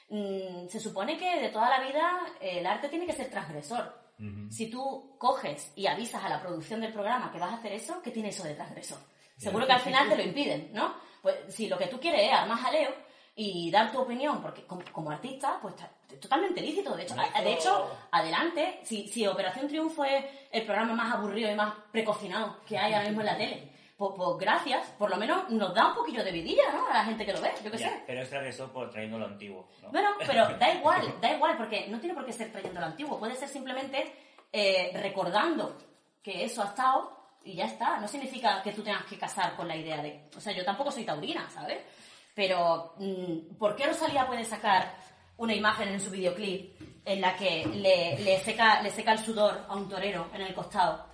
Speaker 3: Mm, se supone que de toda la vida eh, el arte tiene que ser transgresor. Si tú coges y avisas a la producción del programa que vas a hacer eso, ¿qué tiene eso de transgresor? Seguro que al final te lo impiden, ¿no? Pues si lo que tú quieres es armar jaleo y dar tu opinión, porque como, como artista, pues ta- totalmente lícito. De hecho, a- de hecho adelante, si, si Operación Triunfo es el programa más aburrido y más precocinado que hay ahora mismo en la tele, pues, pues gracias, por lo menos nos da un poquillo de vidilla, ¿no? A la gente que lo ve, yo qué
Speaker 4: Ya,
Speaker 3: sé.
Speaker 4: pero es regresó por trayendo lo antiguo. ¿no?
Speaker 3: Bueno, pero da igual, da igual, porque no tiene por qué ser trayendo lo antiguo, puede ser simplemente eh, recordando que eso ha estado y ya está. No significa que tú tengas que casar con la idea de. O sea, yo tampoco soy taurina, ¿sabes? Pero, mm, ¿por qué Rosalía puede sacar una imagen en su videoclip en la que le, le seca, le seca el sudor a un torero en el costado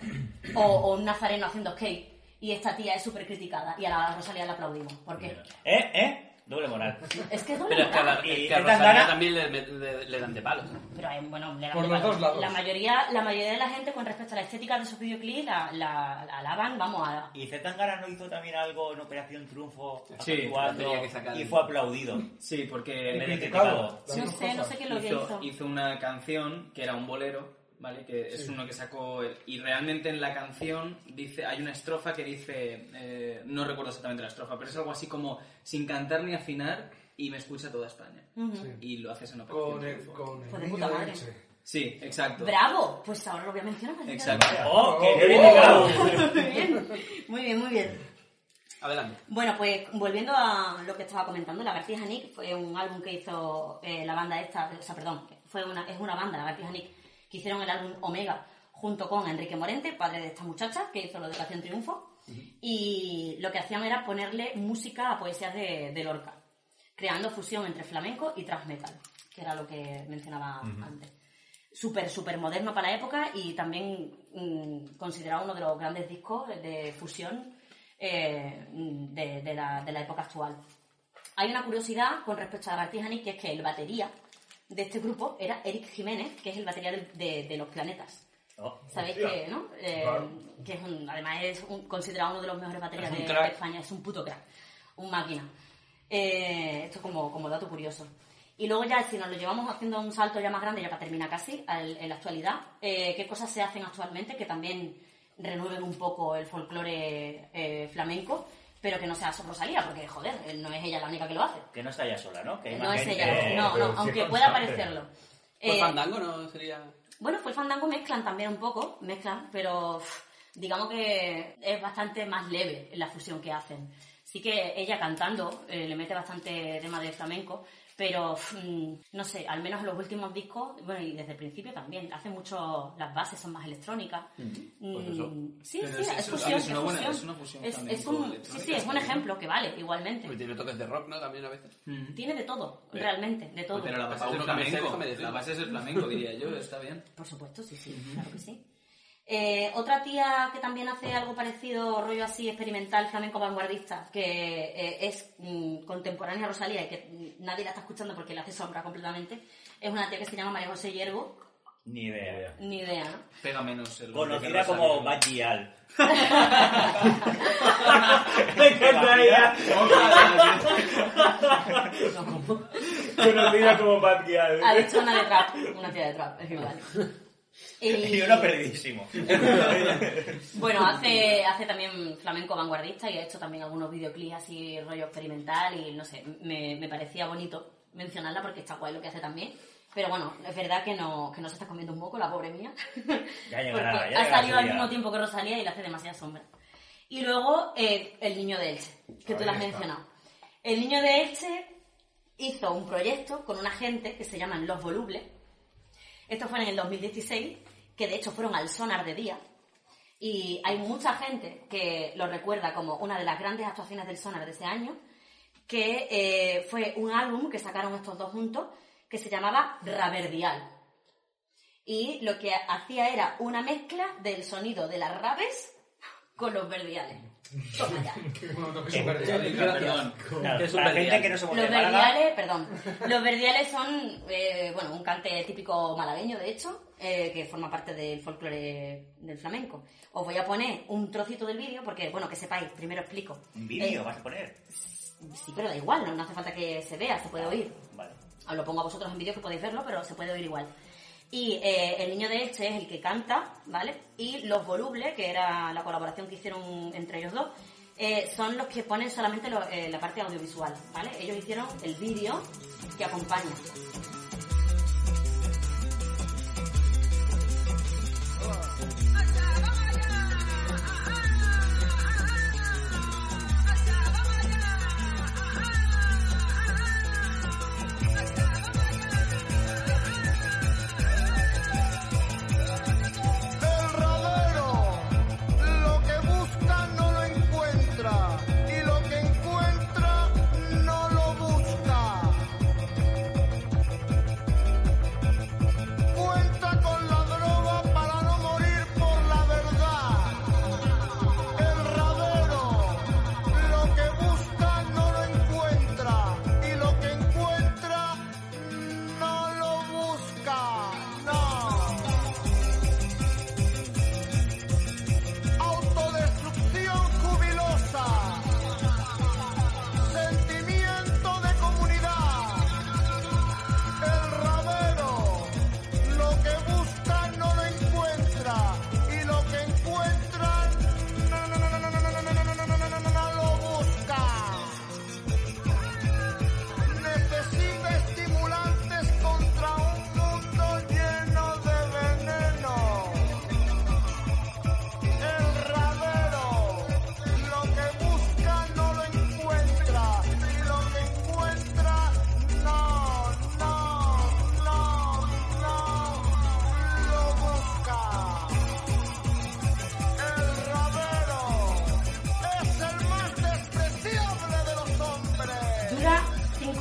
Speaker 3: o, o un nazareno haciendo skate? Y esta tía es súper criticada y a la Rosalía la aplaudimos. ¿Por qué?
Speaker 4: ¿Eh? ¿Eh? Doble moral.
Speaker 3: Es que es doble
Speaker 1: Pero es que a, la,
Speaker 3: moral.
Speaker 1: es
Speaker 4: Y
Speaker 1: que a
Speaker 4: Zetangana-
Speaker 1: Rosalía también le, met- le- le dan de palos.
Speaker 3: Pero hay- bueno, le dan
Speaker 5: Por
Speaker 3: de
Speaker 5: los
Speaker 3: valor.
Speaker 5: dos lados.
Speaker 3: La mayoría, la mayoría de la gente con respecto a la estética de sus videoclips la, la- la alaban, vamos, a,
Speaker 4: ¿Y Zetangana no hizo también algo en Operación Triunfo
Speaker 6: Sí,
Speaker 4: actuando
Speaker 1: tenía que sacar.
Speaker 4: y fue aplaudido?
Speaker 6: Sí, porque
Speaker 4: Me
Speaker 6: me
Speaker 5: Criticado.
Speaker 3: no sé, no sé qué es lo que
Speaker 6: hizo,
Speaker 3: hizo.
Speaker 6: hizo una canción que era un bolero, ¿vale? Que es uno que sacó él. Y realmente en la canción dice, hay una estrofa que dice, eh, no recuerdo exactamente la estrofa, pero es algo así como, sin cantar ni afinar y me escucha toda España.
Speaker 3: Ujú.
Speaker 5: Sí.
Speaker 6: Y lo haces en Operación
Speaker 5: Con el,
Speaker 6: Triunfo.
Speaker 5: con el
Speaker 3: Pues de
Speaker 5: niño
Speaker 3: puta
Speaker 5: de
Speaker 3: madre.
Speaker 5: Elche.
Speaker 6: Sí, exacto.
Speaker 3: ¡Bravo! Pues ahora lo voy a mencionar. así que-
Speaker 6: Exacto.
Speaker 4: ¡Oh,
Speaker 5: Oh,
Speaker 4: qué
Speaker 5: oh.
Speaker 4: criticado!
Speaker 3: muy bien, muy bien, muy bien.
Speaker 1: Adelante.
Speaker 3: Bueno, pues volviendo a lo que estaba comentando, Lagartija Nick fue un álbum que hizo eh, la banda esta, o sea, perdón, fue una, es una banda, Lagartija Nick, que hicieron el álbum Omega junto con Enrique Morente, padre de esta muchacha, que hizo lo de Pasión Triunfo, y lo que hacían era ponerle música a poesías de, de Lorca, creando fusión entre flamenco y thrash metal, que era lo que mencionaba antes. Súper, súper moderno para la época y también mm, considerado uno de los grandes discos de fusión eh, mm, de, de la, de la época actual. Hay una curiosidad con respecto a Bartijani, que es que el batería de este grupo era Eric Jiménez, que es el batería del- de, de Los Planetas.
Speaker 2: Oh,
Speaker 3: Sabéis
Speaker 2: hostia.
Speaker 3: que, ¿no? Eh,
Speaker 2: Claro.
Speaker 3: Que es un- además es un- considerado uno de los mejores baterías
Speaker 1: Es un
Speaker 3: de,
Speaker 1: crack.
Speaker 3: de España. Es un puto crack. Un máquina. Eh, esto como, como dato curioso. Y luego ya, si nos lo llevamos haciendo un salto ya más grande, ya para terminar casi, al- en la actualidad, eh, ¿qué cosas se hacen actualmente que también renueven un poco el folclore eh, flamenco, pero que no sea solo Rosalía? Porque, joder, eh, no es ella la única que lo hace.
Speaker 4: Que no está ella sola, ¿no? Que hay
Speaker 3: No
Speaker 4: más
Speaker 3: es
Speaker 4: gente.
Speaker 3: ella.
Speaker 2: eh,
Speaker 3: No,
Speaker 2: pero
Speaker 3: no,
Speaker 2: sí
Speaker 3: aunque
Speaker 2: es
Speaker 3: pueda
Speaker 2: constante.
Speaker 3: parecerlo.
Speaker 1: Pues
Speaker 3: Eh,
Speaker 1: Fandango no sería.
Speaker 3: bueno, fue el fandango mezclan también un poco, mezclan, pero uf, digamos que es bastante más leve la fusión que hacen. Sí que ella cantando eh, le mete bastante tema de flamenco, pero uf, mm, no sé, al menos en los últimos discos, bueno, y desde el principio también, hace mucho, las bases son más electrónicas.
Speaker 1: pues eso.
Speaker 3: Mm, Sí,
Speaker 6: Pero
Speaker 3: sí,
Speaker 6: es-
Speaker 3: es,
Speaker 6: eso
Speaker 3: fusión,
Speaker 6: es una buena-
Speaker 3: fusión.
Speaker 6: es una fusión
Speaker 3: Es-
Speaker 6: flamenco
Speaker 3: es un, sí,
Speaker 6: electrónica,
Speaker 3: sí, es un
Speaker 6: está bien.
Speaker 3: ejemplo que vale,
Speaker 1: Porque
Speaker 3: igualmente.
Speaker 1: tiene toques de rock, ¿no? También a veces.
Speaker 6: Mm.
Speaker 3: Tiene de todo,
Speaker 1: Sí.
Speaker 3: realmente, de todo.
Speaker 6: Pero Pues la base
Speaker 1: A
Speaker 6: es el
Speaker 1: uno que me sé,
Speaker 6: flamenco.
Speaker 1: déjame decirlo.
Speaker 6: La base es el flamenco, diría yo, está bien.
Speaker 3: Por supuesto, sí, sí, claro que sí. Eh, otra tía que también hace algo parecido, rollo así experimental, flamenco vanguardista, que eh, es mm, contemporánea a Rosalía y que mm, nadie la está escuchando porque le hace sombra completamente, es una tía que se llama María José Hierbo,
Speaker 4: Ni idea.
Speaker 3: ni idea, ¿no?
Speaker 6: Pega menos el
Speaker 4: Conocida como Bajial.
Speaker 2: Me encantaría. Conocida como Bad ¿eh? Gyal.
Speaker 3: Ha dicho una de trap, una tía de trap, es igual. Y-
Speaker 4: Y uno perdidísimo.
Speaker 3: Bueno, hace, hace también flamenco vanguardista y ha hecho también algunos videoclips así rollo experimental y no sé, me, me parecía bonito mencionarla porque está guay lo que hace también. Pero bueno, es verdad que, no, que nos está comiendo un poco, la pobre mía.
Speaker 4: Ya llegará,
Speaker 3: Porque
Speaker 4: ya
Speaker 3: ha
Speaker 4: llegará
Speaker 3: salido
Speaker 4: su
Speaker 3: al
Speaker 4: día.
Speaker 3: mismo tiempo que Rosalía y le hace demasiada sombra. Y luego eh, El Niño de Elche, que tú
Speaker 5: Ahí
Speaker 3: lo has
Speaker 5: está.
Speaker 3: mencionado. El Niño de Elche hizo un proyecto con una gente que se llaman Los Volubles. Esto fue en el 2016, que de hecho fueron al sonar de día. Y hay mucha gente que lo recuerda como una de las grandes actuaciones del sonar de ese año, que eh, fue un álbum que sacaron estos dos juntos que se llamaba Raverdial. Y lo que hacía era una mezcla del sonido de las raves con los verdiales. Toma ya.
Speaker 5: Bueno, toque superior.
Speaker 6: Perdón.
Speaker 4: Claro,
Speaker 1: Que es un
Speaker 4: para
Speaker 1: Bad
Speaker 4: gente
Speaker 1: Gyal.
Speaker 4: que no somos
Speaker 3: Los
Speaker 4: de Málaga,
Speaker 3: verdiales, perdón. Los verdiales son, eh, bueno, un cante típico malagueño, de hecho, eh, que forma parte del folclore del flamenco. Os voy a poner un trocito del vídeo porque, bueno, que sepáis, primero explico.
Speaker 4: un vídeo
Speaker 3: Eh,
Speaker 4: vas a poner.
Speaker 3: sí, pero da igual, no, no hace falta que se vea, se puede oír.
Speaker 4: Vale.
Speaker 3: Os lo pongo a vosotros en vídeo que podéis verlo, pero se puede oír igual. Y eh, el niño de este es el que canta, ¿vale? Y los volubles, que era la colaboración que hicieron entre ellos dos, eh, son los que ponen solamente lo- eh, la parte audiovisual, ¿vale? Ellos hicieron el vídeo que acompaña.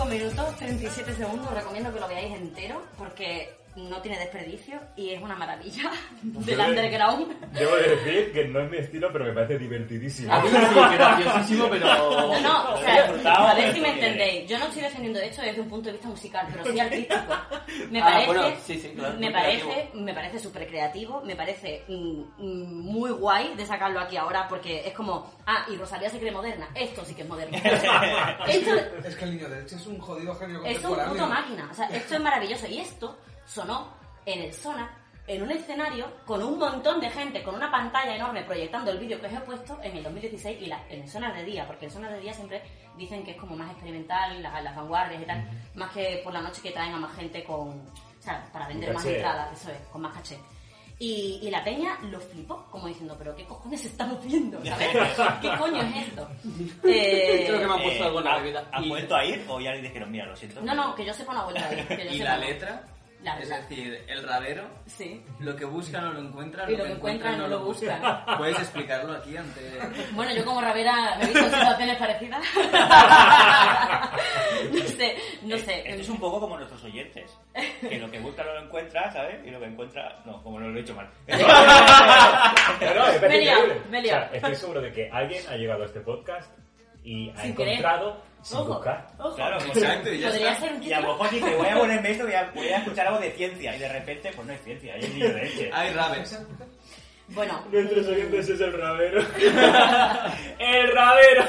Speaker 3: minutos 37 segundos, recomiendo que lo veáis entero porque no tiene desperdicio y es una maravilla del
Speaker 2: Yo de-
Speaker 3: underground.
Speaker 2: Debo de decir que no es mi estilo, pero me parece divertidísimo.
Speaker 3: Ah,
Speaker 1: A mí sí, que graciosísimo,
Speaker 3: No,
Speaker 1: pero...
Speaker 3: no, o
Speaker 4: cortado,
Speaker 3: sea, a ver si
Speaker 4: porque-
Speaker 3: me entendéis. Yo no estoy defendiendo esto desde un punto de vista musical, pero sí artístico. Me
Speaker 1: Ah,
Speaker 3: parece,
Speaker 1: bueno, sí, sí, claro,
Speaker 3: me
Speaker 1: muy
Speaker 3: parece,
Speaker 1: creativo.
Speaker 3: me parece súper creativo, me parece mm, mm, muy guay de sacarlo aquí ahora porque es como, ah, y Rosalía se cree moderna. Esto sí que es moderno. esto,
Speaker 5: Es que el niño de leche es un jodido genio
Speaker 3: es un
Speaker 5: contemporáneo.
Speaker 3: puto máquina. O sea, esto es maravilloso. Y esto sonó en el Sona, en un escenario, con un montón de gente, con una pantalla enorme proyectando el vídeo que os he puesto en el 2016 y la- en el Sona de día, porque el Sona de día siempre dicen que es como más experimental, la- las vanguardias y tal, más que por la noche que traen a más gente con... O sea, para vender
Speaker 2: Con
Speaker 3: más
Speaker 2: caché.
Speaker 3: entradas, eso es, con más caché. Y, y la peña lo flipó, como diciendo, pero ¿qué cojones estamos viendo? ¿Sabes? ¿Qué coño es esto? Eh,
Speaker 1: Creo que me han puesto
Speaker 4: Eh,
Speaker 1: alguna
Speaker 4: ¿ha-
Speaker 1: bebida.
Speaker 4: ¿Has
Speaker 1: Y-
Speaker 4: vuelto a ir o ya le dijeron, mira, lo siento?
Speaker 3: no, no, que yo sepa una vuelta ahí, que yo
Speaker 6: Y
Speaker 3: sepa
Speaker 6: la
Speaker 3: no.
Speaker 6: letra,
Speaker 3: La
Speaker 6: es
Speaker 3: letra.
Speaker 6: decir, el radero,
Speaker 3: Sí.
Speaker 6: lo que busca no lo encuentra,
Speaker 3: Y lo que encuentra no lo busca.
Speaker 6: Puedes explicarlo aquí ante...
Speaker 3: Bueno, yo como Ravera me he visto en situaciones parecidas. no sé, no sé.
Speaker 4: Esto es un poco como nuestros oyentes. Que lo que busca no lo encuentra, ¿sabes? Y lo que encuentra. No, como no lo he dicho mal.
Speaker 2: No, no, me parece
Speaker 3: Me he liado,
Speaker 2: increíble.
Speaker 3: me he liado.
Speaker 2: O sea, estoy seguro de que alguien ha llegado a este podcast y ha
Speaker 3: Sin querer.
Speaker 2: encontrado, sin
Speaker 3: Ojo,
Speaker 2: buscar,
Speaker 3: ojo.
Speaker 4: Claro,
Speaker 6: Exacto, y ya
Speaker 3: Podría
Speaker 6: está.
Speaker 3: ser un
Speaker 4: Y a lo
Speaker 3: título.
Speaker 4: mejor dice, voy a ponerme esto, voy a, voy a escuchar algo de ciencia. Y de repente, pues no es ciencia, hay el niño de leche.
Speaker 6: Hay rabes.
Speaker 3: Bueno.
Speaker 2: Nuestros
Speaker 3: mm,
Speaker 2: oyentes es el rabero. ¡El rabero!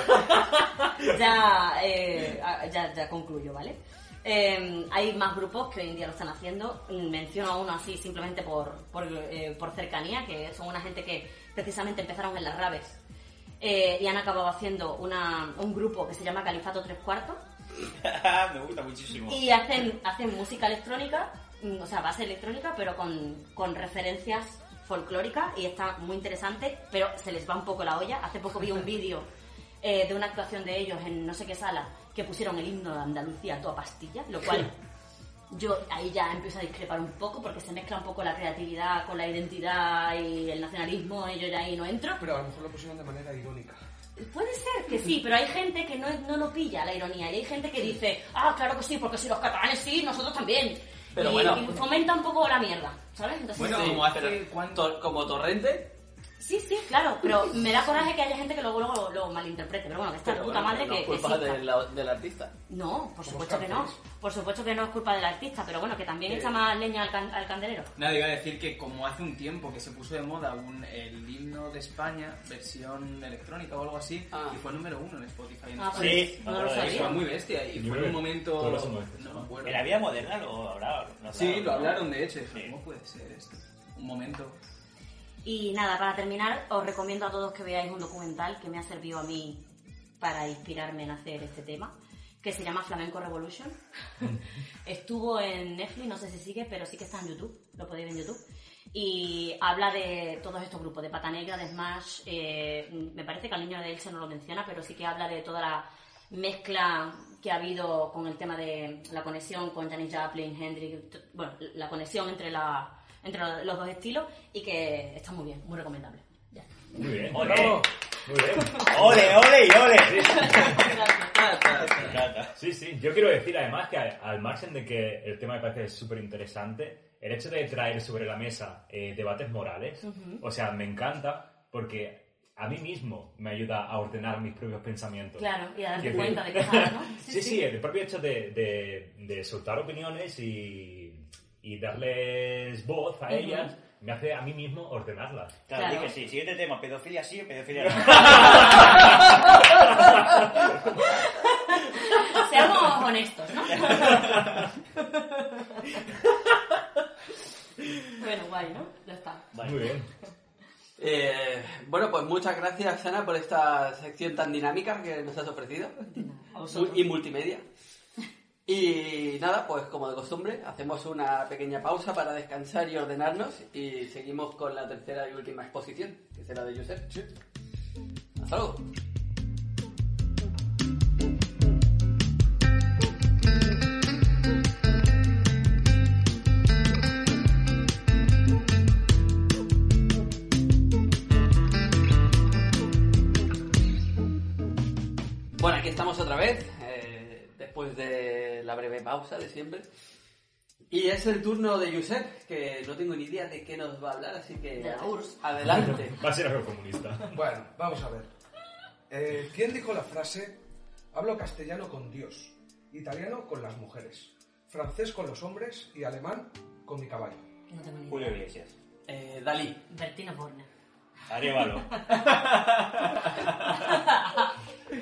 Speaker 3: ya, eh, ah, ya, ya concluyo, ¿vale? Eh, hay más grupos que hoy en día lo están haciendo. Menciono a uno así simplemente por, por, eh, por cercanía, que son una gente que precisamente empezaron en las raves eh, y han acabado haciendo una- un grupo que se llama Califato Tres Cuartos.
Speaker 4: Ah, Me gusta muchísimo.
Speaker 3: Y hacen, hacen música electrónica, mm, o sea, base electrónica, pero con, con referencias folclóricas y está muy interesante, pero se les va un poco la olla. Hace poco vi un vídeo eh, de una actuación de ellos en no sé qué sala que pusieron el himno de Andalucía a toda pastilla, lo cual yo ahí ya empiezo a discrepar un poco porque se mezcla un poco la creatividad con la identidad y el nacionalismo y yo ya ahí no entro.
Speaker 5: Pero a lo mejor lo pusieron de manera irónica.
Speaker 3: Puede ser que sí, pero hay gente que no, no lo pilla la ironía y hay gente que dice, ah, claro que sí, porque si los catalanes sí, nosotros también.
Speaker 1: Pero
Speaker 3: y,
Speaker 1: bueno.
Speaker 3: y fomenta un poco la mierda, ¿sabes? Entonces,
Speaker 6: Bueno,
Speaker 3: sí.
Speaker 6: como hace
Speaker 1: pero
Speaker 6: cuánto-
Speaker 1: tor- como torrente,
Speaker 3: sí, sí, claro, pero me da coraje que haya gente que luego lo, lo malinterprete, pero bueno, que está
Speaker 1: pero
Speaker 3: puta
Speaker 1: bueno,
Speaker 3: madre
Speaker 1: no
Speaker 3: que
Speaker 1: es culpa
Speaker 3: exista.
Speaker 1: de la- del artista.
Speaker 3: No, por
Speaker 5: Como
Speaker 3: supuesto que no.
Speaker 5: cárceles.
Speaker 3: Por supuesto que no es culpa del artista, pero bueno, que también
Speaker 1: Eh.
Speaker 3: echa más leña al, can- al candelero.
Speaker 6: Nada, iba a decir que como hace un tiempo que se puso de moda un, el himno de España, versión electrónica o algo así,
Speaker 1: Ah.
Speaker 6: y fue número uno en Spotify. en
Speaker 3: Ah,
Speaker 6: España.
Speaker 4: Sí,
Speaker 3: pues
Speaker 4: me
Speaker 3: no lo
Speaker 4: acuerdo de
Speaker 6: Y
Speaker 3: sabía.
Speaker 6: fue muy bestia y
Speaker 2: Yo
Speaker 6: fue
Speaker 2: creo
Speaker 6: en un
Speaker 2: que
Speaker 6: momento...
Speaker 2: todos los hemos visto.
Speaker 6: No me acuerdo.
Speaker 4: En la vida moderna lo habrá. lo
Speaker 6: Sí,
Speaker 4: hablaron,
Speaker 6: lo
Speaker 4: ¿no?
Speaker 6: hablaron de hecho. y
Speaker 4: Sí.
Speaker 6: dije, ¿Cómo puede ser esto? Un momento.
Speaker 3: Y nada, para terminar, os recomiendo a todos que veáis un documental que me ha servido a mí para inspirarme en hacer este tema, que se llama Flamenco Revolution. Estuvo en Netflix, no sé si sigue, pero sí que está en YouTube, lo podéis ver en YouTube. Y habla de todos estos grupos, de Pata Negra, de Smash, eh, me parece que al niño de Elche no lo menciona, pero sí que habla de toda la mezcla que ha habido con el tema de la conexión con Janis Joplin, Hendrix, t- bueno, la conexión entre, la, entre los dos estilos y que está muy bien, muy recomendable. Ya.
Speaker 2: Muy bien.
Speaker 4: Ole.
Speaker 2: bravo. Muy bien.
Speaker 4: Ole, ole y ole. Me
Speaker 6: Tata.
Speaker 4: encanta.
Speaker 2: Sí, sí. Yo quiero decir además que al, al margen de que el tema me parece súper interesante, el hecho de traer sobre la mesa eh, debates morales, o sea, me encanta porque a mí mismo me ayuda a ordenar mis propios pensamientos.
Speaker 3: Claro, y a darte
Speaker 2: Quiero
Speaker 3: cuenta de
Speaker 2: decir-
Speaker 3: que nada, ¿no?
Speaker 2: Sí, sí, el propio hecho de, de- de soltar opiniones y, y darles voz a
Speaker 3: Ujú.
Speaker 2: ellas me hace a mí mismo ordenarlas.
Speaker 4: Claro,
Speaker 3: Claro.
Speaker 4: dije sí. Siguiente tema: pedofilia sí o pedofilia no.
Speaker 3: Seamos honestos, ¿no? bueno, guay, ¿no? Ya está.
Speaker 4: Vale.
Speaker 2: Muy bien.
Speaker 1: Eh, bueno, pues muchas gracias, Ana, por esta sección tan dinámica que nos has ofrecido.
Speaker 3: A vosotros.
Speaker 1: Y multimedia. Y nada, pues como de costumbre, hacemos una pequeña pausa para descansar y ordenarnos y seguimos con la tercera y última exposición, que será de Josep. Hasta luego. Bueno, aquí estamos otra vez, eh, des- después de la breve pausa de siempre. Y es el turno de Josep, que no tengo ni idea de qué nos va a hablar, así que...
Speaker 3: De la URSS.
Speaker 1: Adelante.
Speaker 2: Va a ser algo comunista.
Speaker 5: Bueno, vamos a ver. Eh, ¿Quién dijo la frase? Hablo castellano con Dios, italiano con las mujeres, francés con los hombres y alemán con mi caballo.
Speaker 3: No tengo ni idea.
Speaker 4: Julio Iglesias.
Speaker 1: Eh, Dalí.
Speaker 3: Bertina Borne.
Speaker 4: Arévalo.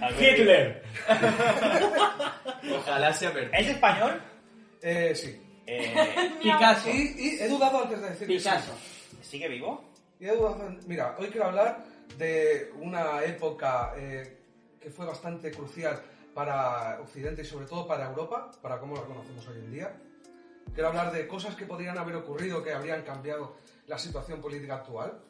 Speaker 4: Alberti.
Speaker 2: Hitler.
Speaker 6: Ojalá sea verdad.
Speaker 4: ¿Es español?
Speaker 5: Eh, sí.
Speaker 4: Eh,
Speaker 1: Picasso.
Speaker 5: Y, y he dudado antes de decir que sí.
Speaker 1: Picasso.
Speaker 4: ¿Sigue vivo?
Speaker 5: Y he dudado- Mira, hoy quiero hablar de una época eh, que fue bastante crucial para Occidente y sobre todo para Europa, para cómo la conocemos hoy en día. Quiero hablar de cosas que podrían haber ocurrido que habrían cambiado la situación política actual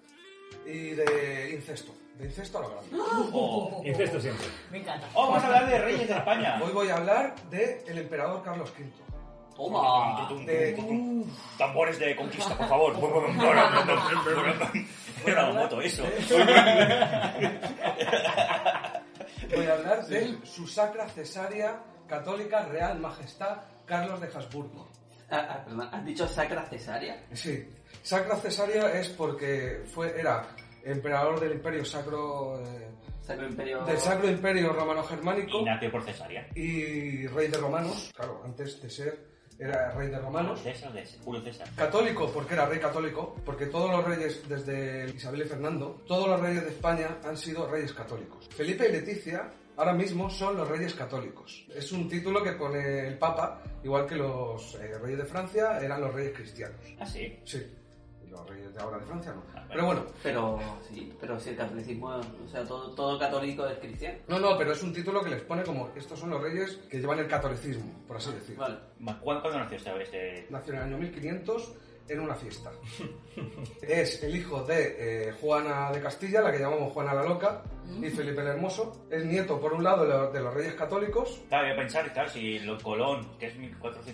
Speaker 5: y de incesto, de incesto a lo grande.
Speaker 4: Oh.
Speaker 2: Incesto siempre.
Speaker 3: Me encanta.
Speaker 4: Oh, vamos a hablar de reyes de España.
Speaker 5: Hoy voy a hablar de el emperador Carlos V.
Speaker 4: Ah,
Speaker 1: Toma.
Speaker 5: De-
Speaker 4: Tambores de conquista, por favor. Era un moto eso.
Speaker 5: Voy a hablar de su sacra cesárea católica real majestad Carlos de Habsburgo.
Speaker 1: Ah, ah, perdón, ¿has dicho sacra cesárea?
Speaker 5: Sí, Sacra Cesárea es porque fue, era emperador del imperio sacro, eh,
Speaker 1: Sacro imperio...
Speaker 5: del sacro imperio romano-germánico
Speaker 4: Y nació por cesárea.
Speaker 5: y rey de romanos, claro, antes de ser era rey de romanos.
Speaker 4: César, de- Julio César.
Speaker 5: Católico, porque era rey católico, porque todos los reyes, desde Isabel y Fernando, todos los reyes de España han sido reyes católicos. Felipe y Leticia ahora mismo son los reyes católicos. Es un título que pone el Papa, igual que los eh, reyes de Francia eran los reyes cristianos.
Speaker 4: Ah, sí.
Speaker 5: Sí. Y los reyes de ahora de Francia no.
Speaker 4: vale.
Speaker 5: Pero bueno,
Speaker 1: Pero sí, pero si el catolicismo, o sea, todo, todo católico es cristiano.
Speaker 5: no, no, pero es un título que les pone como estos son los reyes que llevan el catolicismo, por así decirlo.
Speaker 1: Vale.
Speaker 4: Ma- ¿Cuándo, cuándo nació este, este-
Speaker 5: Nació en el año 1500 en una fiesta. es el hijo de eh, Juana de Castilla, la que llamamos Juana la Loca, y Felipe el Hermoso. Es nieto, por un lado, de los- de los reyes católicos.
Speaker 4: Claro, voy a pensar, claro, si lo Colón, que es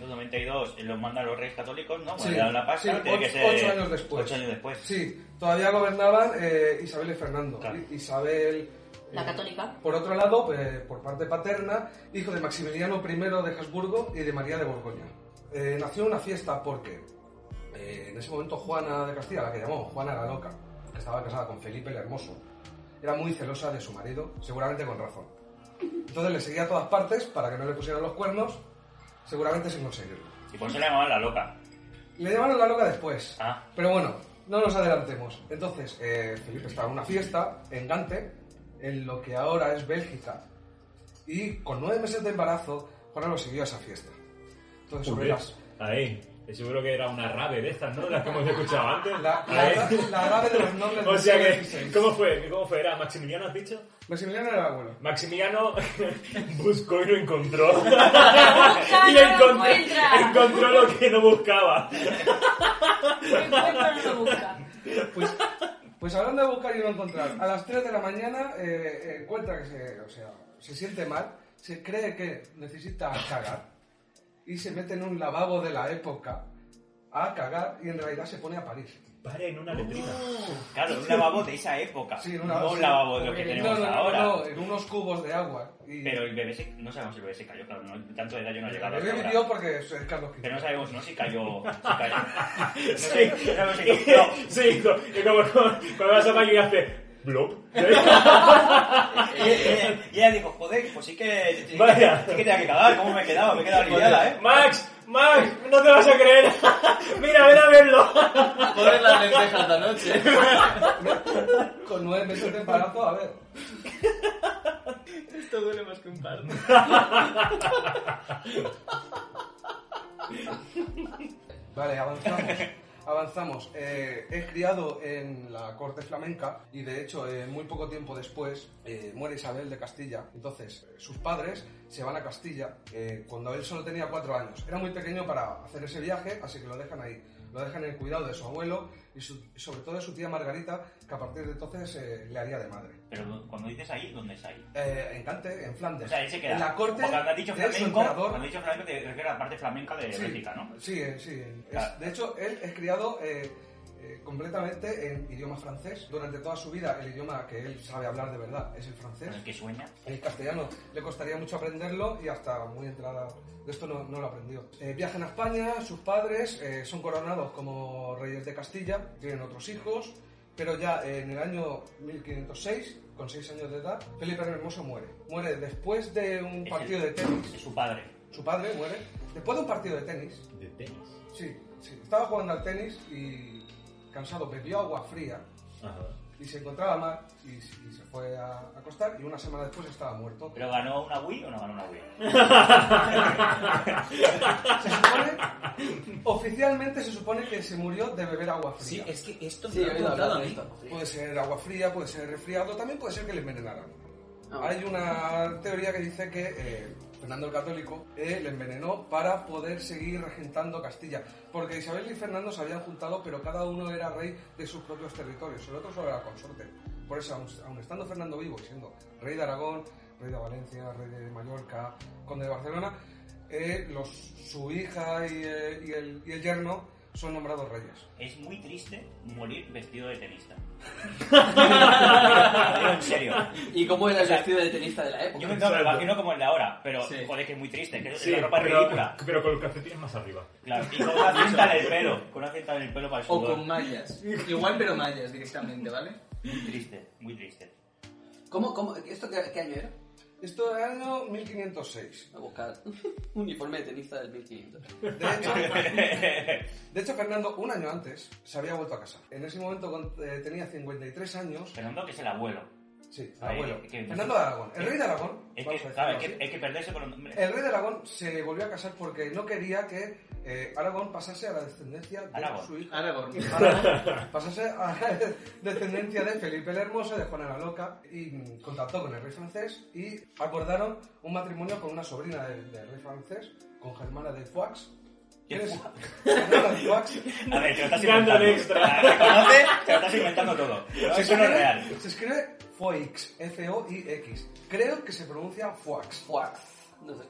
Speaker 4: 1492, lo manda a los reyes católicos, ¿no? Bueno,
Speaker 5: Sí,
Speaker 4: le dan la pasta,
Speaker 5: sí,
Speaker 4: tiene que
Speaker 5: ocho-
Speaker 4: ser...
Speaker 5: ocho años después.
Speaker 4: Ocho años después.
Speaker 5: Sí, todavía gobernaban eh, Isabel y Fernando.
Speaker 4: Claro.
Speaker 5: I- Isabel...
Speaker 3: La
Speaker 5: eh,
Speaker 3: católica.
Speaker 5: Por otro lado, pues, por parte paterna, hijo de Maximiliano I de Habsburgo y de María de Borgoña. Eh, nació en una fiesta porque eh, en ese momento Juana de Castilla, la que llamó Juana la Loca, que estaba casada con Felipe el Hermoso, era muy celosa de su marido, seguramente con razón. Entonces le seguía a todas partes para que no le pusieran los cuernos, seguramente sin conseguirlo.
Speaker 4: Y por eso le llamaban la loca.
Speaker 5: Le llamaron la loca después.
Speaker 4: Ah.
Speaker 5: Pero bueno, no nos adelantemos. Entonces, eh, Felipe estaba en una fiesta en Gante, en lo que ahora es Bélgica. Y con nueve meses de embarazo, Juana lo siguió a esa fiesta. Entonces, sobre las...
Speaker 2: Ahí. Seguro que era una rave de estas, ¿no? Las que hemos escuchado antes.
Speaker 5: La,
Speaker 2: Ahí.
Speaker 5: la, la grave de los nobles
Speaker 2: O
Speaker 5: del
Speaker 2: sea
Speaker 5: siglo
Speaker 2: que,
Speaker 5: XVI.
Speaker 2: ¿cómo fue? ¿Cómo fue? ¿Era Maximiliano, has dicho?
Speaker 5: Maximiliano era el abuelo.
Speaker 2: Maximiliano buscó y lo encontró.
Speaker 3: Busca,
Speaker 2: y
Speaker 3: no lo
Speaker 2: encontró,
Speaker 3: encuentra.
Speaker 2: encontró lo que no buscaba.
Speaker 3: Me encuentro, no lo busca.
Speaker 5: Pues, pues hablando de buscar y no encontrar, a las 3 de la mañana eh, encuentra que se, o sea, se siente mal, se cree que necesita cagar y se mete en un lavabo de la época a cagar y en realidad se pone a París.
Speaker 2: Para en una letrina.
Speaker 4: Claro, un lavabo de esa época.
Speaker 5: Sí, un
Speaker 4: un
Speaker 5: lavabo,
Speaker 4: no
Speaker 5: sí.
Speaker 4: un lavabo de lo que
Speaker 3: Pobre
Speaker 4: tenemos
Speaker 5: no, no,
Speaker 4: ahora.
Speaker 5: no, no, en unos cubos de agua. Y
Speaker 4: Pero el bebé se... No sabemos si el bebé se cayó, claro, no, tanto de edad yo no he
Speaker 5: el
Speaker 4: llegado
Speaker 5: bebé
Speaker 4: hasta ahora.
Speaker 5: vivió porque es es Carlos V.
Speaker 4: Pero no sabemos, ¿no? Si cayó... Si cayó. No
Speaker 2: Sí,
Speaker 4: sé, no sabemos si cayó.
Speaker 2: sí, co- y como como- cuando vas a baño y hace blop.
Speaker 4: Y, ella- y ella dijo, joder, pues sí que... Sí,
Speaker 2: Vaya.
Speaker 4: que- sí que tenía que cagar, ¿cómo me he quedado? Me he quedado aliviada, ¿eh?
Speaker 2: Max, Max, no te vas a creer. Mira, ven a verlo.
Speaker 6: Joder las lentejas de anoche.
Speaker 5: Con nueve meses de embarazo, a ver.
Speaker 6: Esto duele más que un parto.
Speaker 5: Vale, avanzamos. Avanzamos. Eh, es criado en la corte flamenca y de hecho eh, muy poco tiempo después eh, muere Isabel de Castilla. Entonces eh, sus padres se van a Castilla eh, cuando él solo tenía cuatro años. Era muy pequeño para hacer ese viaje, así que lo dejan ahí. Lo dejan en el cuidado de su abuelo y su- sobre todo de su tía Margarita, que a partir de entonces eh, le haría de madre.
Speaker 4: Pero cuando dices ahí, ¿dónde es ahí?
Speaker 5: Eh, en Cante, en Flandes.
Speaker 4: O sea, ahí se queda.
Speaker 5: En la corte
Speaker 4: Porque cuando has dicho
Speaker 5: de su
Speaker 4: flamenco,
Speaker 5: emperador.
Speaker 4: cuando has dicho flamenco, te refieres a la parte flamenca de
Speaker 5: Sí,
Speaker 4: Bélgica, ¿no?
Speaker 5: Sí, eh, sí. Es-
Speaker 4: Claro.
Speaker 5: de hecho, él es criado eh, eh, completamente en idioma francés. Durante toda su vida el idioma que él sabe hablar de verdad es el francés.
Speaker 4: con el que sueña.
Speaker 5: El castellano le costaría mucho aprenderlo y hasta muy entrada de esto no, no lo aprendió. Eh, viajan a España, sus padres eh, son coronados como reyes de Castilla, tienen otros hijos, pero ya eh, en el año 1506, con 6 años de edad, Felipe el Hermoso muere. Muere después de un
Speaker 4: Es
Speaker 5: partido
Speaker 4: el-
Speaker 5: de tenis,
Speaker 4: Es su padre.
Speaker 5: su padre muere, después de un partido de tenis,
Speaker 2: De tenis.
Speaker 5: sí, sí, estaba jugando al tenis y cansado, bebió agua fría
Speaker 2: Ajá.
Speaker 5: y se encontraba mal y, y se fue a a acostar y una semana después estaba muerto.
Speaker 4: ¿Pero ganó una Wii o no ganó una Wii?
Speaker 5: Se supone, oficialmente se supone que se murió de beber agua
Speaker 6: Sí,
Speaker 5: fría.
Speaker 6: es que esto
Speaker 1: Sí,
Speaker 6: me
Speaker 1: he
Speaker 6: lo han
Speaker 1: oído
Speaker 6: contado
Speaker 1: hablar
Speaker 6: a
Speaker 1: de
Speaker 6: mí.
Speaker 1: esto.
Speaker 5: Puede ser agua fría, puede ser resfriado, también puede ser que le envenenaran.
Speaker 1: Ah.
Speaker 5: Hay una teoría que dice que eh, Fernando el Católico eh, le envenenó para poder seguir regentando Castilla. Porque Isabel y Fernando se habían juntado, pero cada uno era rey de sus propios territorios. El otro solo era consorte. Por eso, aun, aun estando Fernando vivo y siendo rey de Aragón, rey de Valencia, rey de Mallorca, conde de Barcelona, eh, los, su hija y, eh, y el, y el yerno son nombrados reyes.
Speaker 4: Es muy triste morir vestido de tenista. Lo digo en serio.
Speaker 1: ¿Y cómo era el vestido de tenista de la época?
Speaker 4: Yo me, no, me lo imagino como el de ahora, pero
Speaker 6: Sí.
Speaker 4: joder, que es muy triste, que
Speaker 2: Sí,
Speaker 4: la ropa es
Speaker 2: pero,
Speaker 4: ridícula.
Speaker 2: pero con los calcetines más arriba.
Speaker 4: Claro, y con una cinta en el pelo, con una cinta en el pelo para el
Speaker 6: O
Speaker 4: sudor.
Speaker 6: con mallas. Igual, pero mallas directamente, ¿vale?
Speaker 4: Muy triste, muy triste.
Speaker 1: ¿Cómo, cómo, ¿Esto qué, qué año era?
Speaker 5: Esto es el año 1506.
Speaker 1: Voy A buscar uniforme de tenista del 1500.
Speaker 5: De hecho, de hecho, Fernando, un año antes, se había vuelto a casa. En ese momento con- eh, tenía 53 años.
Speaker 4: Fernando, que es el abuelo.
Speaker 5: Sí, el
Speaker 4: Ahí,
Speaker 5: abuelo.
Speaker 4: que-
Speaker 5: Fernando de Aragón. El
Speaker 4: que-
Speaker 5: rey de Aragón.
Speaker 4: Es que,
Speaker 5: vamos a
Speaker 4: claro, es
Speaker 5: decirlo
Speaker 4: que, es que perderse por un
Speaker 5: así.
Speaker 4: nombre.
Speaker 5: El rey de Aragón se volvió a casar porque no quería que eh, Aragón pasase a la descendencia de
Speaker 4: Aragón.
Speaker 5: su hija.
Speaker 6: Aragorn.
Speaker 5: Aragón pasase a la descendencia de Felipe el Hermoso, de Juana la Loca, y mm, contactó con el rey francés y acordaron un matrimonio con una sobrina del, del rey francés, con Germana de Foix. ¿Quién es? Germana de Foix.
Speaker 4: A ver, te lo estás
Speaker 2: Gandalf
Speaker 4: inventando.
Speaker 2: extra.
Speaker 4: ¿Me conoces? Te lo estás inventando todo. No, eso no es real.
Speaker 5: Se escribe Foix, F-O-I-X. Creo que se pronuncia Foix.
Speaker 1: Fuax. No sé.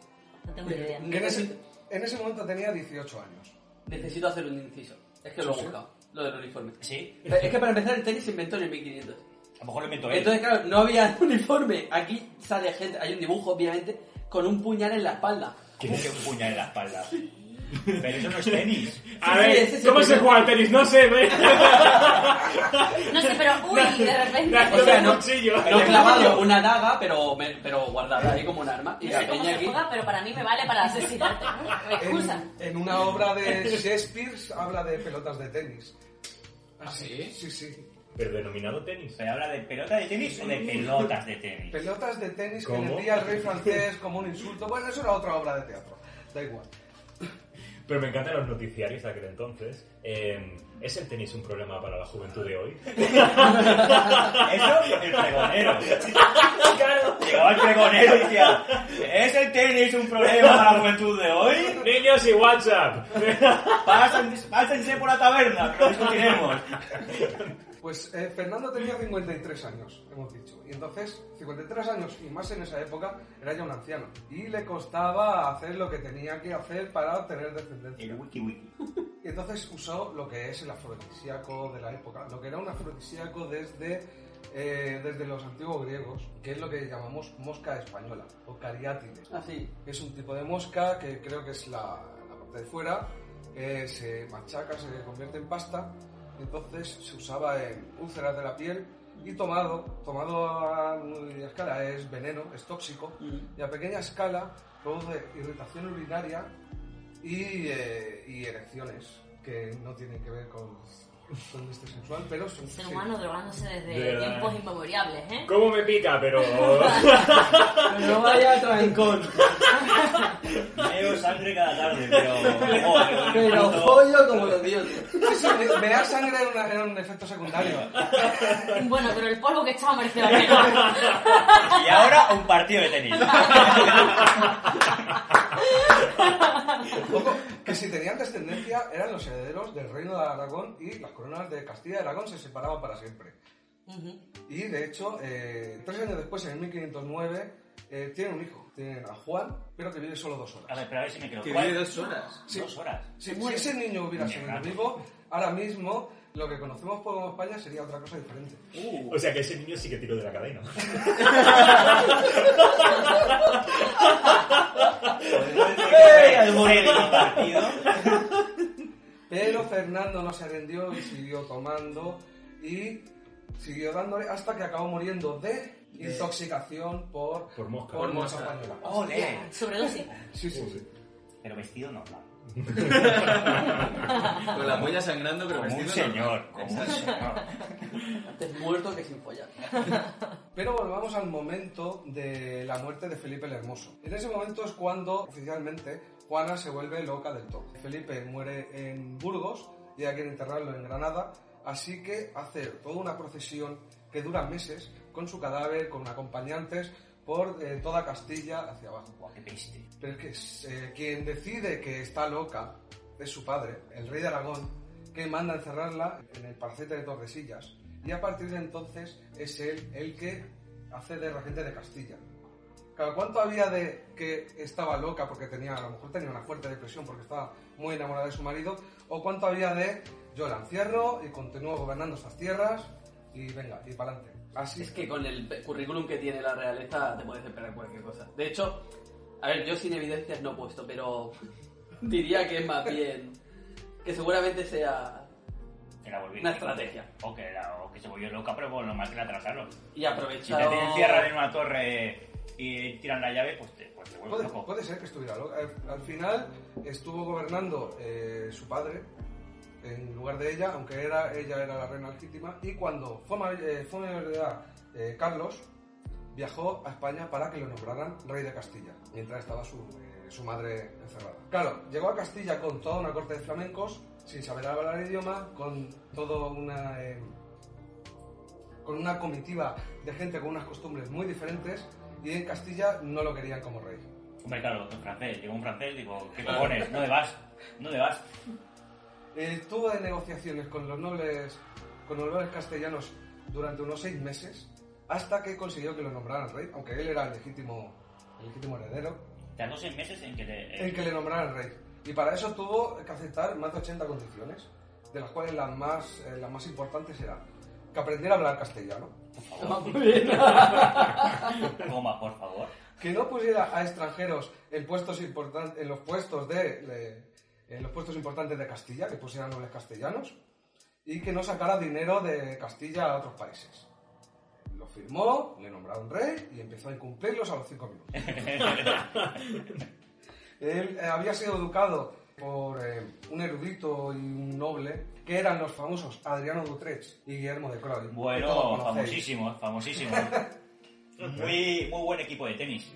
Speaker 3: No tengo ni idea.
Speaker 5: En ese, en ese momento tenía 18 años.
Speaker 1: Necesito hacer un inciso. Es que lo he buscado, lo del uniforme.
Speaker 4: Sí,
Speaker 1: Pero Es que para empezar el tenis se inventó en el 1500.
Speaker 4: a lo mejor lo inventó él.
Speaker 1: Entonces, claro, no había uniforme. Aquí sale gente, hay un dibujo, obviamente, con un puñal en la espalda.
Speaker 4: Tiene que un puñal en la espalda. Pero eso no es tenis.
Speaker 2: A
Speaker 1: Sí,
Speaker 2: ver,
Speaker 1: ese es el
Speaker 2: ¿cómo se
Speaker 1: primer-
Speaker 2: juega al tenis? No sé, ve.
Speaker 3: No sé, pero uy, de repente.
Speaker 2: Dale,
Speaker 1: sea,
Speaker 2: un
Speaker 1: no-
Speaker 2: cuchillo.
Speaker 1: No clavado, una daga, pero, me- pero guardada ahí como un arma. Y
Speaker 3: No sé
Speaker 1: la
Speaker 3: cómo
Speaker 1: peña
Speaker 3: se
Speaker 1: aquí.
Speaker 3: juega, pero para mí me vale para asesinarte. ¿no? Me excusan.
Speaker 5: En, en una obra de Shakespeare habla de pelotas de tenis.
Speaker 6: ¿Ah, sí?
Speaker 5: Sí, sí.
Speaker 2: Pero denominado tenis.
Speaker 4: ¿Pero habla de pelota de tenis o de pelotas de tenis?
Speaker 5: Pelotas de tenis
Speaker 2: ¿Cómo?
Speaker 5: que le envía al rey francés como un insulto. Bueno, eso era otra obra de teatro. Da igual.
Speaker 2: Pero me encantan los noticiarios de aquel entonces. Eh, ¿Es el tenis un problema para la juventud de hoy?
Speaker 4: Eso, el pregonero. Llegaba el pregonero y decía, ¿es el tenis un problema para la juventud de hoy?
Speaker 2: Niños y WhatsApp.
Speaker 4: Pasen- Pásense por la taberna, que lo discutiremos.
Speaker 5: Pues eh, Fernando tenía 53 años, hemos dicho. Y entonces, 53 años y más en esa época, era ya un anciano. Y le costaba hacer lo que tenía que hacer para tener descendencia.
Speaker 4: El wiki wiki.
Speaker 5: Y entonces usó lo que es el afrodisíaco de la época, lo que era un afrodisíaco desde, eh, desde los antiguos griegos, que es lo que llamamos mosca española o cariátide.
Speaker 1: Así.
Speaker 5: Es un tipo de mosca que creo que es la, la parte de fuera, eh, se machaca, se convierte en pasta, y entonces se usaba en úlceras de la piel y tomado, tomado a media escala es veneno, es tóxico, y a pequeña escala produce irritación urinaria y, eh, y erecciones que no tienen que ver con, con este sexual, pero son...
Speaker 3: El ser
Speaker 5: sí.
Speaker 3: humano drogándose desde
Speaker 2: De verdad,
Speaker 3: tiempos
Speaker 2: eh.
Speaker 3: inmemoriales, ¿eh?
Speaker 2: ¿Cómo me pica? Pero...
Speaker 1: No vaya a trancón.
Speaker 4: Veo sangre cada tarde, pero... oh,
Speaker 1: Pero pollo como los dioses.
Speaker 5: Sí, sí, me- me da sangre era, una- era un efecto secundario.
Speaker 3: Bueno, pero el polvo que echaba mereció la pena.
Speaker 4: Y ahora un partido de tenis.
Speaker 5: Ojo, que si tenían descendencia eran los herederos del reino de Aragón y las coronas de Castilla y Aragón se separaban para siempre.
Speaker 3: Ujú.
Speaker 5: Y de hecho, eh, tres años después, en 1509, eh, tienen un hijo. Tienen a Juan, pero que vive solo dos
Speaker 4: A
Speaker 5: horas.
Speaker 4: ver, pero a ver si me quedo.
Speaker 6: Que
Speaker 4: ¿Cuál?
Speaker 6: vive dos horas.
Speaker 4: Dos horas.
Speaker 5: Si, si ese niño hubiera sido
Speaker 4: Mierda.
Speaker 5: vivo, ahora mismo Lo que conocemos como España sería otra cosa diferente.
Speaker 6: Uh.
Speaker 2: O sea que ese niño sí que tiró de la cadena.
Speaker 4: ¡Ey, al morir en un partido!
Speaker 5: Pero Fernando no se rindió y siguió tomando y siguió dándole hasta que acabó muriendo de intoxicación por,
Speaker 2: Por mosca.
Speaker 5: por
Speaker 6: Por
Speaker 5: mosca
Speaker 6: mosca.
Speaker 5: española.
Speaker 4: ¡Ole!
Speaker 3: Sobredosis.
Speaker 5: Sí, sí, sí.
Speaker 4: Pero vestido normal.
Speaker 6: Con la polla sangrando, pero
Speaker 4: Como un
Speaker 6: vestido normal.
Speaker 4: señor, como un señor.
Speaker 1: Antes muerto que sin follar.
Speaker 5: Pero volvamos al momento de la muerte de Felipe el Hermoso. En ese momento es cuando oficialmente Juana se vuelve loca del todo. Felipe muere en Burgos y ella quiere enterrarlo en Granada, así que hace toda una procesión que dura meses con su cadáver, con acompañantes, por eh, toda Castilla hacia abajo.
Speaker 4: Buah, qué peste.
Speaker 5: Pero es que eh, quien decide que está loca es su padre, el rey de Aragón, que manda encerrarla en el palacete de Tordesillas. Y a partir de entonces es él el que hace de regente de Castilla. Claro, ¿Cuánto había de que estaba loca porque tenía, a lo mejor tenía una fuerte depresión porque estaba muy enamorada de su marido? ¿O cuánto había de yo la encierro y continúo gobernando estas tierras y venga, y para adelante? Así
Speaker 1: Es que con el currículum que tiene la realeza te puedes esperar cualquier cosa. De hecho, a ver, yo sin evidencias no he puesto, pero diría que es más bien que seguramente sea...
Speaker 4: Que la volví-
Speaker 1: Una estrategia.
Speaker 4: O que, la- o que se volvió loca, pero bueno, lo más que la atrasaron.
Speaker 1: Y
Speaker 4: Si
Speaker 1: aprovechado...
Speaker 4: te encierran en una torre y tiran la llave, pues te, pues te vuelves
Speaker 5: Puede,
Speaker 4: loco.
Speaker 5: puede ser que estuviera loca. Al, al final estuvo gobernando eh, su padre en lugar de ella, aunque era, ella era la reina legítima. Y cuando fue, ma- eh, fue mayor de edad eh, Carlos, viajó a España para que lo nombraran rey de Castilla, mientras estaba su, eh, su madre encerrada. Claro, llegó a Castilla con toda una corte de flamencos, sin saber hablar el idioma, con toda una... eh, con una comitiva de gente con unas costumbres muy diferentes y en Castilla no lo querían como rey.
Speaker 4: Hombre, claro, en francés. Llegó un francés, digo, ¿qué cojones? ¿Dónde vas? ¿Dónde vas?
Speaker 5: Eh, tuvo de negociaciones con los nobles, con los nobles castellanos durante unos seis meses, hasta que consiguió que lo nombraran rey, aunque él era el legítimo, el legítimo heredero,
Speaker 4: Tardó seis meses en que te...
Speaker 5: el que le nombraran rey. Y para eso tuvo que aceptar más de 80 condiciones, de las cuales las más, eh, las más importantes eran que aprendiera a hablar castellano,
Speaker 1: Muy bien.
Speaker 4: Toma, por favor.
Speaker 5: que no pusiera a extranjeros en puestos importantes en los puestos de, de- en los puestos importantes de Castilla que pusieran nobles castellanos y que no sacara dinero de Castilla a otros países lo firmó le nombraron rey y empezó a incumplirlos a los cinco minutos él eh, había sido educado por eh, un erudito y un noble que eran los famosos Adriano Dutrecht y Guillermo de Croy que todos
Speaker 4: Bueno,
Speaker 5: conocéis.
Speaker 4: famosísimo, famosísimo. Muy, muy buen equipo de tenis.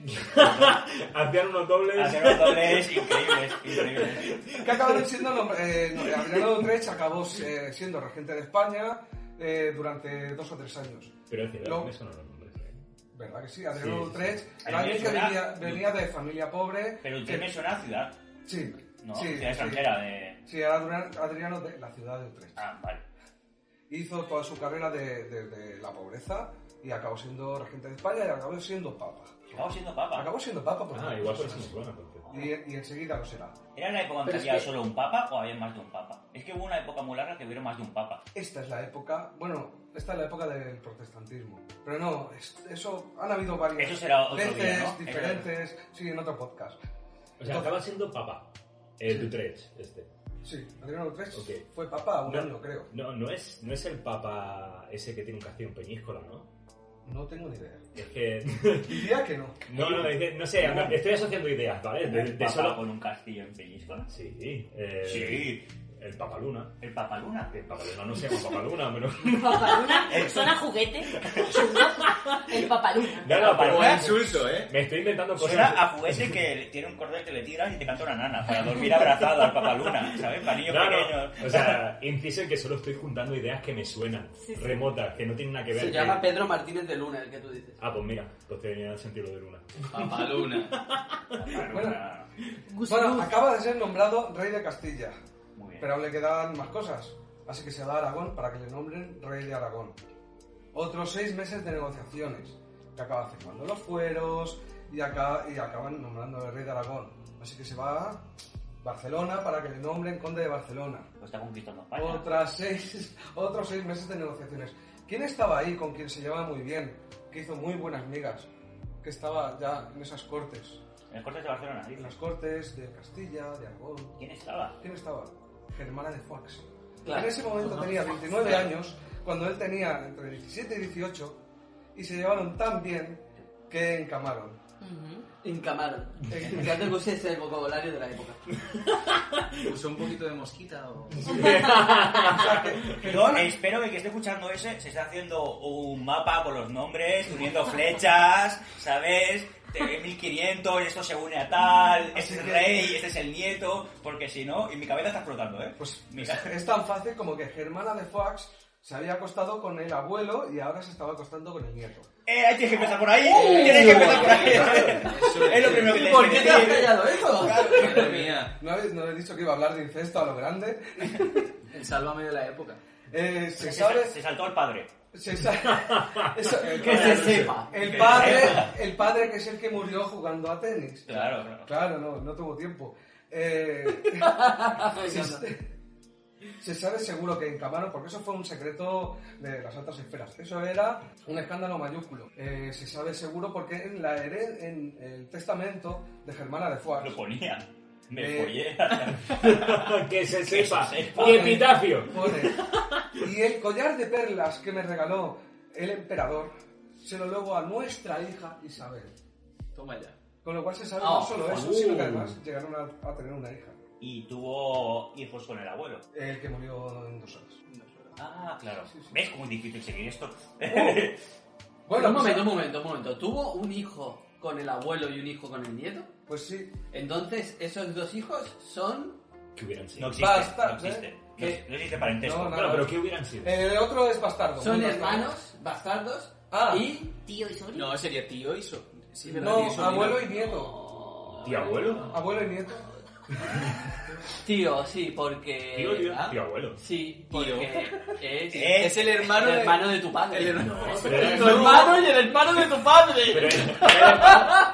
Speaker 2: Hacían unos dobles.
Speaker 4: Hacen unos dobles increíbles, increíbles.
Speaker 5: que acabaron siendo nom- eh, no, Adriano Dutrecht acabó eh, siendo regente de España eh, durante dos o tres años
Speaker 2: Pero es que
Speaker 5: Lo-
Speaker 2: me sonan los nombres. ¿eh?
Speaker 5: verdad que sí Adriano
Speaker 2: Sí, sí,
Speaker 5: Dutrecht
Speaker 4: sí.
Speaker 5: era alguien que
Speaker 4: Adriano
Speaker 5: venía,
Speaker 4: era-
Speaker 5: venía de familia pobre
Speaker 4: Pero usted
Speaker 5: que-
Speaker 4: me suena a ciudad,
Speaker 5: sí
Speaker 4: ¿no?
Speaker 5: sí,
Speaker 4: ciudad
Speaker 5: sí.
Speaker 4: extranjera de...
Speaker 5: Sí, era Adriano- Adriano de la ciudad de Utrecht
Speaker 4: Ah, vale.
Speaker 5: hizo toda su carrera de, de- de la pobreza y acabó siendo regente de España y acabó siendo papa
Speaker 4: Acabo siendo papa.
Speaker 5: acabó siendo papa por
Speaker 2: Ah,
Speaker 5: muchas
Speaker 2: igual por eso
Speaker 5: cosas.
Speaker 2: me suena. porque-
Speaker 5: y, y enseguida lo será
Speaker 4: ¿Era la época en que
Speaker 1: Pero es
Speaker 4: había
Speaker 1: que-
Speaker 4: solo un papa o había más de un papa? Es que hubo una época muy larga que hubo más de un papa.
Speaker 5: Esta es la época, bueno, esta es la época del protestantismo. Pero no, es- eso han habido varias
Speaker 4: Eso será otro
Speaker 5: veces
Speaker 4: día, ¿no?
Speaker 5: diferentes, sí, en otro podcast.
Speaker 2: O sea, acaba siendo papa. El Dutrecht, este.
Speaker 5: Sí, Adriano Dutrecht
Speaker 2: Ok.
Speaker 5: fue papa un
Speaker 2: No.
Speaker 5: año, creo.
Speaker 2: No, no es, no es el papa ese que tiene un castillo en Peñíscola, ¿no?
Speaker 5: No tengo ni idea.
Speaker 2: Es que.
Speaker 5: Diría que no.
Speaker 2: No, no, es que- no sé,
Speaker 4: No.
Speaker 2: estoy asociando ideas, ¿vale? De, de
Speaker 4: El papa
Speaker 2: solo.
Speaker 4: con un castillo en Peñíscola.
Speaker 2: Sí, eh,
Speaker 4: Sí.
Speaker 2: El Papa Luna.
Speaker 4: El papa luna.
Speaker 2: El Papa Luna no se llama Papa Luna, pero.
Speaker 3: Papaluna. Suena a juguete. El papaluna.
Speaker 2: No, no, pero.
Speaker 6: Buen insulto, ¿eh?
Speaker 2: Me estoy inventando cosas.
Speaker 4: Suena pues a juguete que tiene un cordel que le tiras y te canta una nana para dormir abrazado al papaluna, ¿sabes? Para niños
Speaker 2: No,
Speaker 4: pequeños.
Speaker 2: no. O sea, inciso en que solo estoy juntando ideas que me suenan,
Speaker 3: Sí, sí.
Speaker 2: remotas, que no tienen nada que ver.
Speaker 1: Se
Speaker 2: que-
Speaker 1: llama Pedro Martínez de Luna, el que tú dices.
Speaker 2: Ah, pues mira, pues tenía sentido lo de Luna.
Speaker 6: Papaluna.
Speaker 4: Papaluna.
Speaker 5: Bueno. Bueno,
Speaker 3: Gusurú.
Speaker 5: acaba de ser nombrado rey de Castilla,
Speaker 4: Muy bien.
Speaker 5: pero aún le quedaban más cosas. Así que se va a Aragón para que le nombren rey de Aragón. Otros seis meses de negociaciones, que acaba firmando los fueros y, acá, y acaban nombrándole rey de Aragón. Así que se va Barcelona para que le nombren conde de Barcelona.
Speaker 4: Pues está conquistando España.
Speaker 5: Otras seis, otros seis meses de negociaciones. ¿Quién estaba ahí con quien se llevaba muy bien? Que hizo muy buenas migas. Que estaba ya en esas cortes.
Speaker 4: En el corte de Barcelona,
Speaker 5: En
Speaker 4: dices.
Speaker 5: las cortes de Castilla, de Aragón.
Speaker 4: ¿Quién estaba?
Speaker 5: ¿Quién estaba? Germana de Foix.
Speaker 1: Claro.
Speaker 5: En ese momento tenía 29 años, cuando él tenía entre 17 y 18, y se llevaron tan bien que encamaron.
Speaker 1: Encamaron. Me encanta que uses el vocabulario de la época.
Speaker 6: Usó un poquito de mosquita o...
Speaker 4: Perdón, Eh, espero que que esté escuchando ese se está haciendo un mapa con los nombres, uniendo flechas, ¿sabes? TV 1500, esto se une a tal, este es el rey, este es el nieto, porque si no, y mi cabeza está explotando, ¿eh?
Speaker 5: Pues
Speaker 4: mi
Speaker 5: es,
Speaker 4: ca-
Speaker 5: es tan fácil como que Germana de Foix se había acostado con el abuelo y ahora se estaba acostando con el nieto.
Speaker 4: ¡Eh! ahí Tienes que empezar por ahí, tienes que empezar por ahí.
Speaker 6: Eso
Speaker 4: es lo primero que tienes
Speaker 1: ¿Por
Speaker 4: que
Speaker 1: qué te has
Speaker 4: decir.
Speaker 1: callado eso?
Speaker 6: Madre mía,
Speaker 5: ¿No habéis, no habéis dicho que iba a hablar de incesto a lo grande?
Speaker 6: el sálvame de la época.
Speaker 5: Eh, se
Speaker 4: Se,
Speaker 5: sabe...
Speaker 4: se saltó el padre.
Speaker 5: se sa- eso, el
Speaker 1: Que se
Speaker 5: padre-
Speaker 1: sepa.
Speaker 5: El padre, el padre que es el que murió jugando a tenis.
Speaker 4: Claro, claro.
Speaker 5: Claro, no, no tuvo tiempo. Eh, se, se sabe seguro que encamaron, porque eso fue un secreto de las altas esferas. Eso era un escándalo mayúsculo. Eh, se sabe seguro porque en, la hered- en el testamento de Germana de Foix
Speaker 4: Lo ponía. Me
Speaker 5: Eh.
Speaker 4: follé.
Speaker 2: que se
Speaker 4: Que se
Speaker 2: sepa.
Speaker 4: sepa.
Speaker 2: Y epitafio.
Speaker 5: pone, y el collar de perlas que me regaló el emperador se lo luego a nuestra hija Isabel.
Speaker 6: Toma ya.
Speaker 5: Con lo cual se sabe
Speaker 1: Oh,
Speaker 5: no solo eso,
Speaker 2: uh.
Speaker 5: sino que además llegaron a, a tener una hija.
Speaker 4: Y tuvo hijos con el abuelo.
Speaker 5: El que murió en dos horas.
Speaker 4: Ah, claro. ¿Ves cómo es difícil seguir esto?
Speaker 1: Bueno, un
Speaker 5: pues-
Speaker 1: momento, un momento, un momento. ¿Tuvo un hijo con el abuelo y un hijo con el nieto?
Speaker 5: Pues sí,
Speaker 1: Entonces, esos dos hijos son...
Speaker 2: ¿Qué hubieran
Speaker 4: No
Speaker 2: sido?
Speaker 4: existe.
Speaker 5: Basta,
Speaker 4: no existe.
Speaker 5: ¿eh?
Speaker 4: No,
Speaker 5: ¿Qué?
Speaker 4: no existe parentesco.
Speaker 5: No, nada.
Speaker 2: Bueno, pero ¿qué hubieran sido?
Speaker 5: El Eh, otro es bastardo.
Speaker 1: Son
Speaker 5: muy bastardo.
Speaker 1: hermanos, bastardos
Speaker 5: Ah.
Speaker 1: y...
Speaker 3: Tío y sobrino.
Speaker 6: No, sería tío y so... sí, ¿verdad? Tío y
Speaker 5: No,
Speaker 6: sobrino.
Speaker 5: abuelo y nieto.
Speaker 2: ¿Tío abuelo?
Speaker 5: Abuelo y nieto.
Speaker 1: Tío, sí, porque...
Speaker 2: Tío, tío,
Speaker 1: ah,
Speaker 2: tío abuelo.
Speaker 1: Sí,
Speaker 6: Tío.
Speaker 1: porque es...
Speaker 4: Eh,
Speaker 6: Es el hermano,
Speaker 1: el
Speaker 6: de-
Speaker 1: hermano de tu padre.
Speaker 6: el hermano-
Speaker 2: No, pero era
Speaker 1: Tu hermano y el hermano de tu padre.
Speaker 2: Pero era, era-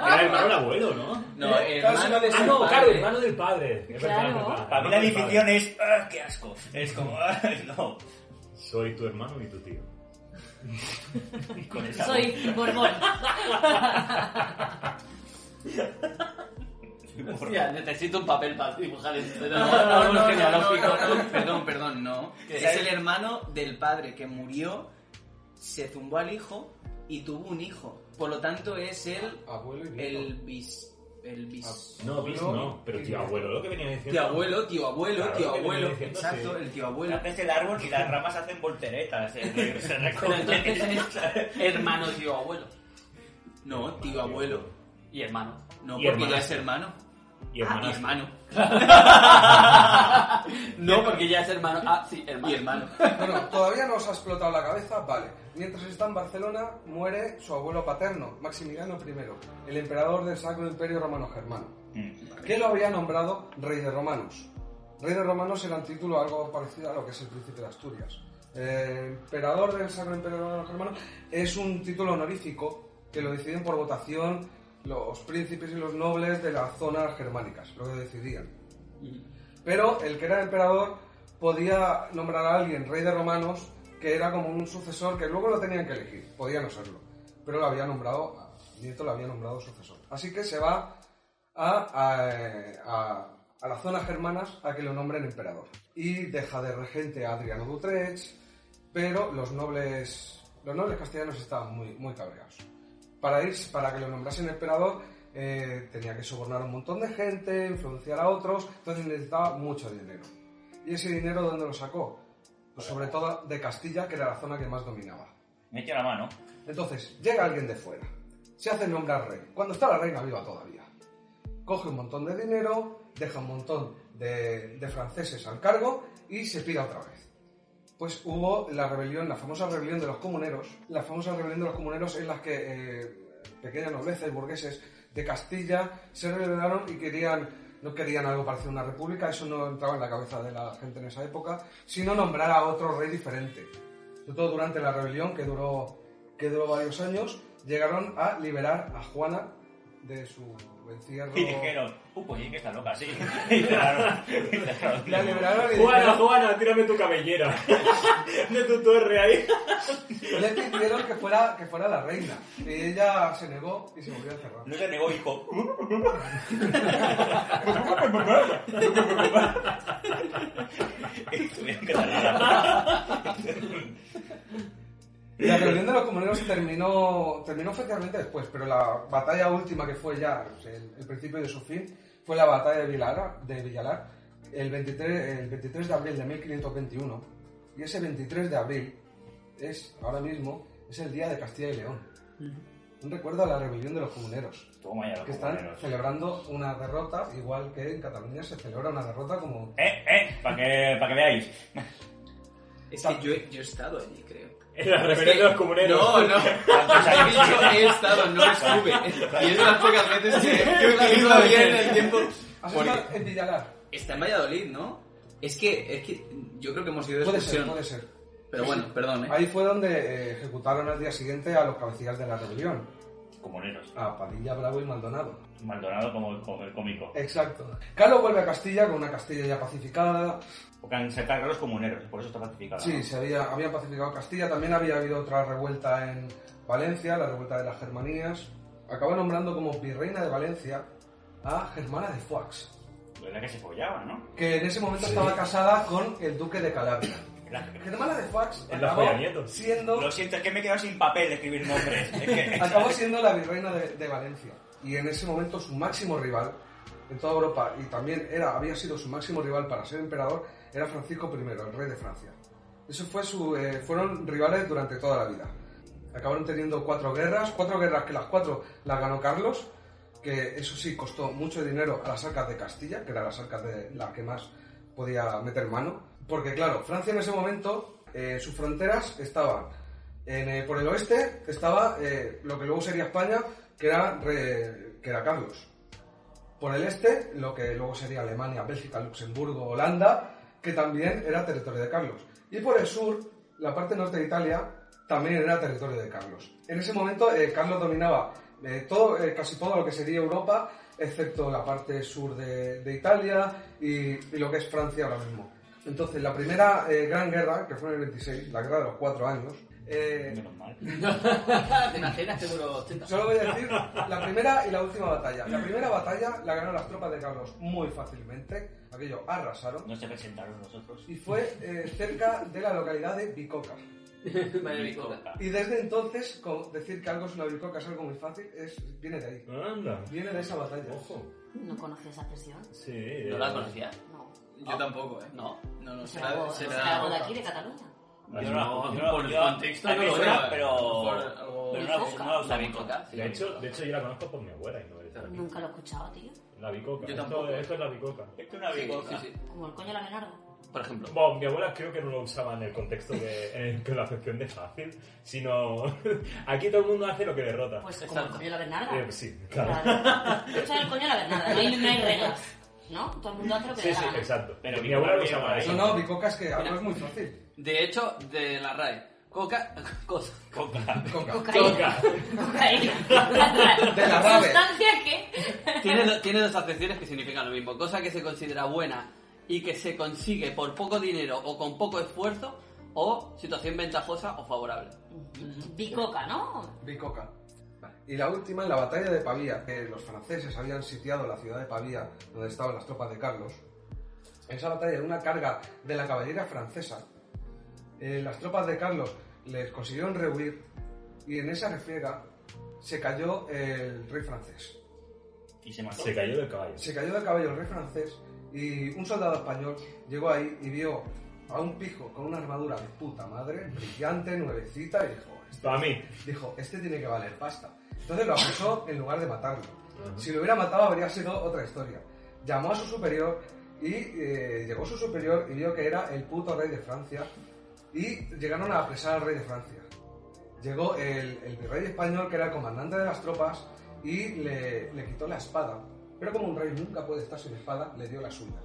Speaker 2: era hermano del abuelo, ¿no?
Speaker 6: No, hermano de
Speaker 2: Ah,
Speaker 6: su
Speaker 2: no,
Speaker 6: padre.
Speaker 2: claro, hermano del padre. Es verdad,
Speaker 3: Claro.
Speaker 2: es verdad.
Speaker 4: Para mí la
Speaker 2: Hermano del
Speaker 4: definición es. "Ah, ¡Qué asco! Es como. "Ah, no.
Speaker 2: padre. Soy tu hermano y tu tío.
Speaker 4: Con esa voz.
Speaker 3: Soy Borbón.
Speaker 1: Hostia, necesito un papel para dibujar esto. No,
Speaker 6: No,
Speaker 1: no,
Speaker 6: no, no,
Speaker 1: árbol
Speaker 6: no,
Speaker 1: genealógico.
Speaker 6: no, no, Perdón, perdón, no.
Speaker 1: ¿Qué?
Speaker 6: Es el hermano del padre que murió, se zumbó al hijo y tuvo un hijo. Por lo tanto, es el.
Speaker 5: Abuelo y nieto.
Speaker 6: El bis. El bis.
Speaker 2: No, bis no, pero
Speaker 5: y
Speaker 2: tío
Speaker 5: nieto.
Speaker 2: abuelo, lo que venía diciendo.
Speaker 6: Tío abuelo, tío abuelo,
Speaker 2: Ah, Claro,
Speaker 6: tío
Speaker 2: lo que
Speaker 6: abuelo.
Speaker 2: venía diciendo,
Speaker 6: Exacto,
Speaker 2: sí.
Speaker 6: el tío
Speaker 4: La
Speaker 6: abuelo.
Speaker 4: vez el árbol y las ramas hacen volteretas. Se, se
Speaker 1: Pero
Speaker 4: recogen.
Speaker 1: entonces es hermano, tío, abuelo.
Speaker 6: No, tío abuelo.
Speaker 1: Y hermano.
Speaker 6: No,
Speaker 2: Ah, Y
Speaker 6: porque
Speaker 2: hermano.
Speaker 6: ya es hermano.
Speaker 2: Y hermano.
Speaker 6: Ah, y hermano.
Speaker 1: No, porque ya es hermano. Ah, sí, hermano.
Speaker 6: Y hermano.
Speaker 5: Bueno, todavía no os ha explotado la cabeza, vale. Mientras está en Barcelona, muere su abuelo paterno, Maximiliano I, el emperador del Sacro Imperio Romano Germano, que lo había nombrado rey de romanos. Rey de romanos era un título algo parecido a lo que es el príncipe de Asturias. Eh, emperador del Sacro Imperio Romano Germano es un título honorífico que lo deciden por votación los príncipes y los nobles de las zonas germánicas, lo que decidían. Pero el que era emperador podía nombrar a alguien rey de romanos que era como un sucesor que luego lo tenían que elegir, podía no serlo. Pero lo había nombrado, Nieto lo había nombrado sucesor. Así que se va a, a, eh, a- a las zonas germanas a que lo nombren emperador. Y deja de regente a Adriano de Utrecht, pero los nobles, los nobles castellanos estaban muy, muy cabreados. Para, ir, para que lo nombrasen emperador eh, tenía que sobornar a un montón de gente, influenciar a otros, entonces necesitaba mucho dinero. ¿Y ese dinero de dónde lo sacó? Pues sobre todo de Castilla, que era la zona que más dominaba.
Speaker 4: Mete la mano.
Speaker 5: Entonces, llega alguien de fuera, se hace nombrar rey, cuando está la reina viva todavía. Coge un montón de dinero, deja un montón de, de franceses al cargo y se pira otra vez. Pues hubo la rebelión, la famosa rebelión de los comuneros, la famosa rebelión de los comuneros en las que eh, pequeñas noblezas y burgueses de Castilla se rebelaron y querían, no querían algo parecido a una república, eso no entraba en la cabeza de la gente en esa época, sino nombrar a otro rey diferente. Sobre todo durante la rebelión que duró, que duró varios años, llegaron a liberar a Juana de su encierro.
Speaker 4: Y dijeron, uh, pues sí que está loca, sí. Y dejaron- y dejaron-
Speaker 5: La liberaron y
Speaker 2: Juana,
Speaker 5: dijeron-
Speaker 2: Juana, tírame tu cabellera. de tu torre ahí.
Speaker 5: le pidieron que fuera, que fuera la reina. Y ella se negó y se volvió a cerrar.
Speaker 4: No se negó, hijo. Y tuvieron que cerrar.
Speaker 5: La reunión de los comuneros terminó, terminó oficialmente después, pero la batalla última que fue ya o sea, el, el principio de su fin fue la batalla de Villalar, de Villalar el, 23, el 23 de abril de 1521. Y ese 23 de abril es, ahora mismo, es el día de Castilla y León. Un recuerdo a la rebelión de los comuneros,
Speaker 4: Toma ya los
Speaker 5: que están
Speaker 4: comuneros.
Speaker 5: celebrando una derrota, igual que en Cataluña se celebra una derrota como...
Speaker 4: Eh, eh, para que, pa' que veáis.
Speaker 6: Es que yo, he- yo he estado allí, creo.
Speaker 2: En la rebelión de los comuneros.
Speaker 6: No, no. Yo he estado, no estuve. Y es de las pocas veces que que utilizo bien el tiempo.
Speaker 5: ¿Has
Speaker 6: Porque
Speaker 5: estado en Villalar?
Speaker 6: está en Valladolid, ¿no? Es que, es que yo creo que hemos ido de
Speaker 5: Puede ser,
Speaker 6: excursión.
Speaker 5: puede ser.
Speaker 6: Pero bueno, perdón, ¿eh?
Speaker 5: Ahí fue donde eh, ejecutaron al día siguiente a los cabecillas de la rebelión,
Speaker 4: Comuneros.
Speaker 5: a Padilla, Bravo y Maldonado.
Speaker 4: Maldonado como el, co- el cómico.
Speaker 5: Exacto. Carlos vuelve a Castilla con una Castilla ya pacificada.
Speaker 4: Porque han sacado los comuneros, por eso está pacificado.
Speaker 5: Sí, se había, habían pacificado Castilla. También había habido otra revuelta en Valencia, la revuelta de las Germanías. Acaba nombrando como virreina de Valencia a Germana de Foix,
Speaker 4: Era que se follaban, ¿no?
Speaker 5: que en ese momento estaba casada con el duque de Calabria.
Speaker 4: Era-
Speaker 5: Germana de Foix
Speaker 2: Es la
Speaker 5: acabó
Speaker 2: joya nieto.
Speaker 5: siendo
Speaker 4: Lo siento, es que me he quedado sin papel de escribir nombres. Es que-
Speaker 5: Acabó siendo la virreina de, de Valencia y en ese momento su máximo rival en toda Europa y también era, había sido su máximo rival para ser emperador era Francisco I, el rey de Francia. Eso fue su, eh, fueron rivales durante toda la vida. Acabaron teniendo cuatro guerras, cuatro guerras que las cuatro las ganó Carlos, que eso sí costó mucho dinero a las arcas de Castilla, que eran las arcas de las que más podía meter mano, porque claro, Francia en ese momento, eh, sus fronteras estaban en, eh, por el oeste estaba eh, lo que luego sería España, que era, re- que era Carlos. Por el este, lo que luego sería Alemania, Bélgica, Luxemburgo, Holanda, que también era territorio de Carlos. Y por el sur, la parte norte de Italia, también era territorio de Carlos. En ese momento, eh, Carlos dominaba eh, todo, eh, casi todo lo que sería Europa, excepto la parte sur de, de Italia y, y lo que es Francia ahora mismo. Entonces, la primera eh, gran guerra, que fue en el 26, la guerra de los cuatro años, eh,
Speaker 4: Menos mal.
Speaker 1: ¿Te imaginas? Seguro 80.
Speaker 5: Solo voy a decir la primera y la última batalla. La primera batalla la ganaron las tropas de Carlos muy fácilmente. Aquello arrasaron.
Speaker 4: No se presentaron nosotros.
Speaker 5: Y fue eh, cerca de la localidad de Bicoca.
Speaker 1: Madre mía, coca.
Speaker 5: Y desde entonces, co- decir que algo es una bicoca es algo muy fácil, es, viene de ahí.
Speaker 2: Anda.
Speaker 5: Viene de esa batalla.
Speaker 2: Ojo.
Speaker 3: ¿No conoces esa expresión?
Speaker 2: Sí. eh,
Speaker 1: ¿No la conocía?
Speaker 3: No.
Speaker 6: Yo tampoco, ¿eh?
Speaker 1: No.
Speaker 6: No, no,
Speaker 3: ¿Será algo,
Speaker 6: será,
Speaker 3: será
Speaker 6: será
Speaker 3: algo de aquí, de Cataluña?
Speaker 2: Ah,
Speaker 4: Yo
Speaker 1: Yo
Speaker 4: no,
Speaker 1: no,
Speaker 4: yo no-
Speaker 1: por el
Speaker 4: yo-
Speaker 1: contexto
Speaker 4: la
Speaker 1: no lo veo,
Speaker 4: persona,
Speaker 1: eh.
Speaker 6: Por
Speaker 4: pero.
Speaker 6: algo-
Speaker 4: Pero no, la-
Speaker 3: Bicoca.
Speaker 4: no la usa
Speaker 1: La
Speaker 4: bien.
Speaker 1: bicoca. sí,
Speaker 2: De
Speaker 1: la
Speaker 2: hecho,
Speaker 1: bicoca.
Speaker 2: de hecho, yo la conozco por mi abuela y no es la bicoca.
Speaker 3: Nunca lo he escuchado, tío.
Speaker 2: La bicoca.
Speaker 6: Yo
Speaker 2: Esto-
Speaker 6: tampoco, eh.
Speaker 2: Esto es la bicoca.
Speaker 4: Esto es una bicoca.
Speaker 1: Sí, sí,
Speaker 3: Como el coño de la Menardo.
Speaker 1: sí. Por ejemplo.
Speaker 2: Bueno, mi abuela creo que no lo usaba en el contexto de en la sección de fácil, sino aquí todo el mundo hace lo que derrota.
Speaker 3: Pues como el
Speaker 1: Exacto.
Speaker 3: coño de la
Speaker 2: Eh,
Speaker 3: Bernarda.
Speaker 2: sí, claro.
Speaker 3: Claro. Esto es el coño de la Bernarda. No hay, no hay reglas. ¿No? Todo el mundo hace lo que le
Speaker 2: Sí,
Speaker 3: da
Speaker 2: sí,
Speaker 3: la gana.
Speaker 2: exacto.
Speaker 4: Pero
Speaker 2: mi
Speaker 4: mi
Speaker 2: abuela lo
Speaker 4: abuela
Speaker 2: usaba
Speaker 4: lleva
Speaker 2: eso.
Speaker 5: No, no, bicoca es que algo es muy fácil.
Speaker 1: De hecho, de la RAE. Coca. Cosa.
Speaker 4: Coca.
Speaker 5: Bicoca.
Speaker 3: Cocaína. Cocaína.
Speaker 5: De la rave.
Speaker 3: Sustancia que...
Speaker 1: Tiene, do- tiene dos acepciones que significan lo mismo. Cosa que se considera buena y que se consigue por poco dinero o con poco esfuerzo, o situación ventajosa o favorable.
Speaker 3: Bicoca, ¿no?
Speaker 5: Bicoca. Y la última, en la batalla de Pavía, que los franceses habían sitiado la ciudad de Pavía, donde estaban las tropas de Carlos. En esa batalla, en una carga de la caballería francesa, eh, las tropas de Carlos les consiguieron rehuir y en esa refriega se cayó el rey francés.
Speaker 4: Y se mató.
Speaker 2: Se cayó del caballo.
Speaker 5: Se cayó del caballo el rey francés y un soldado español llegó ahí y vio a un pijo con una armadura de puta madre, brillante, nuevecita, y dijo,
Speaker 2: Para mí.
Speaker 5: dijo, este tiene que valer pasta. Entonces lo acusó en lugar de matarlo. Si lo hubiera matado habría sido otra historia. Llamó a su superior y eh, llegó su superior y vio que era el puto rey de Francia y llegaron a apresar al rey de Francia. Llegó el, el virrey español que era el comandante de las tropas y le, le quitó la espada. Pero como un rey nunca puede estar sin espada, le dio la suya.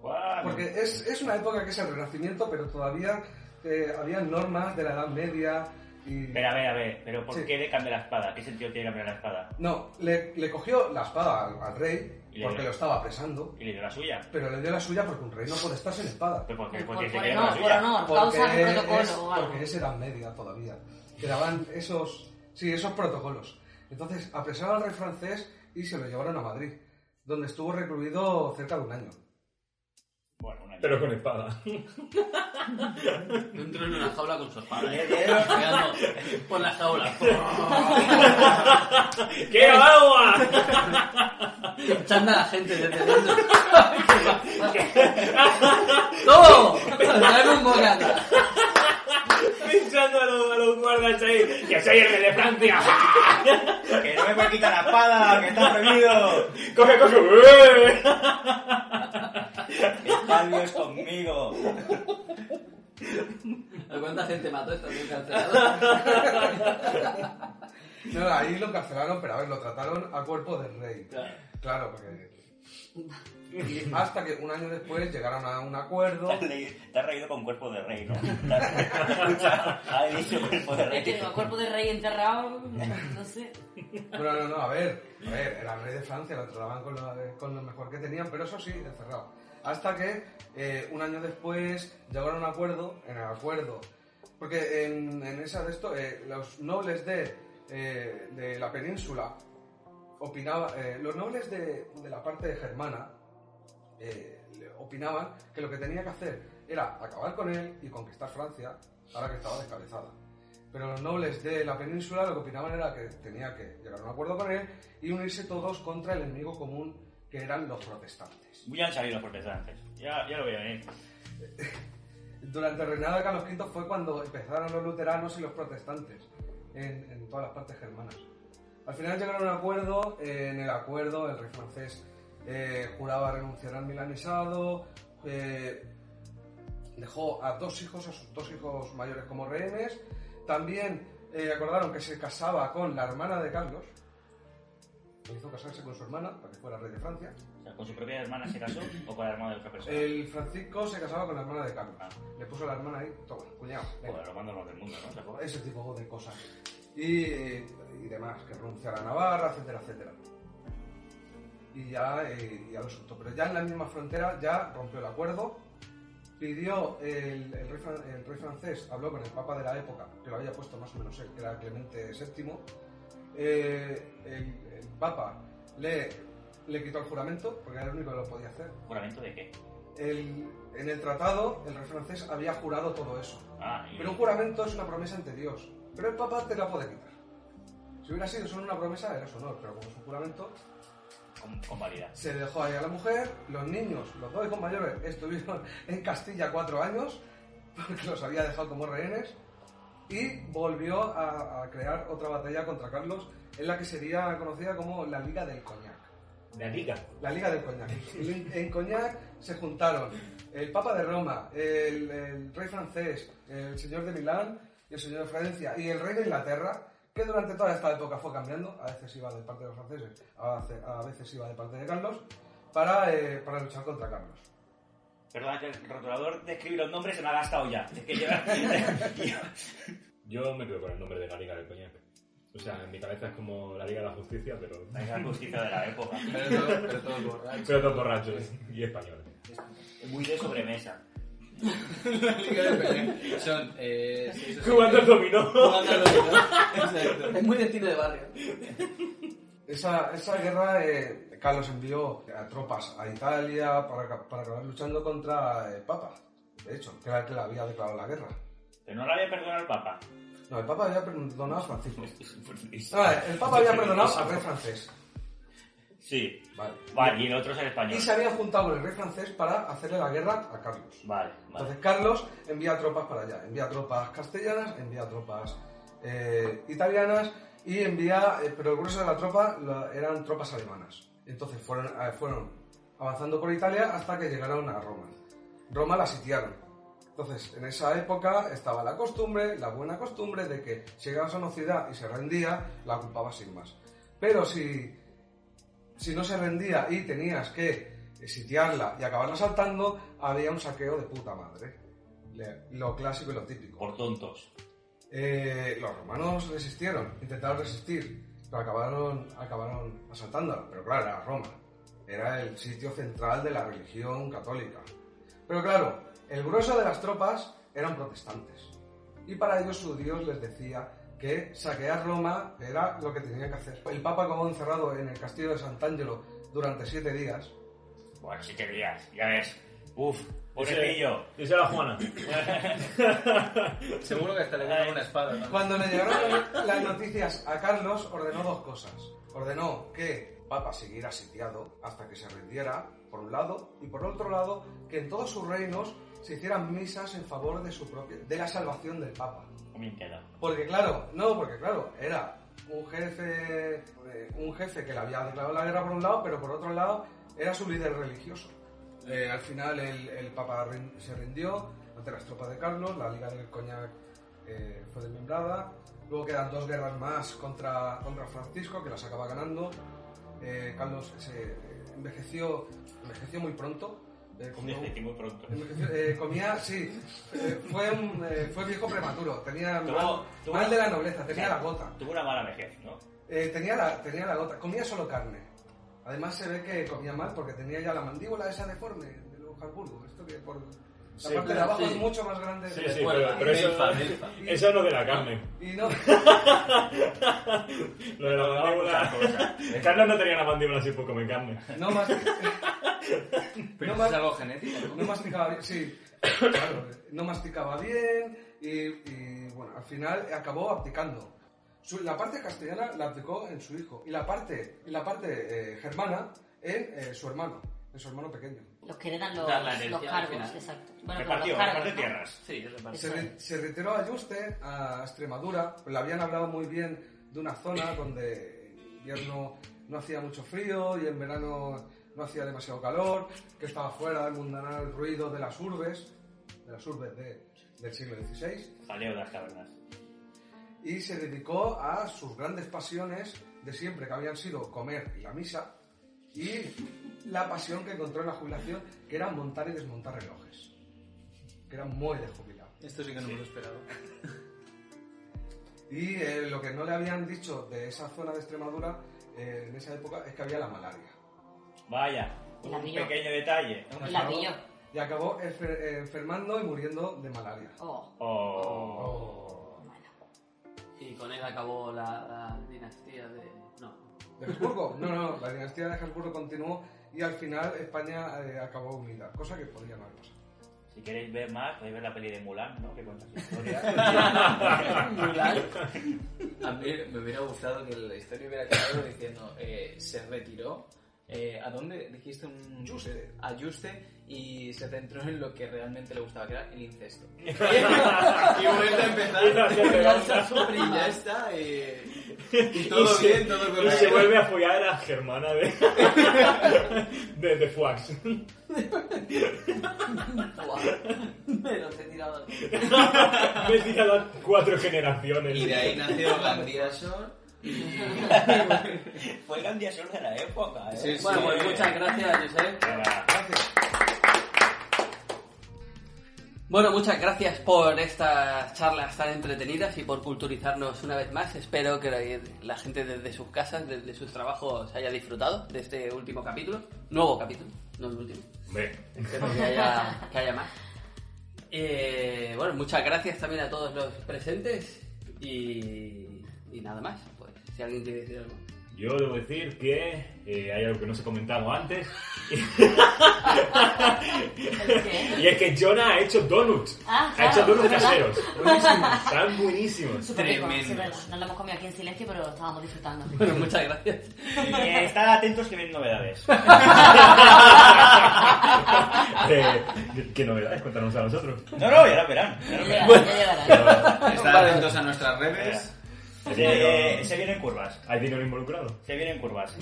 Speaker 4: Guau.
Speaker 5: Porque eh, es, es una época que es el Renacimiento, pero todavía eh, había normas de la Edad Media y-
Speaker 4: Pero a ver, a ver, pero ¿por
Speaker 5: Sí.
Speaker 4: qué le cambia la espada? ¿Qué sentido tiene cambiar la espada?
Speaker 5: No, le, le cogió la espada al, al rey
Speaker 4: Y le
Speaker 5: porque
Speaker 4: dio.
Speaker 5: lo estaba apresando,
Speaker 4: Y le dio la suya.
Speaker 5: pero le dio la suya porque un rey no puede estar sin espada.
Speaker 4: Pero ¿Por qué?
Speaker 3: Por,
Speaker 4: Porque
Speaker 3: por-
Speaker 4: se
Speaker 3: Pues por
Speaker 4: queda con la
Speaker 3: honor, por
Speaker 4: suya.
Speaker 3: honor, causa
Speaker 5: Porque
Speaker 3: de
Speaker 5: es-
Speaker 3: protocolo o algo.
Speaker 5: Porque es edad media todavía. Quedaban esos, sí, esos protocolos. Entonces, apresaron al rey francés y se lo llevaron a Madrid, donde estuvo recluido cerca de un año.
Speaker 4: Bueno, una
Speaker 2: Pero con espada.
Speaker 1: Entró en una jaula con su espada. ¿eh?
Speaker 4: Pero-
Speaker 1: Pegando por la jaula.
Speaker 2: ¡Quiero agua!
Speaker 1: Pinchando a la gente desde dentro. ¡Todo! ¡Dame un bocado!
Speaker 2: Pinchando a los, a los guardas ahí. ¡Que soy el rey de Francia!
Speaker 4: ¡Que no me puede quitar la espada! ¡Que está prohibido!
Speaker 2: ¡Coge, coge! ¡Ué!
Speaker 4: ¡Está Dios conmigo!
Speaker 1: ¿A ¿Cuánta gente mató esta encarcelada?
Speaker 5: No, ahí lo encarcelaron, pero a ver, lo trataron a cuerpo del rey.
Speaker 1: Claro.
Speaker 5: Claro, porque... y hasta que un año después llegaron a un acuerdo.
Speaker 4: Te has reído con cuerpo de rey, ¿no? Te has- Ha dicho cuerpo de
Speaker 3: Es que
Speaker 4: rey.
Speaker 3: el cuerpo de rey enterrado, no sé.
Speaker 5: Bueno, no, no, a ver, a ver, era el rey de Francia, lo trataban con lo, con lo mejor que tenían, pero eso sí, encerrado. Hasta que eh, un año después llegaron a un acuerdo, en el acuerdo, porque en, en esa de esto, eh, los nobles de, eh, de la península opinaban, eh, los nobles de, de la parte germana eh, le- opinaban que lo que tenía que hacer era acabar con él y conquistar Francia, ahora que estaba descabezada. Pero los nobles de la península lo que opinaban era que tenía que llegar a un acuerdo con él y unirse todos contra el enemigo común que eran los protestantes.
Speaker 4: Ya han salido los protestantes. Ya, ya lo voy a venir.
Speaker 5: Durante el reinado de Carlos V fue cuando empezaron los luteranos y los protestantes en, en todas las partes germanas. Al final llegaron a un acuerdo, eh, en el acuerdo el rey francés eh, juraba renunciar al milanesado, eh, dejó a dos hijos, a sus dos hijos mayores como rehenes, también eh, acordaron que se casaba con la hermana de Carlos, lo hizo casarse con su hermana para que fuera rey de Francia,
Speaker 4: O sea, ¿Con su propia hermana se casó o con la hermana de otra persona?
Speaker 5: el Francisco se casaba con la hermana de Carlos,
Speaker 4: Ah.
Speaker 5: le puso la hermana ahí, toma, cuñado, venga.
Speaker 4: Joder, lo mando los del mundo, ¿no? Tampoco.
Speaker 5: ese tipo de cosas y, y demás, que renunciar a Navarra, etcétera, etcétera. Y ya, eh, ya lo soltó. Pero ya en la misma frontera ya rompió el acuerdo, pidió el, el rey, fran- el rey francés, habló con el papa de la época, que lo había puesto más o menos él, que era Clemente VII. eh, el, el papa le, le quitó el juramento, porque era el único que lo podía hacer.
Speaker 4: ¿Juramento de qué?
Speaker 5: El- en el tratado, el rey francés había jurado todo eso.
Speaker 4: Ah, y...
Speaker 5: Pero un juramento es una promesa ante Dios. Pero el Papa te la puede quitar. Si hubiera sido solo una promesa, era su honor, pero como es un juramento,
Speaker 4: Con, con validad.
Speaker 5: se dejó ahí a la mujer, los niños, los dos hijos mayores, estuvieron en Castilla cuatro años, porque los había dejado como rehenes, y volvió a, a crear otra batalla contra Carlos, en la que sería conocida como la Liga del Coñac.
Speaker 2: La liga.
Speaker 5: La Liga del Coñac. En, en Coñac se juntaron el Papa de Roma, el, el rey francés, el señor de Milán y el señor de Francia y el rey de Inglaterra, que durante toda esta época fue cambiando, a veces iba de parte de los franceses, a veces, a veces iba de parte de Carlos, para, eh, para luchar contra Carlos.
Speaker 4: Perdona que el rotulador de escribir los nombres se me ha gastado ya. Es que lleva...
Speaker 2: Yo me quedo con el nombre de la liga del coñac. O sea, en mi cabeza es como la liga de la justicia, pero...
Speaker 4: Es la justicia de la época.
Speaker 1: Pero todo, pero todo borracho.
Speaker 2: Pero todos borrachos y españoles.
Speaker 4: Muy de sobremesa.
Speaker 6: La Liga del Peña. Son, eh, sí, eso sí.
Speaker 2: Jugando al dominó.
Speaker 6: Jugando al dominó. Exacto.
Speaker 1: Es muy de cine de barrio.
Speaker 5: Esa, esa guerra, eh, Carlos envió a tropas a Italia para, ca- para acabar luchando contra eh, el Papa, de hecho, que era el que le había declarado la guerra.
Speaker 4: Pero no la había perdonado el papa.
Speaker 5: No, el Papa había perdonado a Francisco. Ah, el Papa había perdonado al rey francés.
Speaker 4: Sí.
Speaker 5: Vale.
Speaker 4: Vale, y el otro es el español.
Speaker 5: Y se habían juntado con el rey francés para hacerle la guerra a Carlos.
Speaker 4: Vale, vale.
Speaker 5: Entonces Carlos envía tropas para allá, envía tropas castellanas, envía tropas eh, italianas y envía, eh, pero el grueso de la tropa la- eran tropas alemanas. Entonces fueron, eh, fueron avanzando por Italia hasta que llegaron a Roma. Roma la sitiaron. Entonces en esa época estaba la costumbre, la buena costumbre de que si llegabas a una ciudad y se rendía, la ocupabas sin más. Pero si si no se rendía y tenías que sitiarla y acabarla saltando, había un saqueo de puta madre. Le- Lo clásico y lo típico.
Speaker 4: Por tontos.
Speaker 5: Eh, los romanos resistieron, intentaron resistir, pero acabaron, acabaron asaltándola. Pero claro, era Roma. Era el sitio central de la religión católica. Pero claro, el grueso de las tropas eran protestantes. Y para ellos su Dios les decía que saquear Roma era lo que tenían que hacer. El Papa acabó encerrado en el castillo de Sant'Angelo durante siete días.
Speaker 4: Bueno, siete días, ya ves. Uf, pobrecillo.
Speaker 2: Dice dice la Juana.
Speaker 6: Seguro que hasta le dieron una espada. ¿no?
Speaker 5: Cuando le llegaron las noticias a Carlos, ordenó dos cosas. Ordenó que Papa siguiera sitiado hasta que se rindiera, por un lado, y por otro lado, que en todos sus reinos se hicieran misas en favor de, su propia, de la salvación del Papa.
Speaker 4: Me entero.
Speaker 5: Porque claro, no, porque claro, era un jefe, eh, un jefe que le había declarado la guerra por un lado, pero por otro lado era su líder religioso. Eh, al final el, el Papa rin- se rindió ante las tropas de Carlos, la Liga del Coñac eh, fue desmembrada, luego quedan dos guerras más contra, contra Francisco, que las acaba ganando. Eh, Carlos se eh, envejeció, envejeció muy pronto. eh, como-
Speaker 4: Desde este muy pronto.
Speaker 5: Envejeció- eh, comía, sí. eh, fue, un, eh, fue viejo prematuro. Tenía
Speaker 4: Tuvo-
Speaker 5: mal,
Speaker 4: tuvo-
Speaker 5: mal de la nobleza, tenía
Speaker 4: Sí.
Speaker 5: la gota.
Speaker 4: Tuvo una mala vejez, ¿no?
Speaker 5: Eh, tenía, la, tenía la gota. Comía solo carne. Además se ve que comía mal porque tenía ya la mandíbula esa deforme de los Habsburgo. Esto que por la
Speaker 2: Sí,
Speaker 5: parte de
Speaker 2: claro,
Speaker 5: abajo
Speaker 1: sí.
Speaker 5: es mucho más grande.
Speaker 2: Sí,
Speaker 5: que-
Speaker 2: sí, pero, pero eso,
Speaker 1: eh,
Speaker 2: eso es lo de la Carmen.
Speaker 5: Y no,
Speaker 2: Lo de la
Speaker 4: No, muchas
Speaker 2: mandíbula. Carlos no tenía la mandíbula así por comer carne.
Speaker 5: no, mas- no
Speaker 6: Pero eso es
Speaker 5: mas-
Speaker 6: algo genético. ¿no?
Speaker 5: no masticaba bien. Sí, claro, no masticaba bien. Y, y, bueno, al final acabó abdicando. Su- la parte castellana la abdicó en su hijo. Y la parte, y la parte eh, germana en eh, su hermano, en su hermano pequeño.
Speaker 3: Los que heredan los,
Speaker 1: Dar la
Speaker 3: los
Speaker 1: herencia al
Speaker 3: cargos,
Speaker 1: final.
Speaker 3: exacto. Bueno, claro,
Speaker 4: repartió,
Speaker 3: los cargos,
Speaker 4: repartió
Speaker 3: ¿no?
Speaker 4: tierras.
Speaker 1: Sí, es verdad.
Speaker 5: Se, re-
Speaker 3: Eso
Speaker 5: se retiró a Yuste a Extremadura, pues le habían hablado muy bien de una zona donde en invierno no hacía mucho frío y en verano no hacía demasiado calor, que estaba fuera del mundanal ruido de las urbes, de las urbes de- del siglo XVI,
Speaker 4: Jaleo de las cavernas.
Speaker 5: y se dedicó a sus grandes pasiones de siempre, que habían sido comer y la misa, y la pasión que encontró en la jubilación, que era montar y desmontar relojes, que era muy de jubilado.
Speaker 6: Esto sí que no me lo esperaba.
Speaker 5: Y eh, lo que no le habían dicho de esa zona de Extremadura eh, en esa época es que había la malaria.
Speaker 4: Vaya,
Speaker 3: La
Speaker 4: un
Speaker 3: pilló.
Speaker 4: pequeño detalle.
Speaker 3: Y la pilló.
Speaker 5: Y acabó enfer- eh, enfermando y muriendo de malaria.
Speaker 3: Oh,
Speaker 4: Oh.
Speaker 3: bueno.
Speaker 1: Y con él acabó la, la dinastía de. No.
Speaker 5: ¿De Habsburgo? No, no, la dinastía de Habsburgo continuó y al final España eh, acabó unida, cosa que podría no haber pasado.
Speaker 4: Si queréis ver más, podéis ver la peli de Mulan, ¿no? Que cuenta su historia.
Speaker 1: Mulan.
Speaker 6: A mí me hubiera gustado que la historia hubiera quedado diciendo, eh, se retiró, eh, ¿a dónde dijiste un
Speaker 5: Yuste.
Speaker 6: A Yuste y se centró en lo que realmente le gustaba, que era el incesto. y vuelve a empezar, lanza su prima y ya está, eh, y todo
Speaker 2: se-
Speaker 6: bien, todo
Speaker 2: Y se
Speaker 6: correcto.
Speaker 2: vuelve a follar a la germana de. de, de Fuax.
Speaker 1: Buah. Me los he tirado.
Speaker 2: Me he tirado cuatro generaciones.
Speaker 6: Y de ahí nació Gandía Sol.
Speaker 4: Fue el Gandía Sol de la época, ¿eh?
Speaker 6: Sí, sí.
Speaker 1: Bueno, pues muchas gracias, Josep.
Speaker 4: Venga.
Speaker 1: Bueno, muchas gracias por estas charlas tan entretenidas y por culturizarnos una vez más. Espero que la gente desde sus casas, desde sus trabajos, haya disfrutado de este último capítulo. Nuevo capítulo, no el último.
Speaker 2: Hombre,
Speaker 1: Espero que haya, que haya más. Eh, bueno, muchas gracias también a todos los presentes y, y nada más. Pues si alguien quiere decir algo.
Speaker 2: yo debo decir que eh, hay algo que no se ha comentado antes.
Speaker 3: ¿El qué?
Speaker 2: Y es que Jonah ha hecho donuts.
Speaker 3: Ah,
Speaker 2: ha hecho
Speaker 3: claro,
Speaker 2: donuts
Speaker 3: ¿verdad?
Speaker 2: caseros. Buenísimos. Están buenísimos.
Speaker 3: Súper rico,
Speaker 6: Tremendo.
Speaker 3: sí, verdad. Nos lo hemos comido aquí en silencio, pero lo estábamos disfrutando.
Speaker 1: Bueno, muchas gracias.
Speaker 4: Eh, estad atentos que vienen novedades.
Speaker 2: Eh, ¿Qué novedades? Cuéntanos a nosotros.
Speaker 4: No, no, ya la verán. ya
Speaker 3: Ya
Speaker 4: la verán.
Speaker 3: llegará, ya llegará.
Speaker 6: Estad atentos a nuestras redes.
Speaker 4: Se, se vienen curvas.
Speaker 2: ¿Hay dinero involucrado?
Speaker 4: Se vienen curvas.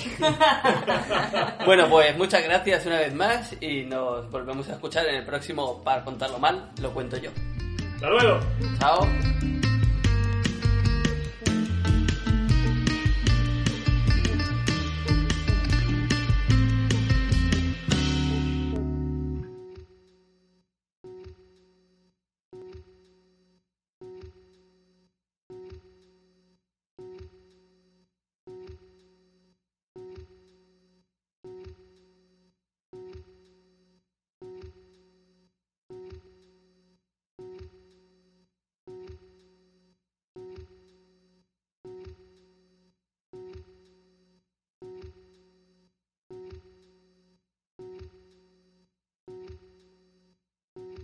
Speaker 1: Bueno, pues muchas gracias una vez más y nos volvemos a escuchar en el próximo para contarlo mal, lo cuento yo.
Speaker 2: ¡Hasta luego!
Speaker 1: Chao.